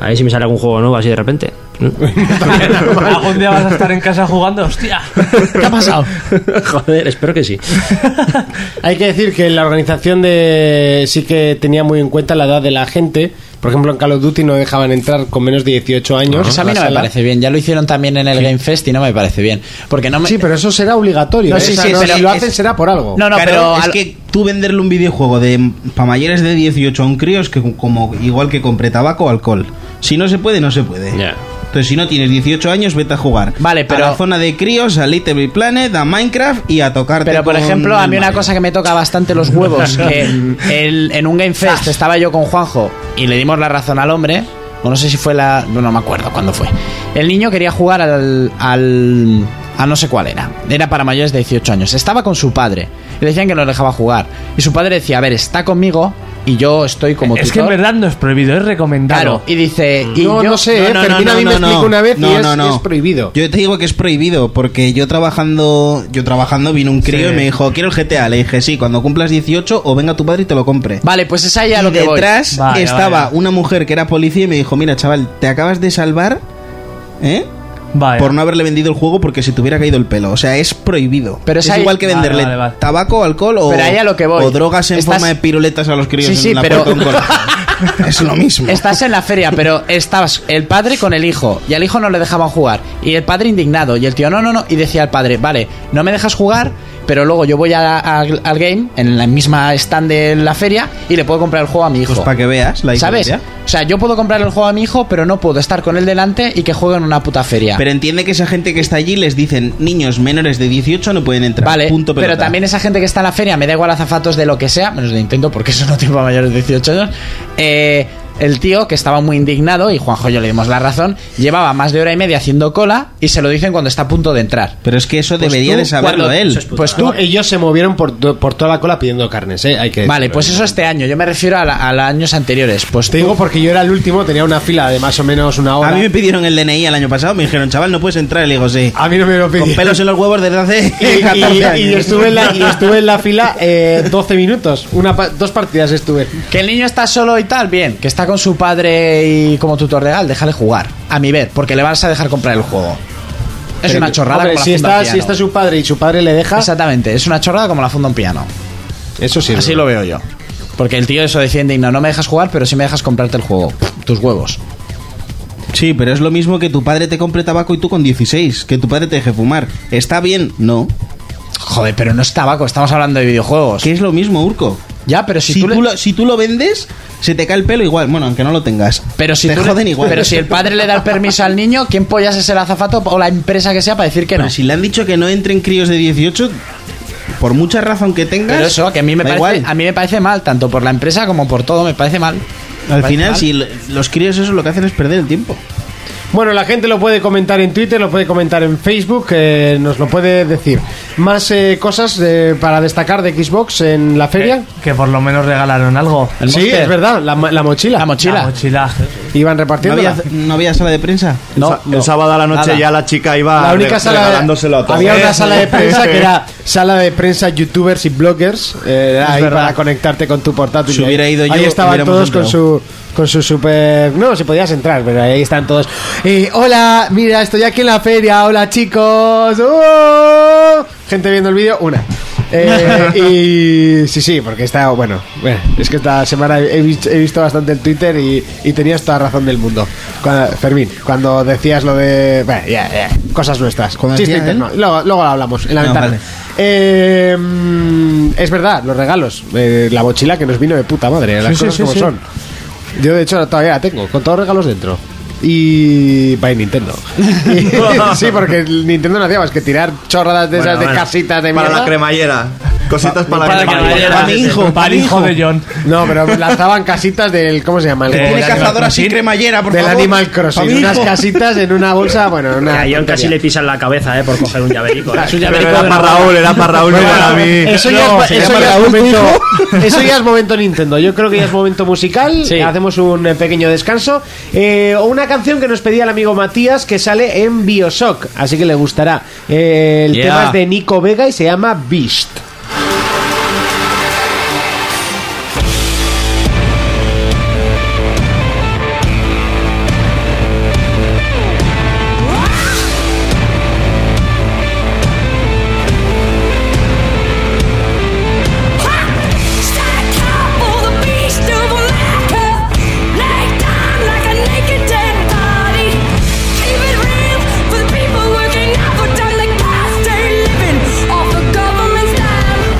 [SPEAKER 7] A ver si me sale algún juego nuevo así de repente.
[SPEAKER 5] Algún día vas a estar en casa jugando, hostia.
[SPEAKER 3] ¿Qué ha pasado?
[SPEAKER 7] Joder, espero que sí.
[SPEAKER 2] Hay que decir que la organización de sí que tenía muy en cuenta la edad de la gente. Por ejemplo, en Call of Duty no dejaban entrar con menos de 18 años.
[SPEAKER 3] Pues a mí
[SPEAKER 2] la
[SPEAKER 3] no me
[SPEAKER 2] sala.
[SPEAKER 3] parece bien. Ya lo hicieron también en el Game Fest y no me parece bien. Porque no me.
[SPEAKER 2] Sí, pero eso será obligatorio.
[SPEAKER 3] No,
[SPEAKER 2] ¿eh?
[SPEAKER 3] sí,
[SPEAKER 2] O sea,
[SPEAKER 3] sí,
[SPEAKER 2] no,
[SPEAKER 3] pero
[SPEAKER 2] si lo
[SPEAKER 3] es-
[SPEAKER 2] hacen será por algo.
[SPEAKER 3] No, no,
[SPEAKER 4] Claro,
[SPEAKER 3] pero.
[SPEAKER 4] es
[SPEAKER 3] al-
[SPEAKER 4] que tú venderle un videojuego de para mayores de 18 a un crío es que como igual que compré tabaco o alcohol. Si no se puede, no se puede.
[SPEAKER 7] Ya.
[SPEAKER 4] Entonces, si no tienes 18 años, vete a jugar.
[SPEAKER 3] Vale, pero-
[SPEAKER 4] A la zona de críos, a Little Big Planet, a Minecraft y a tocarte.
[SPEAKER 3] Pero por
[SPEAKER 4] con
[SPEAKER 3] ejemplo, a mí
[SPEAKER 4] el
[SPEAKER 3] una
[SPEAKER 4] Mario.
[SPEAKER 3] cosa que me toca bastante los huevos, que el- en un Game Fest estaba yo con Juanjo y le dimos la razón al hombre, o no sé si fue la... no, no me acuerdo cuándo fue. El niño quería jugar al... al- a no sé cuál era. Era para mayores de 18 años. Estaba con su padre. Y le decían que no le dejaba jugar. Y su padre decía, a ver, está conmigo y yo estoy como
[SPEAKER 5] Es que en
[SPEAKER 3] tutor".
[SPEAKER 5] verdad no es prohibido, es recomendado. Mm.
[SPEAKER 3] Claro. Y dice... Y
[SPEAKER 2] No,
[SPEAKER 3] yo
[SPEAKER 2] no sé, ¿eh? Fermín a mí me explica una vez y es- es prohibido.
[SPEAKER 4] Yo te digo que es prohibido porque yo trabajando, yo trabajando vino un crío
[SPEAKER 5] Sí.
[SPEAKER 4] y me dijo, "Quiero el GTA." Le dije, "Sí, cuando cumplas 18 o venga tu padre y te lo compre."
[SPEAKER 3] Vale, pues es ahí a lo
[SPEAKER 4] y
[SPEAKER 3] que voy.
[SPEAKER 4] detrás
[SPEAKER 5] Vale,
[SPEAKER 4] estaba
[SPEAKER 5] vale.
[SPEAKER 4] una mujer que era policía y me dijo, mira chaval, te acabas de salvar, ¿eh?
[SPEAKER 5] Vaya.
[SPEAKER 4] Por no haberle vendido el juego porque se te hubiera caído el pelo. O sea, es prohibido.
[SPEAKER 3] Pero
[SPEAKER 4] es
[SPEAKER 3] si hay-
[SPEAKER 4] igual que
[SPEAKER 5] Vale,
[SPEAKER 4] venderle
[SPEAKER 5] vale, vale.
[SPEAKER 4] tabaco, alcohol o,
[SPEAKER 3] Pero ahí a lo que voy.
[SPEAKER 4] o drogas en
[SPEAKER 3] Estás-
[SPEAKER 4] forma de piruletas a los críos
[SPEAKER 3] Sí, sí,
[SPEAKER 4] en la
[SPEAKER 3] pero-
[SPEAKER 4] puerta de un colegio. es lo mismo.
[SPEAKER 3] Estás en la feria, pero estabas el padre con el hijo y al hijo no le dejaban jugar. Y el padre indignado y el tío no, no, no. Y decía el padre, vale, no me dejas jugar, pero luego yo voy a- a- al game, en la misma stand de la feria, y le puedo comprar el juego a mi hijo.
[SPEAKER 4] Pues para que veas la
[SPEAKER 3] ¿Sabes?
[SPEAKER 4] diferencia.
[SPEAKER 3] O sea, yo puedo comprar el juego a mi hijo, pero no puedo estar con él delante y que juegue en una puta feria.
[SPEAKER 4] Pero entiende que esa gente que está allí les dicen niños menores de 18 no pueden entrar.
[SPEAKER 3] Vale,
[SPEAKER 4] punto
[SPEAKER 3] pero
[SPEAKER 4] pelota.
[SPEAKER 3] también esa gente que está en la feria, me da igual azafatos de lo que sea, menos de Nintendo, porque eso no tiene para mayores de 18 años. eh, el tío que estaba muy indignado, y Juanjo y yo le dimos la razón, llevaba más de hora y media haciendo cola y se lo dicen cuando está a punto de entrar.
[SPEAKER 4] Pero es que eso
[SPEAKER 3] Pues
[SPEAKER 4] debería
[SPEAKER 3] tú,
[SPEAKER 4] de saberlo
[SPEAKER 3] cuando-
[SPEAKER 4] él.
[SPEAKER 3] Pues tú,
[SPEAKER 2] No, ellos se movieron por, to- por toda la cola pidiendo carnes, ¿eh? Hay que
[SPEAKER 3] Vale, pues eso este año. Yo me refiero a, la- a los años anteriores. Pues
[SPEAKER 2] Te
[SPEAKER 3] tú-
[SPEAKER 2] digo porque yo era el último, tenía una fila de más o menos una hora.
[SPEAKER 4] A mí me pidieron el DNI el año pasado, me dijeron, chaval, no puedes entrar. Y le digo, sí.
[SPEAKER 2] A mí no me lo
[SPEAKER 4] Con
[SPEAKER 2] pidieron.
[SPEAKER 4] pelos en los huevos desde
[SPEAKER 2] Y,
[SPEAKER 4] hace
[SPEAKER 2] y-
[SPEAKER 4] 14 años.
[SPEAKER 2] y estuve en la, y estuve en la fila eh, 12 minutos. Una pa- dos partidas estuve.
[SPEAKER 3] Que el niño está solo y tal, bien. Que está con su padre y como tutor legal, déjale jugar. A mi ver, porque le vas a dejar comprar el juego. Es
[SPEAKER 2] Pero
[SPEAKER 3] una
[SPEAKER 2] que-
[SPEAKER 3] chorrada
[SPEAKER 2] hombre,
[SPEAKER 3] como la
[SPEAKER 2] si
[SPEAKER 3] funda de un
[SPEAKER 2] está,
[SPEAKER 3] piano.
[SPEAKER 2] si está su padre y su padre le deja,
[SPEAKER 3] Exactamente, es una chorrada como la funda de un piano.
[SPEAKER 2] eso sí.
[SPEAKER 3] Así lo veo yo. Porque el tío eso defiende y no, no me dejas jugar, pero sí me dejas comprarte el juego. Pff, Tus huevos.
[SPEAKER 4] Sí, pero es lo mismo que tu padre te compre tabaco y tú con 16. Que tu padre te deje fumar. ¿Está bien? No.
[SPEAKER 3] Joder, pero no es tabaco, estamos hablando de videojuegos.
[SPEAKER 4] Que es lo mismo, Urco.
[SPEAKER 3] Ya, pero si,
[SPEAKER 4] Si
[SPEAKER 3] tú, le-
[SPEAKER 4] tú, lo, si tú lo vendes, se te cae el pelo igual. Bueno, aunque no lo tengas.
[SPEAKER 3] Pero si,
[SPEAKER 4] te
[SPEAKER 3] tú le-
[SPEAKER 4] joden igual.
[SPEAKER 3] pero si el padre le da el permiso al niño, ¿quién pollas es el azafato o la empresa que sea para decir que no?
[SPEAKER 4] Pero si le han dicho que no entren críos de 18, por mucha razón que tengas.
[SPEAKER 3] Pero eso, que a mí, me
[SPEAKER 4] da
[SPEAKER 3] parece,
[SPEAKER 4] igual.
[SPEAKER 3] a mí me parece mal, tanto por la empresa como por todo, me parece mal. Me
[SPEAKER 4] Al
[SPEAKER 3] parece
[SPEAKER 4] final,
[SPEAKER 3] mal.
[SPEAKER 4] si l- los críos eso lo que hacen es perder el tiempo.
[SPEAKER 2] Bueno, la gente lo puede comentar en Twitter, lo puede comentar en Facebook, eh, nos lo puede decir. Más eh, cosas eh, para destacar de Xbox en la feria.
[SPEAKER 5] Que por lo menos regalaron algo.
[SPEAKER 3] El
[SPEAKER 2] sí,
[SPEAKER 3] Monster.
[SPEAKER 2] es verdad, la, mo- la mochila.
[SPEAKER 3] La mochila.
[SPEAKER 5] La mochila.
[SPEAKER 2] Iban
[SPEAKER 4] ¿No
[SPEAKER 2] repartiendo.
[SPEAKER 4] había, no había sala de prensa?
[SPEAKER 3] No,
[SPEAKER 6] el, sa- el
[SPEAKER 3] no.
[SPEAKER 6] sábado a la noche
[SPEAKER 3] Nada.
[SPEAKER 6] ya la chica iba
[SPEAKER 2] La única
[SPEAKER 6] re-
[SPEAKER 2] sala
[SPEAKER 6] regalándoselo a todos.
[SPEAKER 2] había una sala de prensa que era sala de prensa youtubers y bloggers eh, era ahí para conectarte con tu portátil.
[SPEAKER 4] Si
[SPEAKER 2] Ahí-
[SPEAKER 4] hubiera ido yo,
[SPEAKER 2] ahí estaban
[SPEAKER 4] hubiéramos
[SPEAKER 2] todos con
[SPEAKER 4] entrado.
[SPEAKER 2] su con su super no si podías entrar, pero ahí están todos. Eh, hola, mira estoy aquí en la feria. Hola chicos. ¡Oh! Gente viendo el vídeo una. Eh, y sí, sí, porque está bueno, bueno, Es que esta semana he, vis- he visto bastante el Twitter y, y tenías toda razón del mundo. Cuando- Fermín, cuando decías lo de bueno, ya, ya, cosas nuestras,
[SPEAKER 4] Cuando
[SPEAKER 2] Chiste
[SPEAKER 4] decía él.
[SPEAKER 2] interno. Luego, luego lo hablamos en la
[SPEAKER 4] No,
[SPEAKER 2] ventana.
[SPEAKER 4] vale.
[SPEAKER 2] Eh, mm, es verdad, los regalos, eh, la mochila que nos vino de puta madre, las
[SPEAKER 5] Sí, sí,
[SPEAKER 2] cosas
[SPEAKER 5] sí,
[SPEAKER 2] como
[SPEAKER 5] sí.
[SPEAKER 2] son. Yo de hecho todavía la tengo, con todos los regalos dentro. Y by Nintendo. Y- sí, porque el Nintendo no hacía más que tirar chorradas de
[SPEAKER 6] Bueno,
[SPEAKER 2] esas de
[SPEAKER 6] bueno.
[SPEAKER 2] casitas de
[SPEAKER 6] Para
[SPEAKER 2] mierda.
[SPEAKER 6] la cremallera. Cositas para,
[SPEAKER 7] para
[SPEAKER 6] la
[SPEAKER 7] la cremallera.
[SPEAKER 6] cremallera.
[SPEAKER 4] Para mi hijo, para
[SPEAKER 5] Para
[SPEAKER 4] mi
[SPEAKER 5] el hijo
[SPEAKER 4] hijo.
[SPEAKER 5] de John.
[SPEAKER 2] No, pero lanzaban casitas del ¿cómo se llama? El
[SPEAKER 5] Que
[SPEAKER 2] juego
[SPEAKER 5] tiene
[SPEAKER 2] de
[SPEAKER 4] Tiene
[SPEAKER 5] Animal
[SPEAKER 4] cazadoras y
[SPEAKER 5] Crossing.
[SPEAKER 4] cremallera, por
[SPEAKER 2] del
[SPEAKER 4] favor.
[SPEAKER 2] Animal
[SPEAKER 4] Pa'
[SPEAKER 2] Crossing,
[SPEAKER 4] mi
[SPEAKER 2] unas
[SPEAKER 4] hijo.
[SPEAKER 2] casitas en una bolsa, bueno, una
[SPEAKER 7] A John casi
[SPEAKER 2] tontería.
[SPEAKER 7] le pisan la cabeza, ¿eh? Por coger un llaverico. ¿eh?
[SPEAKER 6] Pero era para Raúl, era para Raúl, no para mí.
[SPEAKER 2] Eso ya,
[SPEAKER 6] No,
[SPEAKER 2] es,
[SPEAKER 6] sería
[SPEAKER 2] eso
[SPEAKER 6] para
[SPEAKER 2] ya es
[SPEAKER 6] Raúl,
[SPEAKER 2] momento, eso ya es momento Nintendo. Yo creo que ya es momento musical.
[SPEAKER 7] Sí.
[SPEAKER 2] Hacemos un eh, pequeño descanso. Eh, o una canción que nos pedía el amigo Matías que sale en Bioshock. Así que le gustará. Eh, el
[SPEAKER 3] Yeah.
[SPEAKER 2] tema es de Nico Vega y se llama Beast.
[SPEAKER 11] Off the government's dime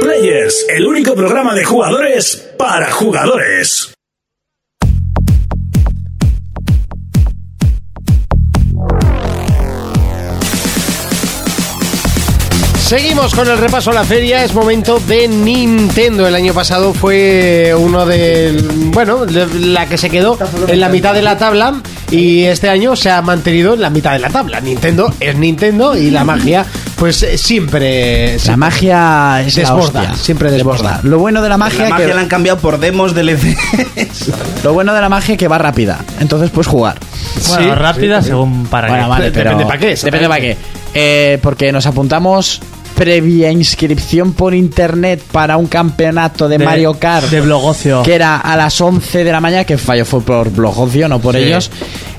[SPEAKER 1] Players, el único programa de jugadores para jugadores.
[SPEAKER 2] Seguimos con el repaso a la feria, es momento de Nintendo. El año pasado fue uno de, bueno, de la que se quedó en la mitad de la tabla y este año se ha mantenido en la mitad de la tabla. Nintendo es Nintendo y la magia pues eh, siempre,
[SPEAKER 3] La
[SPEAKER 2] siempre
[SPEAKER 3] magia es
[SPEAKER 2] desborda,
[SPEAKER 3] la hostia.
[SPEAKER 2] siempre desborda.
[SPEAKER 3] Lo bueno de la magia,
[SPEAKER 4] La magia
[SPEAKER 3] que
[SPEAKER 4] la han cambiado por demos E DLC.
[SPEAKER 3] lo bueno de la magia que va rápida. Entonces puedes jugar.
[SPEAKER 5] Bueno, rápida según para
[SPEAKER 3] Bueno,
[SPEAKER 5] qué.
[SPEAKER 3] vale,
[SPEAKER 2] Depende
[SPEAKER 3] pero
[SPEAKER 2] pa' qué,
[SPEAKER 3] Depende para qué. Eh, porque nos apuntamos previa inscripción por internet para un campeonato de,
[SPEAKER 5] De-
[SPEAKER 3] Mario Kart.
[SPEAKER 5] de blogocio.
[SPEAKER 3] Que era a las 11 de la mañana, que fallo fue por blogocio, no por ellos.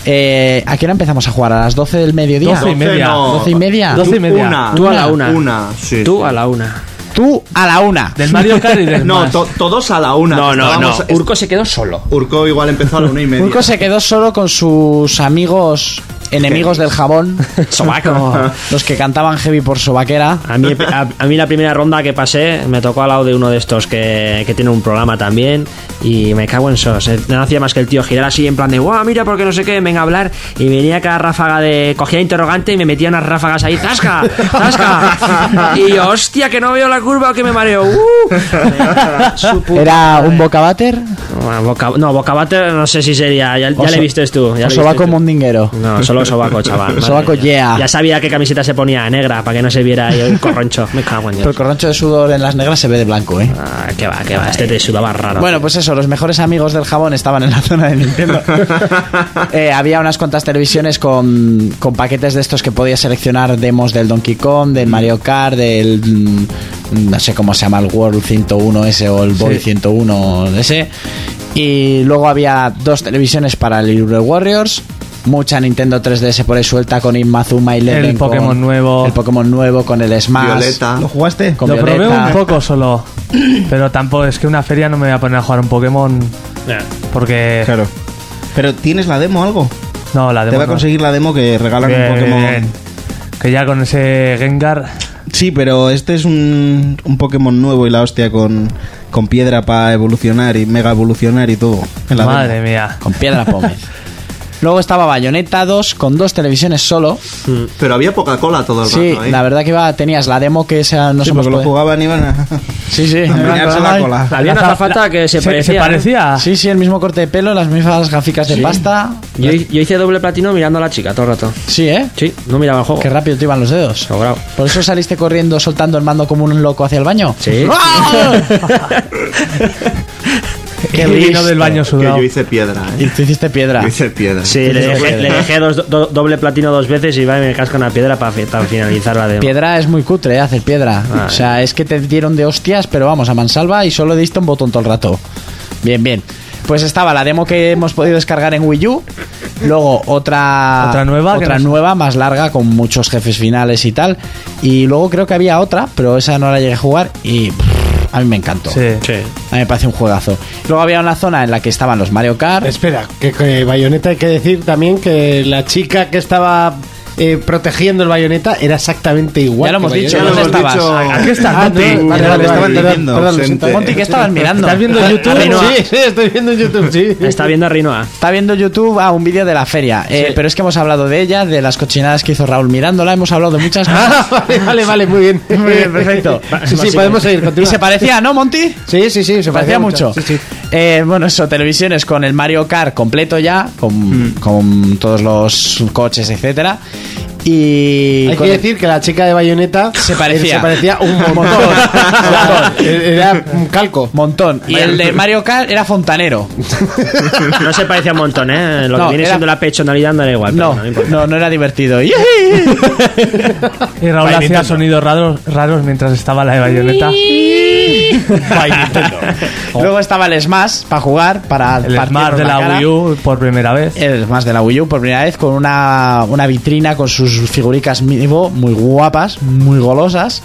[SPEAKER 3] Eh, ¿A qué hora empezamos a jugar? ¿A las 12 del mediodía?
[SPEAKER 5] 12 y media.
[SPEAKER 6] no.
[SPEAKER 3] 12 y media.
[SPEAKER 5] Doce y media.
[SPEAKER 6] Una.
[SPEAKER 7] Tú a la una.
[SPEAKER 6] Una, sí.
[SPEAKER 7] Tú a la una.
[SPEAKER 3] Tú a la una.
[SPEAKER 5] Del Mario Kart y del
[SPEAKER 6] No,
[SPEAKER 5] Smash.
[SPEAKER 6] to- todos a la una.
[SPEAKER 7] No, no, no.
[SPEAKER 6] Estábamos-
[SPEAKER 7] Urco se quedó solo.
[SPEAKER 6] Urco igual empezó a la una y media.
[SPEAKER 3] Urco se quedó solo con sus amigos enemigos del jabón.
[SPEAKER 7] Sobaco.
[SPEAKER 3] Los que cantaban heavy por sobaquera.
[SPEAKER 7] A mí, a, a mí la primera ronda que pasé me tocó al lado de uno de estos que, que tiene un programa también y me cago en sos. Eh, No hacía más que el tío girar así en plan de, guau, mira, porque no sé qué, venga a hablar. Y venía cada ráfaga de... Cogía interrogante y me metía unas ráfagas ahí, ¡zasca! ¡zasca! Y yo, hostia, que no veo la curva, que me mareo. ¡Uh! Su puta
[SPEAKER 3] Era un bocabater.
[SPEAKER 7] Bueno, boca- no, bocabate no sé si sería. Ya, ya
[SPEAKER 3] O so-
[SPEAKER 7] le vistes tú. Ya
[SPEAKER 3] O
[SPEAKER 7] le
[SPEAKER 3] sobaco
[SPEAKER 7] vistes tú.
[SPEAKER 3] mondinguero.
[SPEAKER 7] No, solo sobaco, chaval. madre
[SPEAKER 3] Sobaco,
[SPEAKER 7] mía.
[SPEAKER 3] yeah.
[SPEAKER 7] Ya sabía qué camiseta se ponía negra para que no se viera ahí el corroncho. Me cago en
[SPEAKER 3] Pero el
[SPEAKER 7] Dios.
[SPEAKER 3] corroncho de sudor en las negras se ve de blanco, ¿eh?
[SPEAKER 7] Ah, qué va, qué va. Este te sudaba raro.
[SPEAKER 3] Bueno, pues eso, los mejores amigos del jabón estaban en la zona de Nintendo. Eh, había unas cuantas televisiones con, con paquetes de estos que podías seleccionar demos del Donkey Kong,
[SPEAKER 5] Mm.
[SPEAKER 3] del Mario Kart, del. mm, No sé cómo se llama, el World 101 ese o el Boy 101 ese. Y luego había dos televisiones para el Hyrule Warriors. Mucha Nintendo 3DS por ahí suelta con Inmazuma y Leven. con-
[SPEAKER 5] Pokémon nuevo.
[SPEAKER 3] El Pokémon nuevo con el Smash.
[SPEAKER 6] Violeta.
[SPEAKER 4] ¿Lo jugaste?
[SPEAKER 3] Con
[SPEAKER 5] Lo
[SPEAKER 3] Violeta.
[SPEAKER 5] probé un poco solo. Pero tampoco es que una feria no me voy a poner a jugar un Pokémon. Porque.
[SPEAKER 4] Claro. Pero ¿tienes la demo o algo?
[SPEAKER 5] No, la demo.
[SPEAKER 4] Te va a
[SPEAKER 5] no.
[SPEAKER 4] conseguir la demo que regalan
[SPEAKER 5] Bien.
[SPEAKER 4] un Pokémon.
[SPEAKER 5] Que ya con ese Gengar.
[SPEAKER 4] Sí, pero este es un, un Pokémon nuevo y la hostia con, con piedra para evolucionar y mega evolucionar y todo. en la
[SPEAKER 5] madre
[SPEAKER 4] demo.
[SPEAKER 5] mía.
[SPEAKER 3] Con Piedra Pómez. Luego estaba Bayonetta 2 con dos televisiones solo.
[SPEAKER 7] Mm.
[SPEAKER 6] Pero había poca cola todo el
[SPEAKER 3] Sí,
[SPEAKER 6] rato, ¿eh?
[SPEAKER 3] la verdad que iba, tenías la demo que esa no
[SPEAKER 4] Sí,
[SPEAKER 3] se
[SPEAKER 4] porque lo
[SPEAKER 3] puede-
[SPEAKER 4] jugaban iban a...
[SPEAKER 3] Sí, sí.
[SPEAKER 4] a mirarse la
[SPEAKER 3] Ay.
[SPEAKER 4] cola.
[SPEAKER 7] Había una
[SPEAKER 5] La-
[SPEAKER 7] zafata que se parecía. ¿no?
[SPEAKER 5] parecía?
[SPEAKER 3] Sí, sí, el mismo corte de pelo, las mismas gráficas de pasta.
[SPEAKER 7] Yo, yo hice doble platino mirando a la chica todo el rato.
[SPEAKER 3] Sí, ¿eh?
[SPEAKER 7] Sí, no miraba el juego.
[SPEAKER 3] Qué rápido te iban los dedos.
[SPEAKER 7] Sobrao.
[SPEAKER 3] Por eso saliste corriendo soltando el mando como un loco hacia el baño.
[SPEAKER 7] Sí.
[SPEAKER 3] ¡Ah! Qué
[SPEAKER 5] Y vino
[SPEAKER 3] listo.
[SPEAKER 5] del baño
[SPEAKER 6] Que
[SPEAKER 5] sudado.
[SPEAKER 6] yo hice piedra,
[SPEAKER 3] Y
[SPEAKER 6] ¿eh?
[SPEAKER 3] tú hiciste piedra.
[SPEAKER 6] Yo hice piedra.
[SPEAKER 7] Sí, le dejé, le dejé dos- do- doble platino dos veces y va y me casca una piedra para, fi- para finalizar la demo.
[SPEAKER 3] Piedra es muy cutre, ¿eh? hacer piedra.
[SPEAKER 5] Ah,
[SPEAKER 3] O
[SPEAKER 5] eh.
[SPEAKER 3] sea, es que te dieron de hostias, pero vamos, a mansalva y solo diste un botón todo el rato. Bien, bien. Pues estaba la demo que hemos podido descargar en Wii U. Luego otra.
[SPEAKER 5] Otra nueva que
[SPEAKER 3] Otra
[SPEAKER 5] nos-
[SPEAKER 3] nueva, más larga, con muchos jefes finales y tal. Y luego creo que había otra, pero esa no la llegué a jugar y. pff, a mí me encantó.
[SPEAKER 5] Sí.
[SPEAKER 7] Sí.
[SPEAKER 3] A mí me parece un juegazo. Luego había una zona en la que estaban los Mario Kart.
[SPEAKER 2] Espera, que, que Bayonetta hay que decir también que eh, la chica que estaba eh, protegiendo el Bayonetta era exactamente igual.
[SPEAKER 3] Ya lo hemos
[SPEAKER 2] que
[SPEAKER 3] dicho,
[SPEAKER 2] Bayonetta.
[SPEAKER 3] ¿dónde
[SPEAKER 6] hemos
[SPEAKER 3] estabas?
[SPEAKER 6] dicho-
[SPEAKER 5] Aquí está,
[SPEAKER 2] Ah,
[SPEAKER 5] Monty.
[SPEAKER 2] no, vale,
[SPEAKER 6] Ya
[SPEAKER 2] vale,
[SPEAKER 6] lo
[SPEAKER 2] vale,
[SPEAKER 6] estaban
[SPEAKER 2] perdón,
[SPEAKER 6] diciendo,
[SPEAKER 2] perdón, lo siento.
[SPEAKER 6] ausente.
[SPEAKER 3] Monty, ¿qué estabas mirando?
[SPEAKER 5] ¿Estás viendo YouTube?
[SPEAKER 2] Sí, sí, estoy viendo en YouTube, sí.
[SPEAKER 7] Está viendo a Rinoa.
[SPEAKER 3] Está viendo YouTube a un vídeo de la feria, eh, pero es que hemos hablado de ella, de las cochinadas que hizo Raúl mirándola, hemos hablado de muchas
[SPEAKER 2] Ah,
[SPEAKER 3] cosas.
[SPEAKER 2] vale, vale, vale, muy bien.
[SPEAKER 3] Muy bien, perfecto.
[SPEAKER 2] Sí, sí, podemos seguir,
[SPEAKER 3] Y
[SPEAKER 2] continúa.
[SPEAKER 3] se parecía, ¿no, Monty?
[SPEAKER 2] Sí, sí, sí, se
[SPEAKER 3] Se parecía mucho. Eh, bueno, eso, televisiones con el Mario Kart completo ya,
[SPEAKER 2] Mm.
[SPEAKER 3] con, con todos los coches, etcétera. Y
[SPEAKER 2] Hay
[SPEAKER 3] con
[SPEAKER 2] que
[SPEAKER 3] el-
[SPEAKER 2] decir que la chica de bayoneta eh,
[SPEAKER 3] Se parecía.
[SPEAKER 2] se parecía un montón. era
[SPEAKER 7] Mm,
[SPEAKER 2] un calco.
[SPEAKER 3] montón. Y el de Mario Kart era fontanero.
[SPEAKER 7] No se parecía un montón, ¿eh? Lo
[SPEAKER 3] No,
[SPEAKER 7] que viene
[SPEAKER 3] era-
[SPEAKER 7] siendo la pechonalidad no era igual. pero
[SPEAKER 3] No,
[SPEAKER 7] bueno, importa.
[SPEAKER 3] no, no era divertido. ¡Yee!
[SPEAKER 5] Y Raúl
[SPEAKER 2] By
[SPEAKER 5] hacía
[SPEAKER 2] Nintendo.
[SPEAKER 5] sonidos raros, raros mientras estaba la de bayoneta.
[SPEAKER 3] Luego estaba el Smash para jugar, para
[SPEAKER 5] El
[SPEAKER 3] partirnos
[SPEAKER 5] Smart de la
[SPEAKER 3] cara.
[SPEAKER 5] Wii U por primera vez.
[SPEAKER 3] el más de la Wii U por primera vez con una, una vitrina con sus figuricas Mivo muy guapas, muy golosas.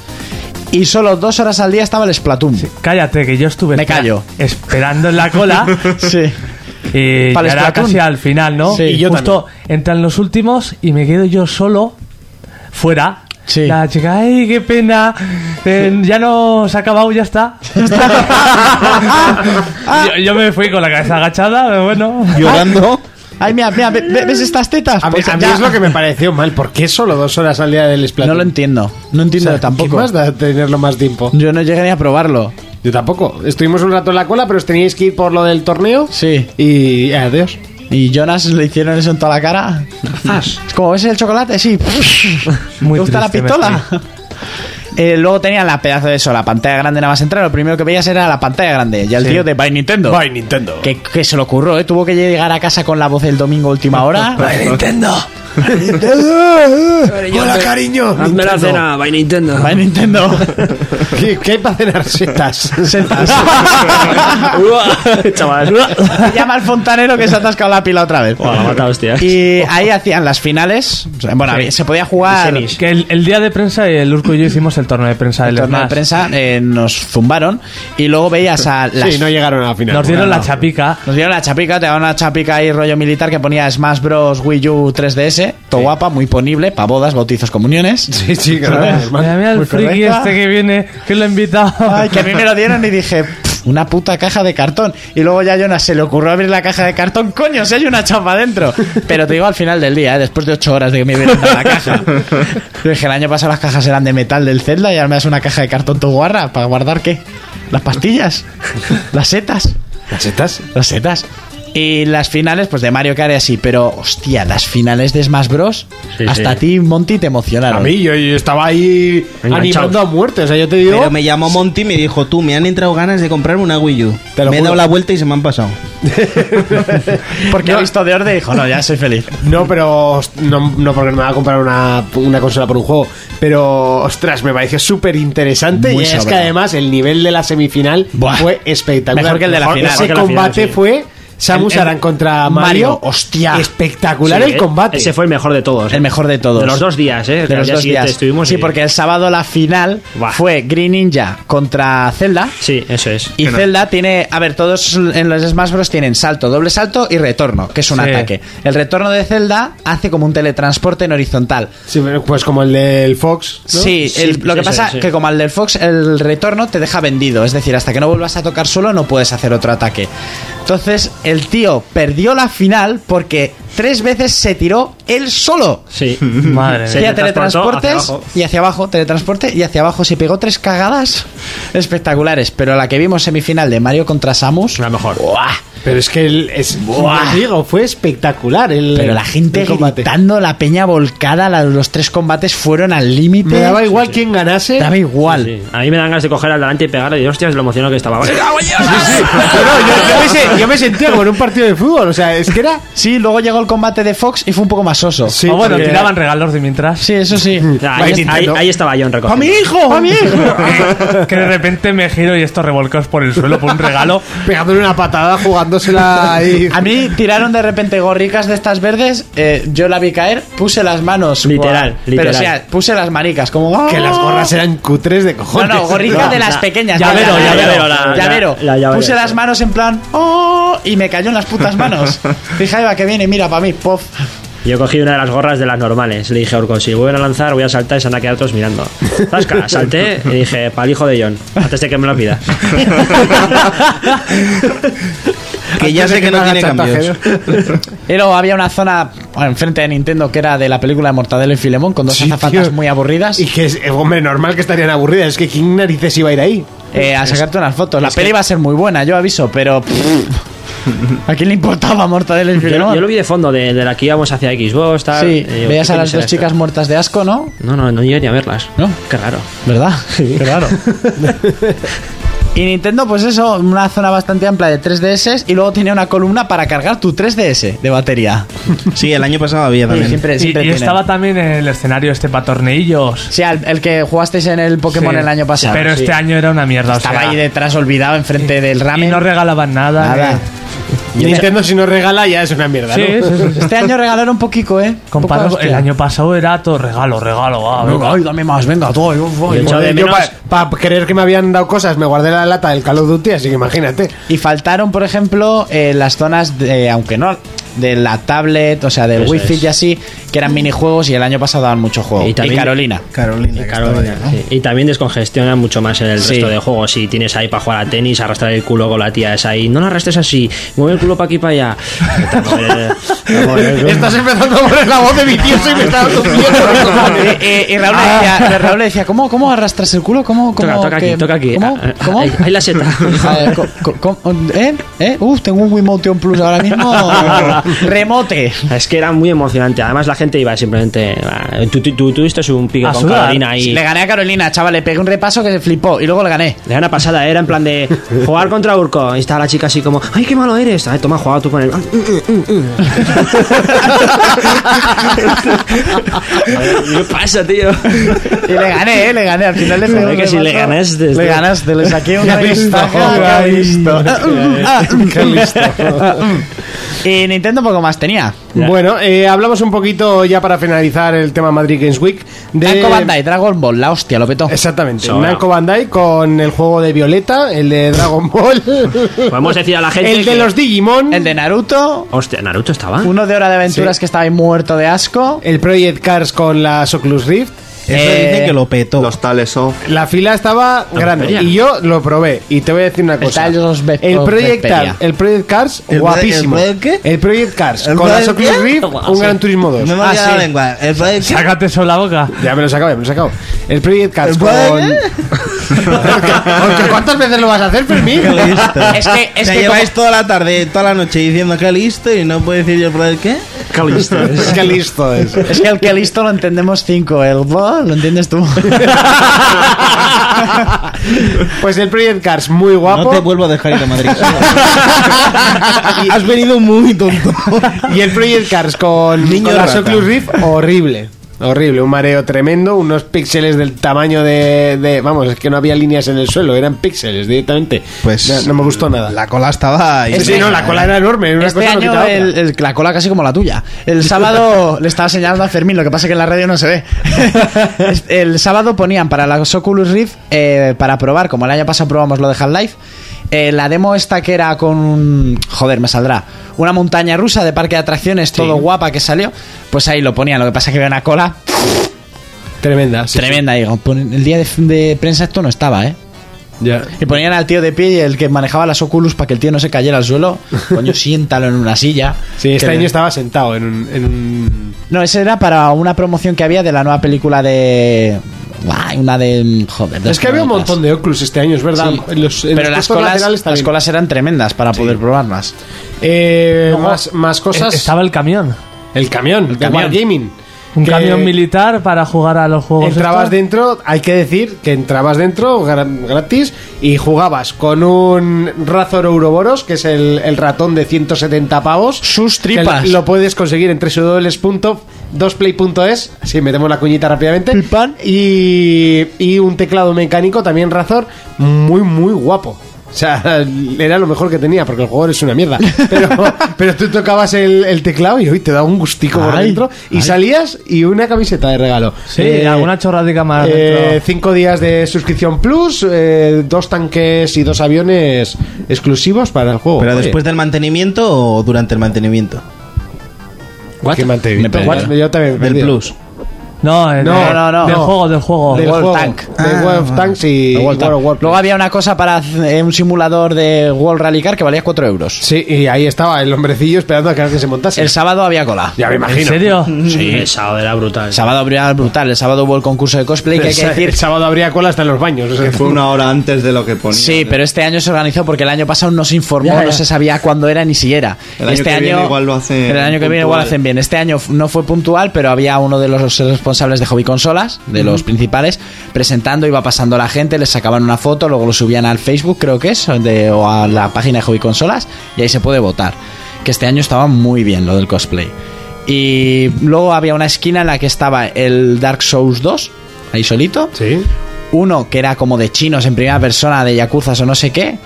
[SPEAKER 3] Y solo dos horas al día estaba el Splatoon. Sí.
[SPEAKER 5] Cállate, que yo estuve
[SPEAKER 3] Me
[SPEAKER 5] espera-
[SPEAKER 3] callo.
[SPEAKER 5] esperando en la cola y ya
[SPEAKER 3] Para el
[SPEAKER 5] era
[SPEAKER 3] Splatoon.
[SPEAKER 5] casi al final, ¿no?
[SPEAKER 3] Sí,
[SPEAKER 5] y
[SPEAKER 3] yo
[SPEAKER 5] justo entran los últimos y me quedo yo solo fuera
[SPEAKER 3] Sí.
[SPEAKER 5] La chica, ay, qué pena. eh, ya no se ha acabado, ya está. yo, yo me fui con la cabeza agachada, pero bueno.
[SPEAKER 4] Llorando.
[SPEAKER 3] Ay, mira, mira, ve- ve- ¿ves estas tetas?
[SPEAKER 2] A mí,
[SPEAKER 3] Pues
[SPEAKER 2] a mí
[SPEAKER 3] ya-
[SPEAKER 2] es lo que me pareció mal. ¿Por qué solo dos horas al día del Splatoon?
[SPEAKER 3] No lo entiendo. No entiendo
[SPEAKER 2] O sea, ¿Qué
[SPEAKER 3] tampoco.
[SPEAKER 2] más da tenerlo más tiempo?
[SPEAKER 3] Yo no llegué ni a probarlo.
[SPEAKER 2] Yo tampoco. Estuvimos un rato en la cola, pero os teníais que ir por lo del torneo.
[SPEAKER 3] Sí.
[SPEAKER 2] Y eh, adiós.
[SPEAKER 3] ¿Y Jonas le hicieron eso en toda la cara? Es como ves el chocolate, sí.
[SPEAKER 5] Muy
[SPEAKER 3] ¿Te gusta la
[SPEAKER 5] triste,
[SPEAKER 3] pistola? Eh, luego tenía la pedazo de eso, la pantalla grande nada más entrar. Lo primero que veías era la pantalla grande. Y el tío de By Nintendo.
[SPEAKER 2] Bye, Nintendo.
[SPEAKER 3] Que, que se lo ocurrió, ¿eh? Tuvo que llegar a casa con la voz del domingo a última hora.
[SPEAKER 2] Hola, cariño.
[SPEAKER 7] Hazme la cena, by Nintendo.
[SPEAKER 3] By Nintendo.
[SPEAKER 2] ¿Qué, qué hay para cenar setas?
[SPEAKER 3] Setas.
[SPEAKER 7] Chavales,
[SPEAKER 3] Llama al fontanero que se ha atascado la pila otra vez.
[SPEAKER 7] Buah, la mata, hostia.
[SPEAKER 3] Y ahí hacían las finales. O sea, bueno, había- se podía jugar.
[SPEAKER 7] Semis.
[SPEAKER 5] Que el, el día de prensa, el Urco y yo hicimos el torneo de prensa
[SPEAKER 3] El
[SPEAKER 5] del
[SPEAKER 3] torneo de
[SPEAKER 5] Smash.
[SPEAKER 3] prensa eh, nos zumbaron. Y luego veías a las
[SPEAKER 2] Sí, no llegaron a la final.
[SPEAKER 5] Nos dieron
[SPEAKER 3] No,
[SPEAKER 5] la
[SPEAKER 3] no.
[SPEAKER 5] chapica.
[SPEAKER 3] Nos dieron la chapica, te daban una chapica ahí rollo militar que ponía Smash Bros. Wii U 3DS, todo guapa, muy ponible, para bodas, bautizos, comuniones.
[SPEAKER 2] Sí, sí, claro.
[SPEAKER 5] Mira, mira el
[SPEAKER 3] Muy
[SPEAKER 5] friki
[SPEAKER 3] correcta.
[SPEAKER 5] este que viene, que lo ha invitado.
[SPEAKER 3] Ay, que a mí me lo dieron y dije, "Pff, una puta caja de cartón. Y luego ya a Jonas se le ocurrió abrir la caja de cartón, coño, si hay una chapa dentro. Pero te digo al final del día, ¿eh? después de ocho horas de que me hubieran dado la caja. Yo dije, el año pasado las cajas eran de metal del Zelda y ahora me das una caja de cartón tu guarra, ¿para guardar qué? ¿Las pastillas? ¿Las setas?
[SPEAKER 2] ¿Las setas?
[SPEAKER 3] Las setas. Y las finales, pues de Mario Kart y así, pero hostia, las finales de Smash Bros. hasta a ti, Monty, te emocionaron.
[SPEAKER 2] A mí, yo, yo estaba ahí animando a muerte. O sea, yo te digo.
[SPEAKER 4] Pero me llamó Monty y me dijo, tú, me han entrado ganas de comprarme una Wii U.
[SPEAKER 2] Te lo
[SPEAKER 4] me he
[SPEAKER 2] juro.
[SPEAKER 4] dado la vuelta y se me han pasado.
[SPEAKER 3] Porque he visto de orden y dijo, no, ya soy feliz.
[SPEAKER 2] No, pero. host- No, no porque me va a comprar una, una consola por un juego. Pero, ostras, me pareció súper interesante. Y
[SPEAKER 3] Muy
[SPEAKER 2] es que
[SPEAKER 3] sobrado.
[SPEAKER 2] además el nivel de la semifinal
[SPEAKER 3] Buah.
[SPEAKER 2] fue espectacular.
[SPEAKER 3] Mejor que el de la final,
[SPEAKER 2] Ese
[SPEAKER 3] mejor que la final,
[SPEAKER 2] combate
[SPEAKER 3] sí.
[SPEAKER 2] fue. Samus
[SPEAKER 3] El- el-
[SPEAKER 2] Aran contra Mario.
[SPEAKER 3] Mario, hostia.
[SPEAKER 2] Espectacular
[SPEAKER 7] Sí,
[SPEAKER 2] el combate.
[SPEAKER 7] Ese fue el mejor de todos. ¿eh?
[SPEAKER 3] El mejor de todos.
[SPEAKER 7] De los dos días, ¿eh?
[SPEAKER 3] De
[SPEAKER 7] Al
[SPEAKER 3] los
[SPEAKER 7] día
[SPEAKER 3] dos
[SPEAKER 7] siguiente
[SPEAKER 3] días.
[SPEAKER 7] Estuvimos
[SPEAKER 3] sí,
[SPEAKER 7] y-
[SPEAKER 3] porque el sábado la final
[SPEAKER 7] Buah.
[SPEAKER 3] fue Green Ninja contra Zelda.
[SPEAKER 7] Sí, eso es.
[SPEAKER 3] Y Zelda tiene, a ver, todos en los Smash Bros. tienen salto, doble salto y retorno, que es un
[SPEAKER 5] Sí.
[SPEAKER 3] ataque. El retorno de Zelda hace como un teletransporte en horizontal.
[SPEAKER 2] Sí, pero, pues como el del Fox. ¿no?
[SPEAKER 3] Sí,
[SPEAKER 7] Sí,
[SPEAKER 3] el- lo que
[SPEAKER 7] eso
[SPEAKER 3] pasa
[SPEAKER 7] es, sí.
[SPEAKER 3] que como al del Fox el retorno te deja vendido, es decir, hasta que no vuelvas a tocar solo no puedes hacer otro ataque. Entonces el tío perdió la final porque tres veces se tiró él solo.
[SPEAKER 7] Sí.
[SPEAKER 5] Madre
[SPEAKER 7] Sí.
[SPEAKER 5] mía.
[SPEAKER 3] Hacía
[SPEAKER 7] teletransportó
[SPEAKER 3] teletransportes
[SPEAKER 7] hacia abajo.
[SPEAKER 3] y hacia abajo, teletransporte y hacia abajo. Se pegó tres cagadas espectaculares, pero la que vimos semifinal de Mario contra Samus,
[SPEAKER 7] La mejor.
[SPEAKER 2] Pero es que el, es,
[SPEAKER 3] Buah.
[SPEAKER 2] te digo, fue espectacular el,
[SPEAKER 3] pero la gente
[SPEAKER 2] el combate.
[SPEAKER 3] gritando, la peña volcada, la- los tres combates fueron al límite.
[SPEAKER 2] Me daba igual quién ganase.
[SPEAKER 3] Daba igual.
[SPEAKER 7] Sí, A mí me dan ganas de coger al delante y pegarle. Y hostias, lo emocionado que estaba.
[SPEAKER 2] Pero yo, yo me, se- yo me sentía como en un partido de fútbol. O sea, es que era.
[SPEAKER 3] Sí, luego llegó el combate de Fox y fue un poco más oso.
[SPEAKER 2] Sí,
[SPEAKER 5] o bueno,
[SPEAKER 2] porque-
[SPEAKER 5] tiraban regalos de mientras.
[SPEAKER 3] Sí, eso sí.
[SPEAKER 7] Ahí,
[SPEAKER 2] By
[SPEAKER 7] ahí-
[SPEAKER 2] Nintendo.
[SPEAKER 7] ahí estaba yo en recogido.
[SPEAKER 2] hijo! ¡A mi hijo!
[SPEAKER 5] que de repente me giro y estos revolcados por el suelo por un regalo.
[SPEAKER 2] Pegándole una patada, jugándosela ahí.
[SPEAKER 3] A mí tiraron de repente gorricas de estas verdes, eh, yo la vi caer, puse las manos.
[SPEAKER 7] Literal,
[SPEAKER 3] Buah.
[SPEAKER 7] literal.
[SPEAKER 3] Pero o sea, puse las maricas, como. ¡ah!
[SPEAKER 2] Que las gorras eran cutres de
[SPEAKER 3] No,
[SPEAKER 2] cojones.
[SPEAKER 3] no, gorrica
[SPEAKER 7] No,
[SPEAKER 3] de las
[SPEAKER 7] la-
[SPEAKER 3] pequeñas.
[SPEAKER 7] llavero,
[SPEAKER 3] la- la-
[SPEAKER 7] llavero,
[SPEAKER 3] la-
[SPEAKER 7] la-
[SPEAKER 3] llavero.
[SPEAKER 7] la- la llavero,
[SPEAKER 3] Puse
[SPEAKER 7] sí.
[SPEAKER 3] las manos en plan, ¡oh! Y me cayó en las putas manos. Dije, ahí va, que viene, mira, para mí, pof.
[SPEAKER 7] Yo cogí una de las gorras de las normales. Le dije a Urco, si vuelven a lanzar, voy a saltar y se van a quedar todos mirando. Zasca, salté y dije, pa'l hijo de John, antes de que me lo pida.
[SPEAKER 4] Que ya sé que no tiene cambios.
[SPEAKER 2] chantajero.
[SPEAKER 3] Y luego había una zona bueno, enfrente de Nintendo que era de la película de Mortadelo y Filemón, con dos
[SPEAKER 2] Sí,
[SPEAKER 3] azafatas
[SPEAKER 2] tío.
[SPEAKER 3] muy aburridas.
[SPEAKER 2] Y que es, eh, hombre, normal que estarían aburridas. Es que ¿quién narices iba a ir ahí?
[SPEAKER 3] eh, a sacarte unas fotos. La peli va a ser muy buena, yo aviso, pero. pff, ¿A quién le importaba Mortadelo y
[SPEAKER 7] Yo,
[SPEAKER 3] Filemón?
[SPEAKER 7] yo lo vi de fondo, de, de la que íbamos hacia Xbox, tal.
[SPEAKER 3] Sí,
[SPEAKER 7] Y digo,
[SPEAKER 3] veías
[SPEAKER 7] ¿qué
[SPEAKER 3] a las
[SPEAKER 7] coño
[SPEAKER 3] dos
[SPEAKER 7] será
[SPEAKER 3] chicas
[SPEAKER 7] eh, esto?
[SPEAKER 3] muertas de asco, ¿no?
[SPEAKER 7] No, no, no llegué ni a verlas.
[SPEAKER 3] ¿No?
[SPEAKER 7] Qué raro.
[SPEAKER 3] ¿Verdad? Claro. y Nintendo, pues eso, una zona bastante amplia de 3DS y luego tenía una columna para cargar tu 3DS de batería.
[SPEAKER 4] Sí, el año pasado
[SPEAKER 3] Y
[SPEAKER 4] había también.
[SPEAKER 3] siempre,
[SPEAKER 5] Y,
[SPEAKER 3] siempre
[SPEAKER 5] y
[SPEAKER 3] tienen.
[SPEAKER 5] estaba también el escenario este para torneillos.
[SPEAKER 3] Sí, al- el, que jugasteis en el Pokémon
[SPEAKER 5] Sí.
[SPEAKER 3] el año pasado.
[SPEAKER 5] Pero
[SPEAKER 3] Sí.
[SPEAKER 5] este año era una mierda. o
[SPEAKER 3] estaba
[SPEAKER 5] sea,
[SPEAKER 3] ahí detrás olvidado enfrente del
[SPEAKER 5] y
[SPEAKER 3] ramen.
[SPEAKER 5] no regalaban nada.
[SPEAKER 3] Nada.
[SPEAKER 5] eh.
[SPEAKER 2] Nintendo, si no regala, ya es una mierda,
[SPEAKER 5] Sí,
[SPEAKER 2] ¿no?
[SPEAKER 5] sí, sí, sí.
[SPEAKER 3] Este año regalaron poquito, ¿eh? Un poco
[SPEAKER 5] Comparado,
[SPEAKER 3] hostia.
[SPEAKER 5] el año pasado era todo regalo, regalo. ah, venga.
[SPEAKER 3] Venga, ay, dame más, venga, todo. yo-
[SPEAKER 7] Yo
[SPEAKER 3] yo-
[SPEAKER 7] echaba de menos-
[SPEAKER 2] Para creer que me habían dado cosas, me guardé la lata del Call of Duty, así que imagínate.
[SPEAKER 3] Y faltaron, por ejemplo, eh, las zonas de. Aunque no. de la tablet, o sea, del
[SPEAKER 7] Eso
[SPEAKER 3] wifi
[SPEAKER 7] es.
[SPEAKER 3] y así, que eran minijuegos y el año pasado daban mucho juego.
[SPEAKER 7] Y
[SPEAKER 3] Y,
[SPEAKER 7] también-
[SPEAKER 3] Carolina.
[SPEAKER 4] Carolina. que
[SPEAKER 7] Carolina,
[SPEAKER 4] estaba ahí, ¿no?
[SPEAKER 7] sí. Y también descongestiona mucho más el
[SPEAKER 3] Sí.
[SPEAKER 7] resto de juegos. Si tienes ahí para jugar a tenis, arrastrar el culo con la tía esa ahí. No la arrastres así, mueve el culo para aquí y para allá. eh, Te mueve- te mueve el culo.
[SPEAKER 2] Estás empezando a poner la voz de mi tío y me está dando miedo.
[SPEAKER 3] Y, Eh, y- y Raúl, decía, Raúl decía, ¿cómo, ¿cómo arrastras el culo? ¿Cómo, cómo
[SPEAKER 7] Ah. Toca, toca
[SPEAKER 3] que-
[SPEAKER 7] aquí, toca aquí.
[SPEAKER 3] ¿Cómo?
[SPEAKER 7] Ah, ah,
[SPEAKER 3] ¿Cómo?
[SPEAKER 7] Ahí, ahí la seta.
[SPEAKER 3] A ver, co- co- com- ¿Eh? ¿Eh? Uf, tengo un Wiimote on Plus ahora mismo. Remote.
[SPEAKER 7] Es que era muy emocionante. Además, la gente iba simplemente. ah, Tú, tú, tú tuviste un pique
[SPEAKER 5] A
[SPEAKER 7] con
[SPEAKER 5] sudar.
[SPEAKER 7] Carolina ahí.
[SPEAKER 3] Le gané a Carolina, chaval. Le pegué un repaso que se flipó y luego le gané.
[SPEAKER 7] Era una pasada, era en plan de jugar contra Urco. Y estaba la chica así como, ¡ay, qué malo eres! Ay, toma, jugado tú con él. ¿Qué pasa, tío?
[SPEAKER 3] Y le gané, eh, le gané. Al final le pegué
[SPEAKER 7] Joder,
[SPEAKER 3] un
[SPEAKER 7] que si
[SPEAKER 3] repaso.
[SPEAKER 7] le ganaste,
[SPEAKER 3] Le
[SPEAKER 7] tío.
[SPEAKER 3] ganaste, le saqué una
[SPEAKER 4] Qué listo,
[SPEAKER 3] ventaja.
[SPEAKER 4] joder.
[SPEAKER 3] Ah, mm,
[SPEAKER 4] Qué listo.
[SPEAKER 3] ah, mm. Y Nintendo poco más tenía.
[SPEAKER 2] Bueno, eh, hablamos un poquito ya para finalizar el tema Madrid Games Week de
[SPEAKER 3] Namco Bandai, Dragon Ball, la hostia, lo petó.
[SPEAKER 2] Exactamente,
[SPEAKER 7] Sobra.
[SPEAKER 2] Namco Bandai con el juego de Violeta, el de Dragon Ball,
[SPEAKER 7] Podemos decir a la gente.
[SPEAKER 2] el de
[SPEAKER 7] que- ¿Ah?
[SPEAKER 2] los Digimon,
[SPEAKER 3] El de Naruto,
[SPEAKER 7] Hostia, Naruto estaba.
[SPEAKER 3] uno de Hora de Aventuras
[SPEAKER 2] Sí.
[SPEAKER 3] que estaba ahí muerto de asco.
[SPEAKER 2] el Project Cars con las Oculus Rift.
[SPEAKER 4] Eso
[SPEAKER 3] Eh,
[SPEAKER 4] dicen que lo petó.
[SPEAKER 6] Los tales of.
[SPEAKER 2] La fila estaba grande
[SPEAKER 7] feria.
[SPEAKER 2] y yo lo probé y te voy a decir una cosa.
[SPEAKER 3] Está el dos ve-
[SPEAKER 2] el
[SPEAKER 3] dos
[SPEAKER 2] Project
[SPEAKER 3] feria.
[SPEAKER 2] Cars, el Project Cars
[SPEAKER 4] ¿El
[SPEAKER 2] guapísimo.
[SPEAKER 4] Project- el Project qué?
[SPEAKER 2] El Project Cars
[SPEAKER 4] ¿El
[SPEAKER 2] con las
[SPEAKER 4] Project
[SPEAKER 2] Oculus
[SPEAKER 4] qué?
[SPEAKER 2] Rift, un Gran Turismo 2.
[SPEAKER 4] No me
[SPEAKER 2] Ah,
[SPEAKER 4] olvidaba
[SPEAKER 2] sí.
[SPEAKER 4] la lengua. El Friday Kid-
[SPEAKER 5] Sácate eso de la boca.
[SPEAKER 2] Ya me lo he sacado, ya me lo he sacado. El Project Cars
[SPEAKER 4] ¿El
[SPEAKER 2] con.
[SPEAKER 4] Project
[SPEAKER 2] Porque, ¿Cuántas veces lo vas a hacer, Fermín?
[SPEAKER 4] Qué listo.
[SPEAKER 3] Es que- es
[SPEAKER 4] Te
[SPEAKER 3] que
[SPEAKER 4] lleváis toda la tarde, toda la noche diciendo que listo y no puedo decir yo el Friday qué.
[SPEAKER 2] Es que listo es.
[SPEAKER 3] Es que el que listo lo entendemos cinco, el bo, lo entiendes tú.
[SPEAKER 2] Pues el Project Cars, muy guapo.
[SPEAKER 4] No te vuelvo a dejar ir a Madrid. Has venido muy tonto.
[SPEAKER 2] Y el Project Cars con,
[SPEAKER 4] Niño
[SPEAKER 2] con las
[SPEAKER 4] rata.
[SPEAKER 2] Oculus Rift, horrible. Horrible, un mareo tremendo, unos píxeles del tamaño de, de- Vamos, es que no había líneas en el suelo, eran píxeles directamente.
[SPEAKER 4] Pues-
[SPEAKER 2] no, no me gustó nada.
[SPEAKER 4] La cola estaba.
[SPEAKER 2] Sí, sí, no, la cola era enorme, era una
[SPEAKER 3] Este
[SPEAKER 2] cosa no
[SPEAKER 3] año
[SPEAKER 2] quitaba otra.
[SPEAKER 3] el- el- la cola casi como la tuya. El sábado le estaba señalando a Fermín, lo que pasa que en la radio no se ve. Es- el sábado ponían para las Oculus Rift, eh, para probar, como el año pasado probamos lo de Half-Life, eh, la demo esta que era con... un- Joder, me saldrá. Una montaña rusa de parque de atracciones, todo guapa que salió. Pues ahí lo ponían, lo que pasa que había una cola
[SPEAKER 2] Tremenda, sí,
[SPEAKER 3] tremenda. Digo, pon- el día de, de prensa esto no estaba, ¿eh?
[SPEAKER 2] sí. Ya.
[SPEAKER 3] Y ponían al tío de pie y el que manejaba las Oculus para que el tío no se cayera al suelo. Coño, siéntalo en una silla.
[SPEAKER 2] Sí, este
[SPEAKER 3] Que
[SPEAKER 2] año
[SPEAKER 3] le-
[SPEAKER 2] estaba sentado en un. en un-
[SPEAKER 3] No, ese era para una promoción que había de la nueva película de. Buah, Una de. mm, Joder.
[SPEAKER 2] Es que había un montón de Oculus este año, es verdad. En los- en
[SPEAKER 3] Pero
[SPEAKER 2] los
[SPEAKER 3] las
[SPEAKER 2] puestos
[SPEAKER 3] colas,
[SPEAKER 2] laterales
[SPEAKER 3] las
[SPEAKER 2] también.
[SPEAKER 3] colas eran tremendas para poder probarlas.
[SPEAKER 2] Eh, más, más cosas.
[SPEAKER 5] E- Estaba el camión.
[SPEAKER 2] El camión, el
[SPEAKER 3] camión.
[SPEAKER 2] Gaming.
[SPEAKER 5] Un
[SPEAKER 2] Que
[SPEAKER 5] camión militar para jugar a los juegos.
[SPEAKER 2] Entrabas
[SPEAKER 5] estos.
[SPEAKER 2] dentro, hay que decir que entrabas dentro gra- gratis y jugabas con un Razor Ouroboros, que es el, el ratón de 170 pavos.
[SPEAKER 3] Sus
[SPEAKER 2] que
[SPEAKER 3] tripas.
[SPEAKER 2] lo- Lo puedes conseguir en www.dosplay.es. Sí, metemos la cuñita rápidamente.
[SPEAKER 3] Pipan.
[SPEAKER 2] Y, y un teclado mecánico, también Razor, muy, muy guapo. O sea, era lo mejor que tenía, porque el juego es una mierda. Pero, pero tú tocabas el, el teclado y hoy te da un gustico por
[SPEAKER 3] Ay,
[SPEAKER 2] dentro. Y salías y una camiseta de regalo.
[SPEAKER 5] Sí,
[SPEAKER 2] Eh,
[SPEAKER 5] alguna chorradica más.
[SPEAKER 2] eh,
[SPEAKER 5] dentro.
[SPEAKER 2] cinco días de suscripción plus, eh, dos tanques y dos aviones exclusivos para el juego.
[SPEAKER 4] Pero
[SPEAKER 2] Oye,
[SPEAKER 4] después del mantenimiento o durante el mantenimiento.
[SPEAKER 2] ¿qué mantenimiento?
[SPEAKER 3] Me perdí.
[SPEAKER 2] What? Yo también me
[SPEAKER 4] Del
[SPEAKER 2] perdí.
[SPEAKER 4] plus.
[SPEAKER 5] No, eh,
[SPEAKER 2] No,
[SPEAKER 5] de-
[SPEAKER 3] no, no.
[SPEAKER 5] Del
[SPEAKER 3] No.
[SPEAKER 5] juego, del juego.
[SPEAKER 2] Del
[SPEAKER 3] World
[SPEAKER 2] juego,
[SPEAKER 3] Tank. Ah.
[SPEAKER 2] Del World of Tanks y
[SPEAKER 3] La
[SPEAKER 2] World
[SPEAKER 3] Vuelta.
[SPEAKER 2] of Warplanes.
[SPEAKER 3] Luego había una cosa para eh, un simulador de World Rally Car que valía 4 euros.
[SPEAKER 2] Sí, y ahí estaba el hombrecillo esperando a que alguien se montase.
[SPEAKER 3] El sábado había cola.
[SPEAKER 2] ya me
[SPEAKER 5] ¿En
[SPEAKER 2] imagino.
[SPEAKER 5] serio?
[SPEAKER 7] Sí, el sábado era brutal.
[SPEAKER 3] El sábado habría brutal. El sábado hubo el concurso de cosplay que hay que
[SPEAKER 2] El-
[SPEAKER 3] decir.
[SPEAKER 2] El sábado habría cola hasta en los baños. o sea,
[SPEAKER 6] Que fue una hora antes de lo que ponía.
[SPEAKER 3] Sí, pero este año se organizó porque el año pasado no se informó,
[SPEAKER 5] Ya, ya.
[SPEAKER 3] no se sabía cuándo era ni si era.
[SPEAKER 6] El año
[SPEAKER 3] este
[SPEAKER 6] que
[SPEAKER 3] año
[SPEAKER 6] viene igual lo hacen
[SPEAKER 3] El año que viene
[SPEAKER 6] puntual.
[SPEAKER 3] igual lo hacen bien. Este año f- no fue puntual, pero había uno de los responsables de Hobby Consolas, de los principales, presentando, iba pasando la gente, les sacaban una foto, luego lo subían al Facebook, creo que es, de- o a la página de Hobby Consolas, y ahí se puede votar. Que este año estaba muy bien lo del cosplay. Y luego había una esquina en la que estaba el Dark Souls 2, ahí solito.
[SPEAKER 2] Sí.
[SPEAKER 3] Uno que era como de chinos en primera persona, de yakuzas o no sé qué.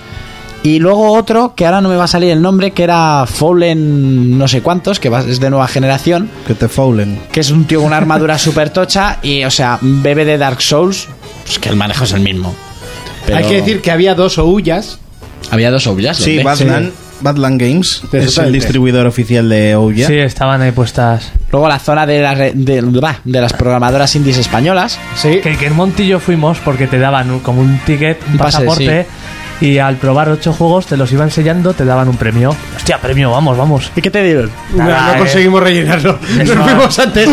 [SPEAKER 3] Y luego otro que ahora no me va a salir el nombre, que era Fallen no sé cuántos, que va- es de nueva generación.
[SPEAKER 4] Que te foulen.
[SPEAKER 3] Que es un tío con una armadura súper tocha y, o sea, bebe de Dark Souls. Pues que el manejo es el mismo. Pero
[SPEAKER 2] Hay que decir que había dos oullas.
[SPEAKER 3] Había dos obvias.
[SPEAKER 4] Sí,
[SPEAKER 3] ¿dónde?
[SPEAKER 4] Batman. Badland Games es el
[SPEAKER 2] Totalmente.
[SPEAKER 4] distribuidor oficial de Ouya.
[SPEAKER 5] Sí, estaban ahí puestas.
[SPEAKER 3] Luego la zona de las, re- de, bah, de las programadoras indies españolas.
[SPEAKER 2] Sí.
[SPEAKER 5] Que, que en Montillo fuimos porque te daban un- como un ticket, un
[SPEAKER 3] Un pase,
[SPEAKER 5] pasaporte. Y al probar ocho juegos te los iban enseñando, te daban un premio. Hostia, premio, vamos, vamos.
[SPEAKER 3] ¿Y qué te dieron?
[SPEAKER 5] Nada,
[SPEAKER 2] no,
[SPEAKER 5] eh.
[SPEAKER 2] no conseguimos rellenarlo.
[SPEAKER 5] Eso-
[SPEAKER 2] Nos fuimos antes.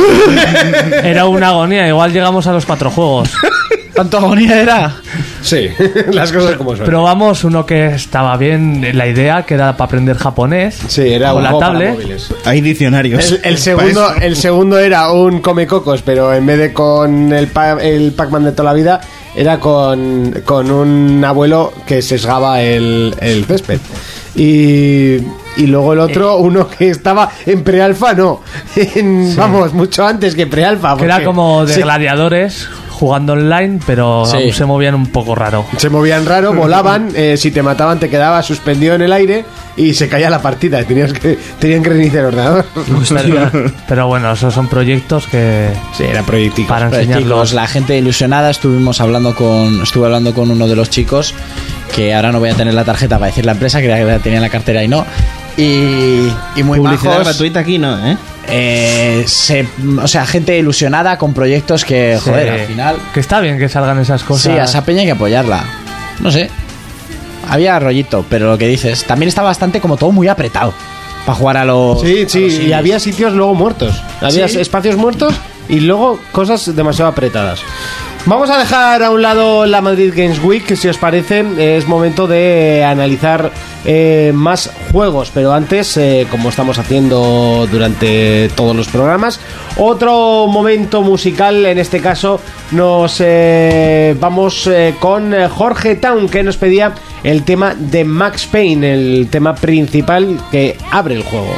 [SPEAKER 5] Era una agonía, igual llegamos a los cuatro juegos.
[SPEAKER 3] ¿Cuánto agonía era?
[SPEAKER 2] sí, las cosas como son.
[SPEAKER 5] Probamos uno que estaba bien, eh, la idea, que era para aprender japonés.
[SPEAKER 2] sí, era
[SPEAKER 5] con
[SPEAKER 2] un
[SPEAKER 5] la
[SPEAKER 2] juego para
[SPEAKER 5] tablet.
[SPEAKER 2] móviles.
[SPEAKER 4] Hay diccionarios.
[SPEAKER 2] El, el
[SPEAKER 4] Pa'
[SPEAKER 2] segundo,
[SPEAKER 4] eso.
[SPEAKER 2] el segundo era un come cocos, pero en vez de con el, pa- el Pac-Man de toda la vida, era con, con un abuelo que sesgaba el, el césped. Y, y luego el
[SPEAKER 5] Eh.
[SPEAKER 2] otro, uno que estaba en prealfa, no. en- Vamos, mucho antes que prealfa.
[SPEAKER 5] Que era
[SPEAKER 2] Ah, porque
[SPEAKER 5] como de
[SPEAKER 2] se,
[SPEAKER 5] gladiadores jugando online, pero
[SPEAKER 3] Sí.
[SPEAKER 5] aún se movían un poco raro.
[SPEAKER 2] se movían raro, volaban. eh, si te mataban, te quedabas suspendido en el aire y se caía la partida. Tenías que, tenían que reiniciar el ordenador.
[SPEAKER 5] Pero, pero bueno, esos son proyectos que
[SPEAKER 2] sí, era proyectico.
[SPEAKER 5] para
[SPEAKER 3] Pues, chicos,
[SPEAKER 5] enseñarlos.
[SPEAKER 3] la gente ilusionada, estuvimos hablando con, estuve hablando con uno de los chicos que ahora no voy a tener la tarjeta para decir la empresa, creía que la tenía en la cartera y no. Y, y muy
[SPEAKER 4] Publicidad
[SPEAKER 3] majos,
[SPEAKER 4] gratuita aquí no, ¿eh?
[SPEAKER 3] eh, se- o sea, gente ilusionada con proyectos que,
[SPEAKER 5] Sí.
[SPEAKER 3] joder, al final,
[SPEAKER 5] eh, Que está bien que salgan esas cosas.
[SPEAKER 3] sí, a esa peña hay que apoyarla. No sé, había rollito, pero lo que dices, también está bastante como todo muy apretado para jugar a los.
[SPEAKER 2] Sí,
[SPEAKER 3] a
[SPEAKER 2] sí,
[SPEAKER 3] los
[SPEAKER 2] y
[SPEAKER 3] indies.
[SPEAKER 2] había sitios luego muertos. Había
[SPEAKER 3] Sí.
[SPEAKER 2] espacios muertos y luego cosas demasiado apretadas. Vamos a dejar a un lado la Madrid Games Week, que si os parece es momento de analizar eh, más juegos, pero antes, eh, como estamos haciendo durante todos los programas, otro momento musical, en este caso nos eh, vamos eh, con eh, Jorge Town, que nos pedía el tema de Max Payne, el tema principal que abre el juego.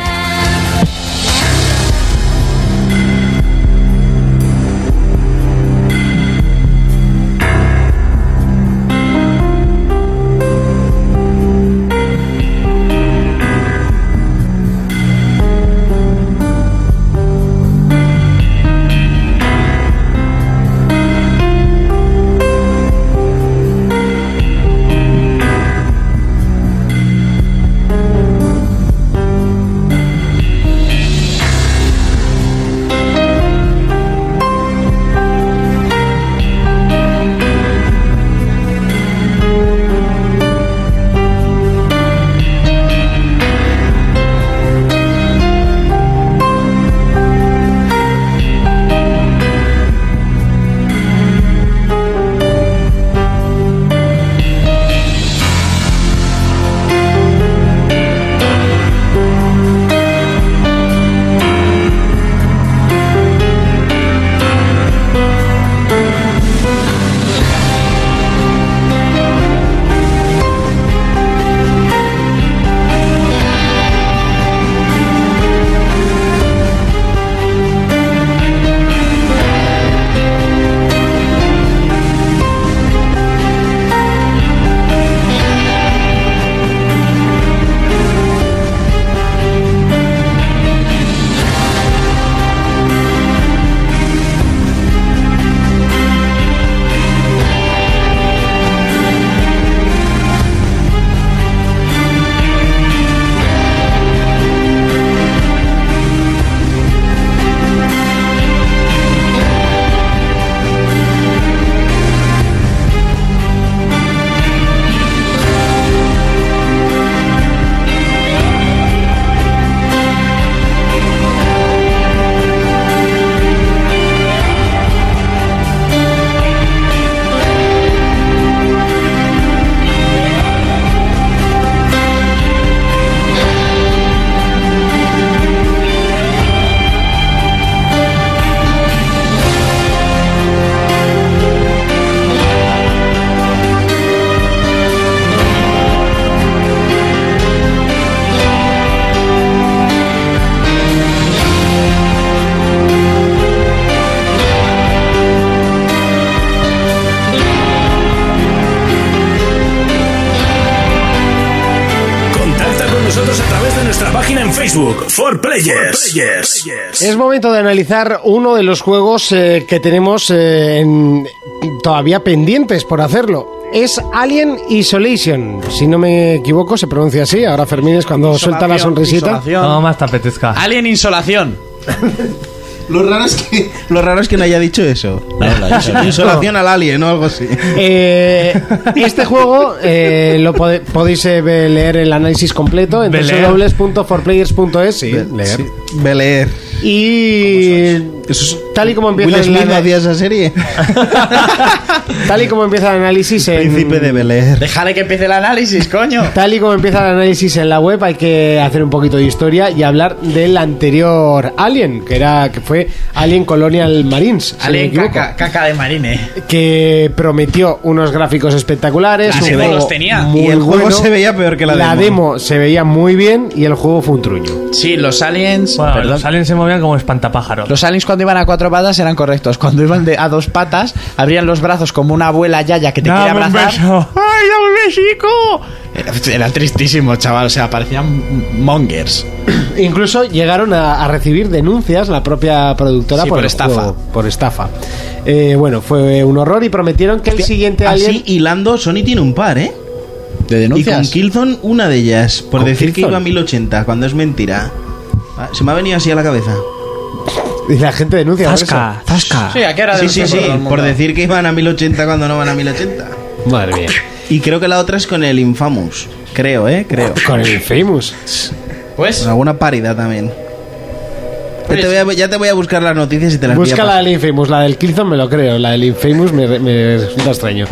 [SPEAKER 1] Contacta con nosotros a través de nuestra página en Facebook, For Players.
[SPEAKER 2] Es momento de analizar uno de los juegos eh, que tenemos eh, en- todavía pendientes por hacerlo. es Alien Isolation. Si no me equivoco, se pronuncia así. Ahora Fermín es cuando Pues suelta la sonrisita.
[SPEAKER 5] No más te apetezca.
[SPEAKER 3] Alien Insolación.
[SPEAKER 4] Lo raro es que, lo raro es que no haya dicho eso. Insolación al alien o algo así.
[SPEAKER 2] Eh, este juego eh, lo pode- podéis eh, ve- leer el análisis completo en
[SPEAKER 5] Ve leer.
[SPEAKER 2] www.forplayers.es. Sí, leer.
[SPEAKER 4] Sí. Beleer.
[SPEAKER 2] Y
[SPEAKER 4] Eso es-
[SPEAKER 2] tal y como empieza
[SPEAKER 4] Will
[SPEAKER 2] el,
[SPEAKER 4] Smith
[SPEAKER 2] ana-
[SPEAKER 4] hacía esa serie.
[SPEAKER 2] tal y como empieza el análisis en-
[SPEAKER 4] Príncipe de Beleer.
[SPEAKER 3] Déjale que empiece el análisis, coño.
[SPEAKER 2] Tal y como empieza el análisis en la web, hay que hacer un poquito de historia y hablar del anterior Alien, que era que fue Alien Colonial Marines, si no me
[SPEAKER 3] Alien
[SPEAKER 2] equivoco,
[SPEAKER 3] caca, caca de marine.
[SPEAKER 2] que prometió unos gráficos espectaculares,
[SPEAKER 3] Ah,
[SPEAKER 2] un
[SPEAKER 3] se ve
[SPEAKER 2] juego
[SPEAKER 3] los tenía.
[SPEAKER 2] muy
[SPEAKER 4] Y el juego
[SPEAKER 2] bueno.
[SPEAKER 4] se veía peor que la
[SPEAKER 2] La
[SPEAKER 4] demo.
[SPEAKER 2] demo se veía muy bien y el juego fue un truño.
[SPEAKER 3] Sí, los aliens.
[SPEAKER 5] Bueno,
[SPEAKER 3] perdón.
[SPEAKER 5] los aliens se movían como espantapájaros.
[SPEAKER 3] Los aliens cuando iban a cuatro patas eran correctos. Cuando iban de- a dos patas, abrían los brazos como una abuela yaya que te
[SPEAKER 5] Dame
[SPEAKER 3] quiere
[SPEAKER 5] un
[SPEAKER 3] abrazar.
[SPEAKER 5] beso.
[SPEAKER 3] ¡Ay,
[SPEAKER 4] Eh,
[SPEAKER 3] dame un besico! Era, era tristísimo, chaval. O sea, parecían mongers.
[SPEAKER 2] Incluso llegaron a, a recibir denuncias la propia productora
[SPEAKER 3] Sí,
[SPEAKER 2] por,
[SPEAKER 3] por
[SPEAKER 2] el
[SPEAKER 3] estafa.
[SPEAKER 2] juego, por estafa. Eh, bueno, fue un horror y prometieron que el siguiente Alien
[SPEAKER 4] Así hilando, Sony tiene un par, ¿eh?
[SPEAKER 3] ¿De
[SPEAKER 4] Y con Killzone una de ellas, por
[SPEAKER 2] ¿Con
[SPEAKER 4] decir
[SPEAKER 2] Killzone?
[SPEAKER 4] que iba a 1080, cuando es mentira. Ah, Se me ha venido así a la cabeza.
[SPEAKER 2] y la gente denuncia por
[SPEAKER 7] Zasca, zasca.
[SPEAKER 3] Sí, ¿a qué hora
[SPEAKER 4] Sí, sí, sí, por
[SPEAKER 3] decir.
[SPEAKER 4] decir que iban a 1080 cuando no van a 1080.
[SPEAKER 2] eso. Madre mía.
[SPEAKER 4] Y creo que la otra es con el Infamous. Creo, ¿eh? Creo.
[SPEAKER 2] Con el Famous.
[SPEAKER 4] Con
[SPEAKER 3] Pues,
[SPEAKER 4] alguna paridad también. Ya te, voy a, ya te voy a buscar las noticias y te las voy a
[SPEAKER 2] Busca la
[SPEAKER 4] pasar.
[SPEAKER 2] del Infamous, la del Killzone me lo creo, la del Infamous me, re- me resulta extraño.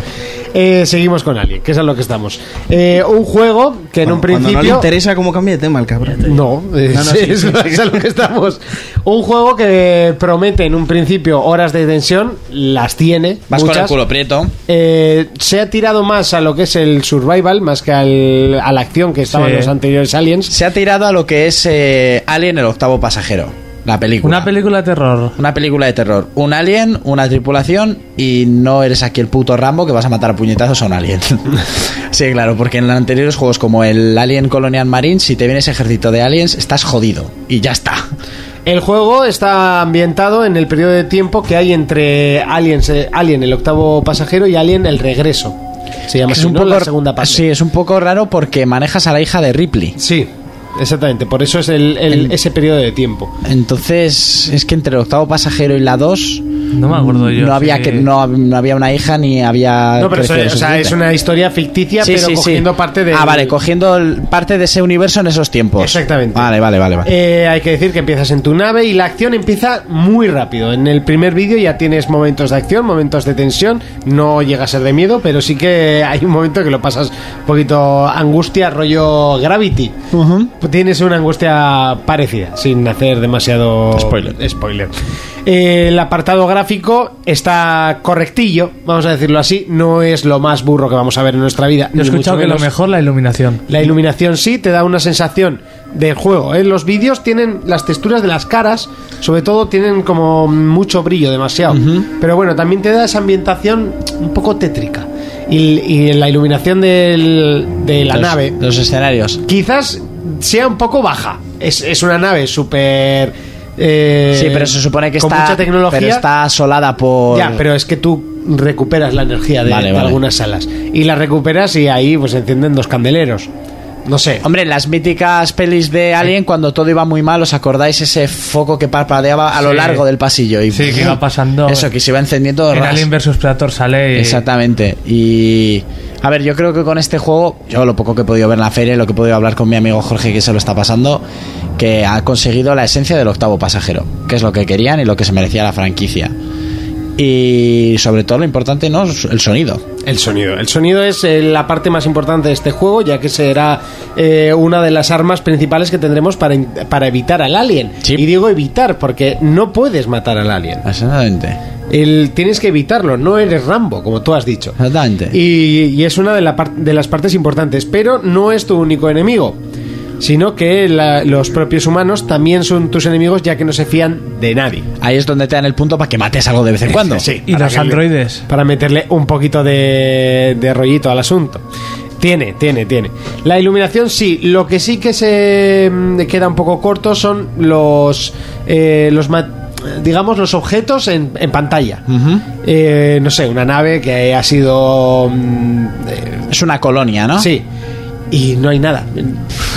[SPEAKER 2] Eh, seguimos con Alien, que es a lo que estamos. Eh, un juego que en un
[SPEAKER 4] Cuando
[SPEAKER 2] principio...
[SPEAKER 4] no le interesa cómo cambia de tema el cabrón.
[SPEAKER 2] No, es,
[SPEAKER 4] no, sí,
[SPEAKER 2] es-
[SPEAKER 4] sí, sí.
[SPEAKER 2] es a lo que estamos. Un juego que promete en un principio horas de tensión, las tiene.
[SPEAKER 3] vas con el
[SPEAKER 2] muchas.
[SPEAKER 3] culo prieto.
[SPEAKER 2] Eh, se ha tirado más a lo que es el survival, más que al- a la acción que estaban
[SPEAKER 5] Sí.
[SPEAKER 2] los anteriores Aliens.
[SPEAKER 3] Se ha tirado a lo que es eh, Alien el octavo pasajero. La película.
[SPEAKER 5] Una película de terror.
[SPEAKER 3] Una película de terror. Un alien, una tripulación y no eres aquí el puto Rambo que vas a matar a puñetazos a un alien. sí, claro, porque en los anteriores juegos como el Alien Colonial Marine, si te viene ese ejército de aliens, estás jodido. Y ya está.
[SPEAKER 2] El juego está ambientado en el periodo de tiempo que hay entre Aliens, eh, Alien el octavo pasajero y Alien el regreso. Se llama
[SPEAKER 3] Es
[SPEAKER 2] así,
[SPEAKER 3] un
[SPEAKER 2] ¿no?
[SPEAKER 3] poco-
[SPEAKER 2] la segunda parte.
[SPEAKER 3] Sí, es un poco raro porque manejas a la hija de Ripley.
[SPEAKER 2] Sí, exactamente. Por eso es el- el- ese periodo de tiempo.
[SPEAKER 3] Entonces, es que entre el octavo pasajero y la 2
[SPEAKER 5] No me acuerdo yo.
[SPEAKER 3] no había
[SPEAKER 5] sí.
[SPEAKER 3] que no, hab- no había una hija ni había
[SPEAKER 2] No, pero eso-
[SPEAKER 3] crecido
[SPEAKER 2] o sea, es
[SPEAKER 3] suficiente.
[SPEAKER 2] una historia ficticia,
[SPEAKER 3] Sí,
[SPEAKER 2] pero
[SPEAKER 3] sí, sí.
[SPEAKER 2] cogiendo parte de.
[SPEAKER 3] Ah, vale, cogiendo el- parte de ese universo en esos tiempos.
[SPEAKER 2] Exactamente.
[SPEAKER 3] Vale, vale, vale. vale.
[SPEAKER 2] Eh, hay que decir que empiezas en tu nave y la acción empieza muy rápido. En el primer vídeo ya tienes momentos de acción, momentos de tensión. No llega a ser de miedo, pero sí que hay un momento que lo pasas un poquito angustia, rollo Gravity. Tienes una angustia parecida, sin hacer demasiado
[SPEAKER 3] Spoiler.
[SPEAKER 2] spoiler. Eh, el apartado gráfico está correctillo, vamos a decirlo así. No es lo más burro que vamos a ver en nuestra vida.
[SPEAKER 5] Yo he
[SPEAKER 2] ni
[SPEAKER 5] escuchado
[SPEAKER 2] mucho
[SPEAKER 5] que lo
[SPEAKER 2] menos.
[SPEAKER 5] mejor la iluminación.
[SPEAKER 2] La iluminación sí te da una sensación del juego. ¿eh? Los vídeos tienen las texturas de las caras, sobre todo tienen como mucho brillo, demasiado. Pero bueno, también te da esa ambientación un poco tétrica. Y, y la iluminación del- de la
[SPEAKER 3] Los-
[SPEAKER 2] nave
[SPEAKER 3] Los escenarios.
[SPEAKER 2] quizás sea un poco baja. Es, es una nave súper... eh,
[SPEAKER 3] sí, pero se supone que
[SPEAKER 2] con
[SPEAKER 3] está.
[SPEAKER 2] mucha tecnología.
[SPEAKER 3] Pero está asolada por.
[SPEAKER 2] Ya, pero es que tú recuperas la energía de,
[SPEAKER 3] Vale,
[SPEAKER 2] de
[SPEAKER 3] vale.
[SPEAKER 2] algunas salas. Y la recuperas y ahí pues encienden dos candeleros. No sé.
[SPEAKER 3] Hombre, en las míticas pelis de Alien, cuando todo iba muy mal, ¿os acordáis ese foco que parpadeaba a lo
[SPEAKER 5] Sí.
[SPEAKER 3] largo del pasillo? Y,
[SPEAKER 5] Sí, que iba pasando.
[SPEAKER 3] Eso, que se iba encendiendo.
[SPEAKER 5] En
[SPEAKER 3] ras.
[SPEAKER 5] Alien vs Predator sale. y-
[SPEAKER 3] Exactamente. Y. A ver, yo creo que con este juego, yo lo poco que he podido ver en la feria, y lo que he podido hablar con mi amigo Jorge, que se lo está pasando, que ha conseguido la esencia del octavo pasajero, que es lo que querían y lo que se merecía la franquicia. Y sobre todo lo importante, ¿no? El sonido.
[SPEAKER 2] El sonido. El sonido es eh, la parte más importante de este juego, ya que será eh, una de las armas principales que tendremos para, in- para evitar al alien.
[SPEAKER 3] Sí.
[SPEAKER 2] Y digo evitar, porque no puedes matar al alien.
[SPEAKER 3] Exactamente.
[SPEAKER 2] El- tienes que evitarlo, no eres Rambo, como tú has dicho.
[SPEAKER 3] Exactamente.
[SPEAKER 2] Y, y es una de, la par- de las partes importantes, pero no es tu único enemigo, sino que la- los propios humanos también son tus enemigos, ya que no se fían de nadie.
[SPEAKER 3] Ahí es donde te dan el punto para que mates algo de vez en cuando.
[SPEAKER 2] Sí,
[SPEAKER 5] Y
[SPEAKER 2] para
[SPEAKER 5] los
[SPEAKER 2] que le-
[SPEAKER 5] androides.
[SPEAKER 2] para meterle un poquito de, de rollito al asunto. Tiene, tiene, tiene. La iluminación sí, lo que sí que se mm, queda un poco corto son los eh, los ma- digamos, los objetos en, en pantalla. Eh, no sé, una nave que ha sido... mm, eh,
[SPEAKER 3] Es una colonia, ¿no?
[SPEAKER 2] Sí. Y no hay nada.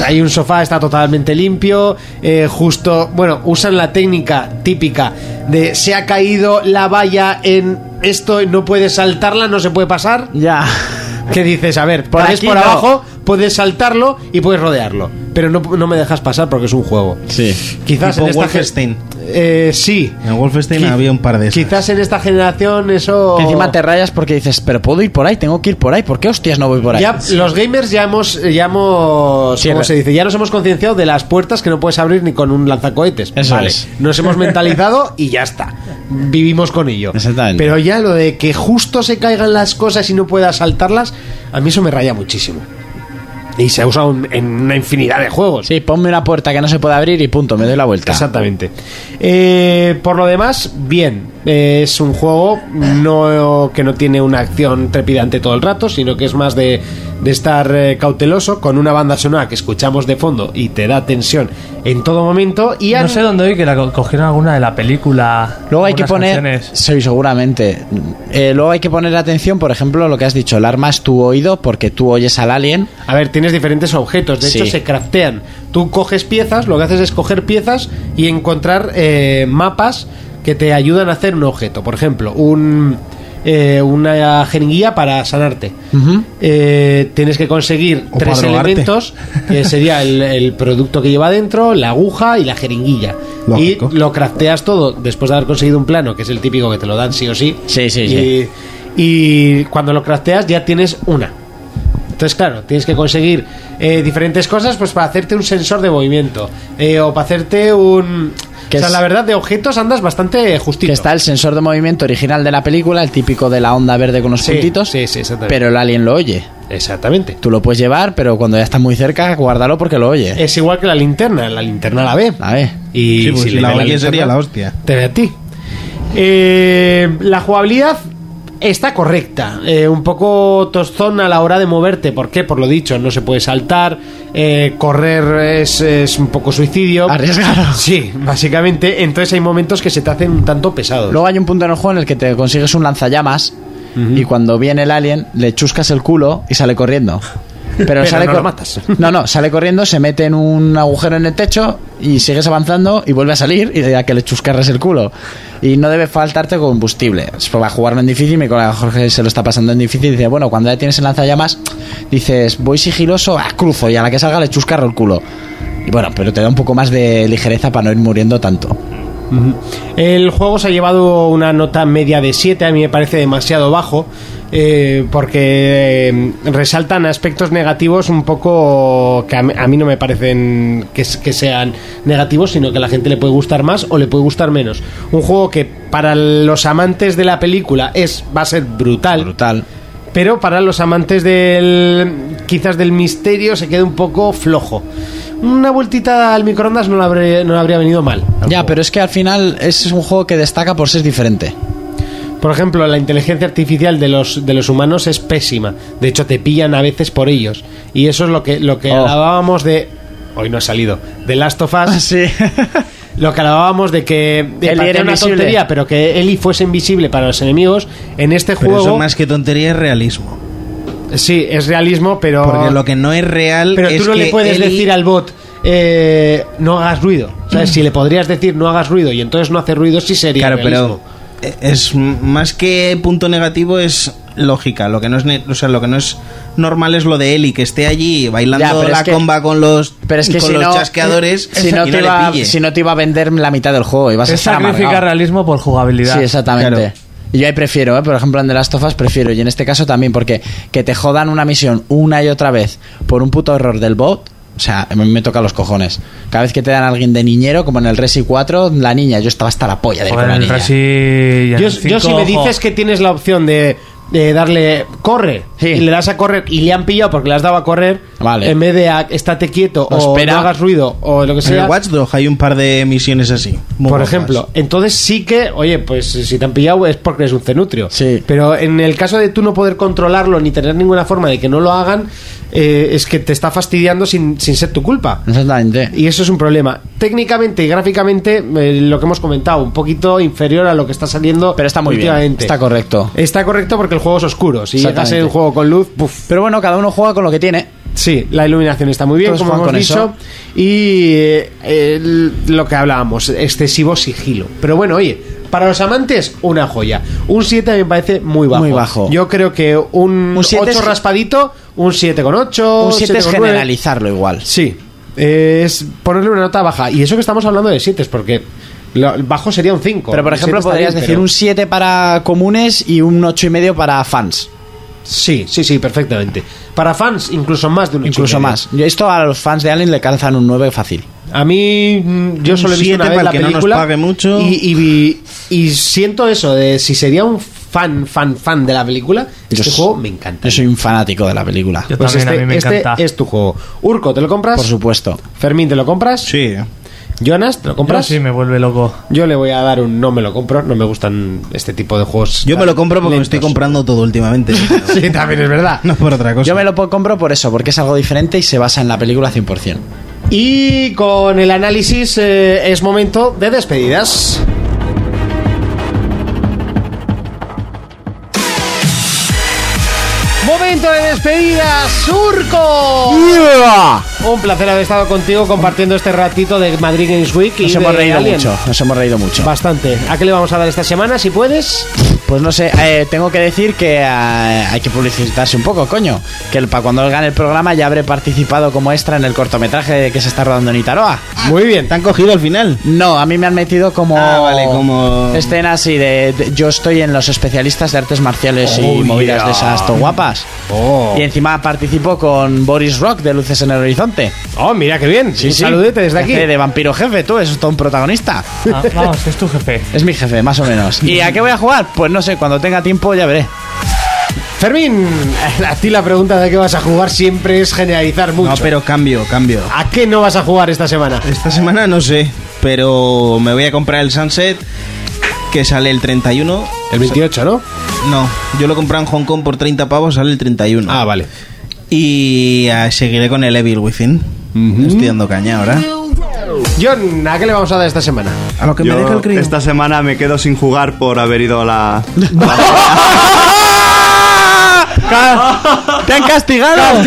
[SPEAKER 2] Hay un sofá, está totalmente limpio. eh, justo, bueno, usan la técnica típica de se ha caído la valla en esto, no puedes saltarla, no se puede pasar.
[SPEAKER 3] Ya.
[SPEAKER 2] ¿Qué dices? A ver, por,
[SPEAKER 3] Por aquí
[SPEAKER 2] por
[SPEAKER 3] no.
[SPEAKER 2] abajo, puedes saltarlo y puedes rodearlo. Pero no, no me dejas pasar porque es un juego.
[SPEAKER 3] Sí.
[SPEAKER 2] Quizás
[SPEAKER 4] Tipo
[SPEAKER 2] en esta ge-
[SPEAKER 4] Wolfenstein.
[SPEAKER 2] Eh, sí.
[SPEAKER 4] En Wolfenstein
[SPEAKER 2] Qui-
[SPEAKER 4] había un par de esas.
[SPEAKER 2] Quizás en esta generación eso.
[SPEAKER 3] Que encima te rayas porque dices, pero puedo ir por ahí, tengo que ir por ahí, ¿por qué hostias no voy por ahí?
[SPEAKER 2] Ya, los gamers ya hemos, eh, ya hemos, ¿cómo
[SPEAKER 3] Cierra.
[SPEAKER 2] se dice? Ya nos hemos concienciado de las puertas que no puedes abrir ni con un lanzacohetes.
[SPEAKER 3] Eso es.
[SPEAKER 2] Nos hemos mentalizado y ya está. Vivimos con ello.
[SPEAKER 3] Exactamente.
[SPEAKER 2] Pero ya lo de que justo se caigan las cosas y no puedas saltarlas, a mí eso me raya muchísimo. Y se ha usado en- en una infinidad de juegos.
[SPEAKER 3] Sí, ponme una puerta que no se puede abrir y punto, me doy la vuelta.
[SPEAKER 2] Exactamente. Eh, por lo demás, bien. Eh, es un juego no, que no tiene una acción trepidante todo el rato, sino que es más de, de estar eh, cauteloso con una banda sonora que escuchamos de fondo y te da tensión en todo momento. Y han-
[SPEAKER 5] No sé dónde oí que la co- cogieron alguna de la película.
[SPEAKER 3] Luego hay que
[SPEAKER 5] algunas
[SPEAKER 3] poner.
[SPEAKER 5] canciones.
[SPEAKER 3] Sí, seguramente. Eh, luego hay que poner atención, por ejemplo, lo que has dicho. El arma es tu oído porque tú oyes al alien.
[SPEAKER 2] A ver, tienes diferentes objetos. De
[SPEAKER 3] Sí.
[SPEAKER 2] hecho, se craftean. Tú coges piezas, lo que haces es coger piezas y encontrar eh, mapas que te ayudan a hacer un objeto. Por ejemplo, un, eh, una jeringuilla para sanarte. Eh, tienes que conseguir
[SPEAKER 4] O para
[SPEAKER 2] tres
[SPEAKER 4] drogarte.
[SPEAKER 2] elementos, que sería el, el producto que lleva dentro, la aguja y la jeringuilla.
[SPEAKER 4] Lógico.
[SPEAKER 2] Y lo crafteas todo después de haber conseguido un plano, que es el típico que te lo dan sí o sí.
[SPEAKER 3] Sí, sí,
[SPEAKER 2] y,
[SPEAKER 3] sí.
[SPEAKER 2] Y cuando lo crafteas ya tienes una. Entonces, claro, tienes que conseguir eh, diferentes cosas pues para hacerte un sensor de movimiento eh, o para hacerte un...
[SPEAKER 3] Que
[SPEAKER 2] o sea,
[SPEAKER 3] es-
[SPEAKER 2] la verdad, de objetos andas bastante justito.
[SPEAKER 3] Que está el sensor de movimiento original de la película, el típico de la onda verde con los
[SPEAKER 2] Sí,
[SPEAKER 3] puntitos.
[SPEAKER 2] sí, sí, exactamente.
[SPEAKER 3] Pero el alien lo oye.
[SPEAKER 2] Exactamente.
[SPEAKER 3] Tú lo puedes llevar, pero cuando ya está muy cerca, guárdalo porque lo oye.
[SPEAKER 2] Es igual que la linterna, la linterna la ve.
[SPEAKER 3] A ver.
[SPEAKER 2] Eh. Y
[SPEAKER 4] Sí, pues,
[SPEAKER 2] si
[SPEAKER 4] si
[SPEAKER 2] le
[SPEAKER 4] la
[SPEAKER 2] ve
[SPEAKER 4] oye sería
[SPEAKER 2] linterna,
[SPEAKER 4] la hostia.
[SPEAKER 2] Te ve a ti. Eh, la jugabilidad está correcta. eh, un poco tostón a la hora de moverte. ¿Por qué? Por lo dicho, no se puede saltar. eh, correr es, es un poco suicidio.
[SPEAKER 3] Arriesgado.
[SPEAKER 2] Sí, básicamente. Entonces hay momentos que se te hacen un tanto pesados.
[SPEAKER 3] Luego hay un punto en el juego en el que te consigues un lanzallamas y cuando viene el alien le chuscas el culo y sale corriendo. Pero, sale
[SPEAKER 2] no
[SPEAKER 3] cor-
[SPEAKER 2] lo matas.
[SPEAKER 3] No, no, sale corriendo, se mete en un agujero en el techo y sigues avanzando y vuelve a salir y a que le chuscarras el culo. Y no debe faltarte combustible. Es para jugarlo en difícil, mi colega Jorge se lo está pasando en difícil y dice, bueno, cuando ya tienes el lanzallamas, dices, voy sigiloso, ah, cruzo y a la que salga le chuscarro el culo. Y bueno, pero te da un poco más de ligereza para no ir muriendo tanto.
[SPEAKER 2] El juego se ha llevado una nota media de 7, a mí me parece demasiado bajo, eh, porque eh, resaltan aspectos negativos un poco que a mí, a mí no me parecen que, s- que sean negativos, sino que a la gente le puede gustar más o le puede gustar menos. Un juego que para los amantes de la película es va a ser brutal,
[SPEAKER 3] Brutal.
[SPEAKER 2] pero para los amantes del quizás del misterio se queda un poco flojo. Una vueltita al microondas no, le habré- no le habría venido mal. al
[SPEAKER 3] Ya,
[SPEAKER 2] juego.
[SPEAKER 3] pero es que al final es un juego que destaca por ser diferente.
[SPEAKER 2] Por ejemplo, la inteligencia artificial de los, de los humanos es pésima. De hecho, te pillan a veces por ellos. Y eso es lo que, lo que
[SPEAKER 3] Oh.
[SPEAKER 2] alabábamos de. Hoy no ha salido. De Last of Us.
[SPEAKER 3] Sí.
[SPEAKER 2] Lo que alabábamos de que. de
[SPEAKER 3] Ellie
[SPEAKER 2] parecía
[SPEAKER 3] era
[SPEAKER 2] una
[SPEAKER 3] invisible.
[SPEAKER 2] tontería, pero que Eli fuese invisible para los enemigos. En este
[SPEAKER 4] Pero
[SPEAKER 2] juego.
[SPEAKER 4] eso más que tontería es realismo.
[SPEAKER 2] Sí, es realismo, pero.
[SPEAKER 4] Porque lo que no es real
[SPEAKER 2] Pero
[SPEAKER 4] es
[SPEAKER 2] tú no le
[SPEAKER 4] que
[SPEAKER 2] puedes
[SPEAKER 4] Eli-
[SPEAKER 2] decir al bot. eh, no hagas ruido. O sea, si le podrías decir no hagas ruido y entonces no hace ruido, sí sería.
[SPEAKER 4] Mm. Claro,
[SPEAKER 2] realismo.
[SPEAKER 4] pero e- es más que punto negativo es lógica. Lo que no es, ne- o sea, lo que no es normal es lo de Eli que esté allí
[SPEAKER 3] Ya,
[SPEAKER 4] bailando
[SPEAKER 3] pero es
[SPEAKER 4] la
[SPEAKER 3] que-
[SPEAKER 4] comba con los
[SPEAKER 3] Pero es que
[SPEAKER 4] con
[SPEAKER 3] si
[SPEAKER 4] los
[SPEAKER 3] no,
[SPEAKER 4] chasqueadores
[SPEAKER 3] si
[SPEAKER 4] y
[SPEAKER 3] no,
[SPEAKER 4] no
[SPEAKER 3] te
[SPEAKER 4] le
[SPEAKER 3] iba,
[SPEAKER 4] pille.
[SPEAKER 3] si no te iba a vender la mitad del juego, ibas a
[SPEAKER 5] Es
[SPEAKER 3] estar
[SPEAKER 5] sacrificar
[SPEAKER 3] amargado.
[SPEAKER 5] realismo por jugabilidad.
[SPEAKER 3] Sí, exactamente.
[SPEAKER 4] Claro.
[SPEAKER 3] Y yo ahí prefiero, ¿eh? por ejemplo, en The Last of Us prefiero, y en este caso también, porque que te jodan una misión una y otra vez por un puto error del bot, o sea, a mí me toca los cojones. Cada vez que te dan a alguien de niñero, como en el Resi 4, la niña, yo estaba hasta la polla de ir
[SPEAKER 5] Joder,
[SPEAKER 3] con la
[SPEAKER 5] en el
[SPEAKER 3] niña.
[SPEAKER 5] Resi y en
[SPEAKER 2] Yo,
[SPEAKER 5] el
[SPEAKER 2] yo si
[SPEAKER 5] cinco, ojo.
[SPEAKER 2] me dices que tienes la opción de, de darle corre
[SPEAKER 3] Sí.
[SPEAKER 2] y le das a correr y le han pillado porque le has dado a correr,
[SPEAKER 3] Vale.
[SPEAKER 2] en vez de a, estate quieto
[SPEAKER 3] O
[SPEAKER 2] o,
[SPEAKER 3] espera.
[SPEAKER 2] no hagas ruido o lo que
[SPEAKER 4] En el
[SPEAKER 2] sea,
[SPEAKER 4] Watch Dogs hay un par de misiones así. Muy
[SPEAKER 2] por
[SPEAKER 4] guapas.
[SPEAKER 2] ejemplo. Entonces sí que, oye, pues si te han pillado es porque eres un cenutrio.
[SPEAKER 3] Sí.
[SPEAKER 2] Pero en el caso de tú no poder controlarlo ni tener ninguna forma de que no lo hagan, eh, es que te está fastidiando sin, sin ser tu culpa.
[SPEAKER 3] Exactamente.
[SPEAKER 2] Y eso es un problema. Técnicamente y gráficamente, eh, lo que hemos comentado, un poquito inferior a lo que está saliendo.
[SPEAKER 3] Pero está muy bien,
[SPEAKER 2] últimamente.
[SPEAKER 3] está correcto.
[SPEAKER 2] Está correcto porque el juego es oscuro. Si llegase
[SPEAKER 3] Exactamente.
[SPEAKER 2] un juego con luz, puf,
[SPEAKER 3] Pero bueno, cada uno juega con lo que tiene.
[SPEAKER 2] Sí, la iluminación está muy bien,
[SPEAKER 3] Todos
[SPEAKER 2] como
[SPEAKER 3] juegan
[SPEAKER 2] hemos dicho.
[SPEAKER 3] con
[SPEAKER 2] Y eh, el- lo que hablábamos, excesivo sigilo. Pero bueno, oye, para los amantes, una joya. Un 7 a mí me parece muy bajo.
[SPEAKER 3] Muy bajo.
[SPEAKER 2] Yo creo que un,
[SPEAKER 3] Un 7
[SPEAKER 2] 8
[SPEAKER 3] es-
[SPEAKER 2] raspadito, un 7 con 8.
[SPEAKER 3] Un 7 es generalizarlo igual.
[SPEAKER 2] Sí, eh, es ponerle una nota baja. Y eso que estamos hablando de 7 porque lo- el bajo sería un 5.
[SPEAKER 3] Pero por ejemplo, podrías decir un 7 para comunes y un 8,5 para fans.
[SPEAKER 2] Sí, sí, sí, perfectamente. Para fans, incluso más de un ocho y
[SPEAKER 3] Incluso
[SPEAKER 2] medio.
[SPEAKER 3] más. Yo- Esto a los fans de Alien le calzan un 9 fácil.
[SPEAKER 2] A mí, mm, yo
[SPEAKER 4] Un
[SPEAKER 2] solo he visto
[SPEAKER 4] siete
[SPEAKER 2] una vez
[SPEAKER 4] para
[SPEAKER 2] la
[SPEAKER 4] que no nos
[SPEAKER 2] película.
[SPEAKER 4] pague mucho.
[SPEAKER 2] Y, y vi- y siento eso de si sería un fan, fan, fan de la película. Este
[SPEAKER 3] Yo s-
[SPEAKER 2] juego me encanta.
[SPEAKER 3] Yo soy un fanático de la película.
[SPEAKER 5] Yo
[SPEAKER 2] Pues
[SPEAKER 5] también,
[SPEAKER 2] este,
[SPEAKER 5] a mí me
[SPEAKER 2] este
[SPEAKER 5] encanta.
[SPEAKER 2] es tu juego. Urco, ¿te lo compras?
[SPEAKER 3] Por supuesto.
[SPEAKER 2] Fermín, ¿te lo compras?
[SPEAKER 4] Sí.
[SPEAKER 2] Jonas, ¿te lo
[SPEAKER 5] Pero
[SPEAKER 2] compras?
[SPEAKER 5] sí, me vuelve loco.
[SPEAKER 2] Yo le voy a dar un no me lo compro. No me gustan este tipo de juegos.
[SPEAKER 4] Yo me lo compro porque me
[SPEAKER 2] lentos.
[SPEAKER 4] estoy comprando todo últimamente.
[SPEAKER 2] Sí, también es verdad.
[SPEAKER 4] No por otra cosa.
[SPEAKER 3] Yo me lo po- compro por eso, porque es algo diferente y se basa en la película 100%.
[SPEAKER 2] Y con el análisis eh, es momento de despedidas. Momento de despedidas, Surco. Un placer haber estado contigo compartiendo este ratito de Madrid Games Week. Y
[SPEAKER 3] Nos hemos
[SPEAKER 2] de
[SPEAKER 3] reído
[SPEAKER 2] Alien.
[SPEAKER 3] mucho, nos hemos reído mucho.
[SPEAKER 2] Bastante. ¿A qué le vamos a dar esta semana, si puedes?
[SPEAKER 3] Pues no sé, eh, tengo que decir que eh, hay que publicitarse un poco, coño. Que para cuando gane el programa ya habré participado como extra en el cortometraje que se está rodando en Itaroa.
[SPEAKER 2] Muy bien.
[SPEAKER 4] ¿Te han cogido al final?
[SPEAKER 3] No, a mí me han metido como.
[SPEAKER 4] Ah, vale, como-
[SPEAKER 3] Escenas y de, de- Yo estoy en los especialistas de artes marciales y movidas de esas to guapas.
[SPEAKER 2] Oh.
[SPEAKER 3] Y encima participo con Boris Rock de Luces en el Horizonte.
[SPEAKER 2] Oh, mira qué bien. Un saludete desde
[SPEAKER 3] Que
[SPEAKER 2] aquí.
[SPEAKER 3] hace De vampiro jefe, tú, es todo un protagonista.
[SPEAKER 5] Ah, vamos, es tu jefe.
[SPEAKER 3] Es mi jefe, más o menos. ¿Y a qué voy a jugar? Pues no sé, cuando tenga tiempo ya veré.
[SPEAKER 2] Fermín, a ti la pregunta de qué vas a jugar siempre es generalizar mucho.
[SPEAKER 4] No, pero cambio, cambio.
[SPEAKER 2] ¿A qué no vas a jugar esta semana?
[SPEAKER 4] Esta semana no sé, pero me voy a comprar el Sunset que sale el 31.
[SPEAKER 2] El 28, ¿no?
[SPEAKER 4] No, yo lo compré en Hong Kong por 30 pavos, sale el 31.
[SPEAKER 2] Ah, vale.
[SPEAKER 4] Y ah, seguiré con el Evil Within. Estoy dando caña ahora.
[SPEAKER 2] John, ¿a qué le vamos a dar esta semana?
[SPEAKER 4] A lo que me deja
[SPEAKER 6] Yo
[SPEAKER 4] el crío.
[SPEAKER 6] esta semana me quedo sin jugar por haber ido a la...
[SPEAKER 3] ¿Te han castigado?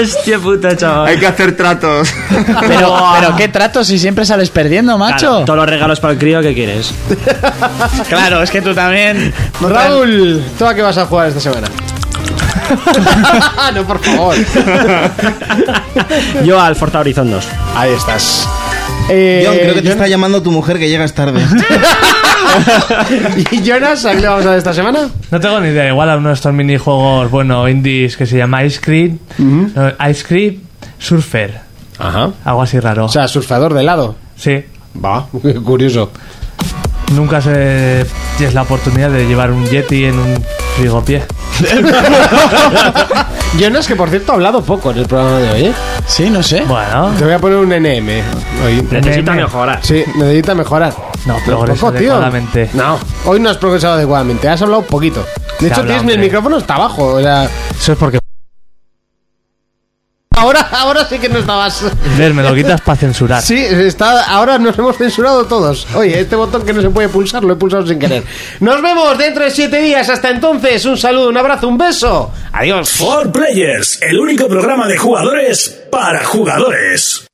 [SPEAKER 7] Hostia puta, chaval.
[SPEAKER 6] Hay que hacer tratos.
[SPEAKER 3] Pero, pero qué trato si siempre sales perdiendo, macho.
[SPEAKER 7] Claro, todos los regalos para el crío que quieres.
[SPEAKER 3] Claro, es que tú también. no te-
[SPEAKER 2] Raúl, ¿tú a qué vas a jugar esta semana? no, por favor.
[SPEAKER 7] Yo al Forza Horizon 2.
[SPEAKER 2] Ahí estás. Eh,
[SPEAKER 4] John, creo que te
[SPEAKER 2] John-
[SPEAKER 4] está llamando tu mujer que llegas tarde.
[SPEAKER 2] ¿Y Jonas, a qué le vamos a dar esta semana?
[SPEAKER 5] No tengo ni idea, igual a uno de estos minijuegos, bueno, indies que se llama Ice Cream. no, Ice Cream Surfer.
[SPEAKER 2] Ajá.
[SPEAKER 5] Algo así raro.
[SPEAKER 2] O sea, surfador de helado.
[SPEAKER 5] sí.
[SPEAKER 2] Va, qué curioso.
[SPEAKER 5] Nunca se tienes la oportunidad de llevar un Yeti en un frigopié.
[SPEAKER 2] Jonas, que por cierto ha hablado poco en el programa de hoy, ¿eh?
[SPEAKER 3] Sí, no sé.
[SPEAKER 5] Bueno,
[SPEAKER 2] Te voy a poner un NM hoy.
[SPEAKER 7] Necesita
[SPEAKER 5] Nene.
[SPEAKER 7] mejorar.
[SPEAKER 2] Sí, necesita mejorar.
[SPEAKER 5] No, progresa adecuadamente.
[SPEAKER 2] No, hoy no has progresado adecuadamente, has hablado poquito.
[SPEAKER 5] Se
[SPEAKER 2] De
[SPEAKER 5] habla,
[SPEAKER 2] hecho, tienes, el
[SPEAKER 5] hombre.
[SPEAKER 2] micrófono está abajo. O sea,
[SPEAKER 5] eso es porque
[SPEAKER 2] ahora, ahora sí que no estabas.
[SPEAKER 5] joder, me lo quitas para censurar.
[SPEAKER 2] Sí, está, ahora nos hemos censurado todos. Oye, este botón que no se puede pulsar, lo he pulsado sin querer. Nos vemos dentro de siete días. Hasta entonces, un saludo, un abrazo, un beso. Adiós.
[SPEAKER 1] For Players, el único programa de jugadores para jugadores.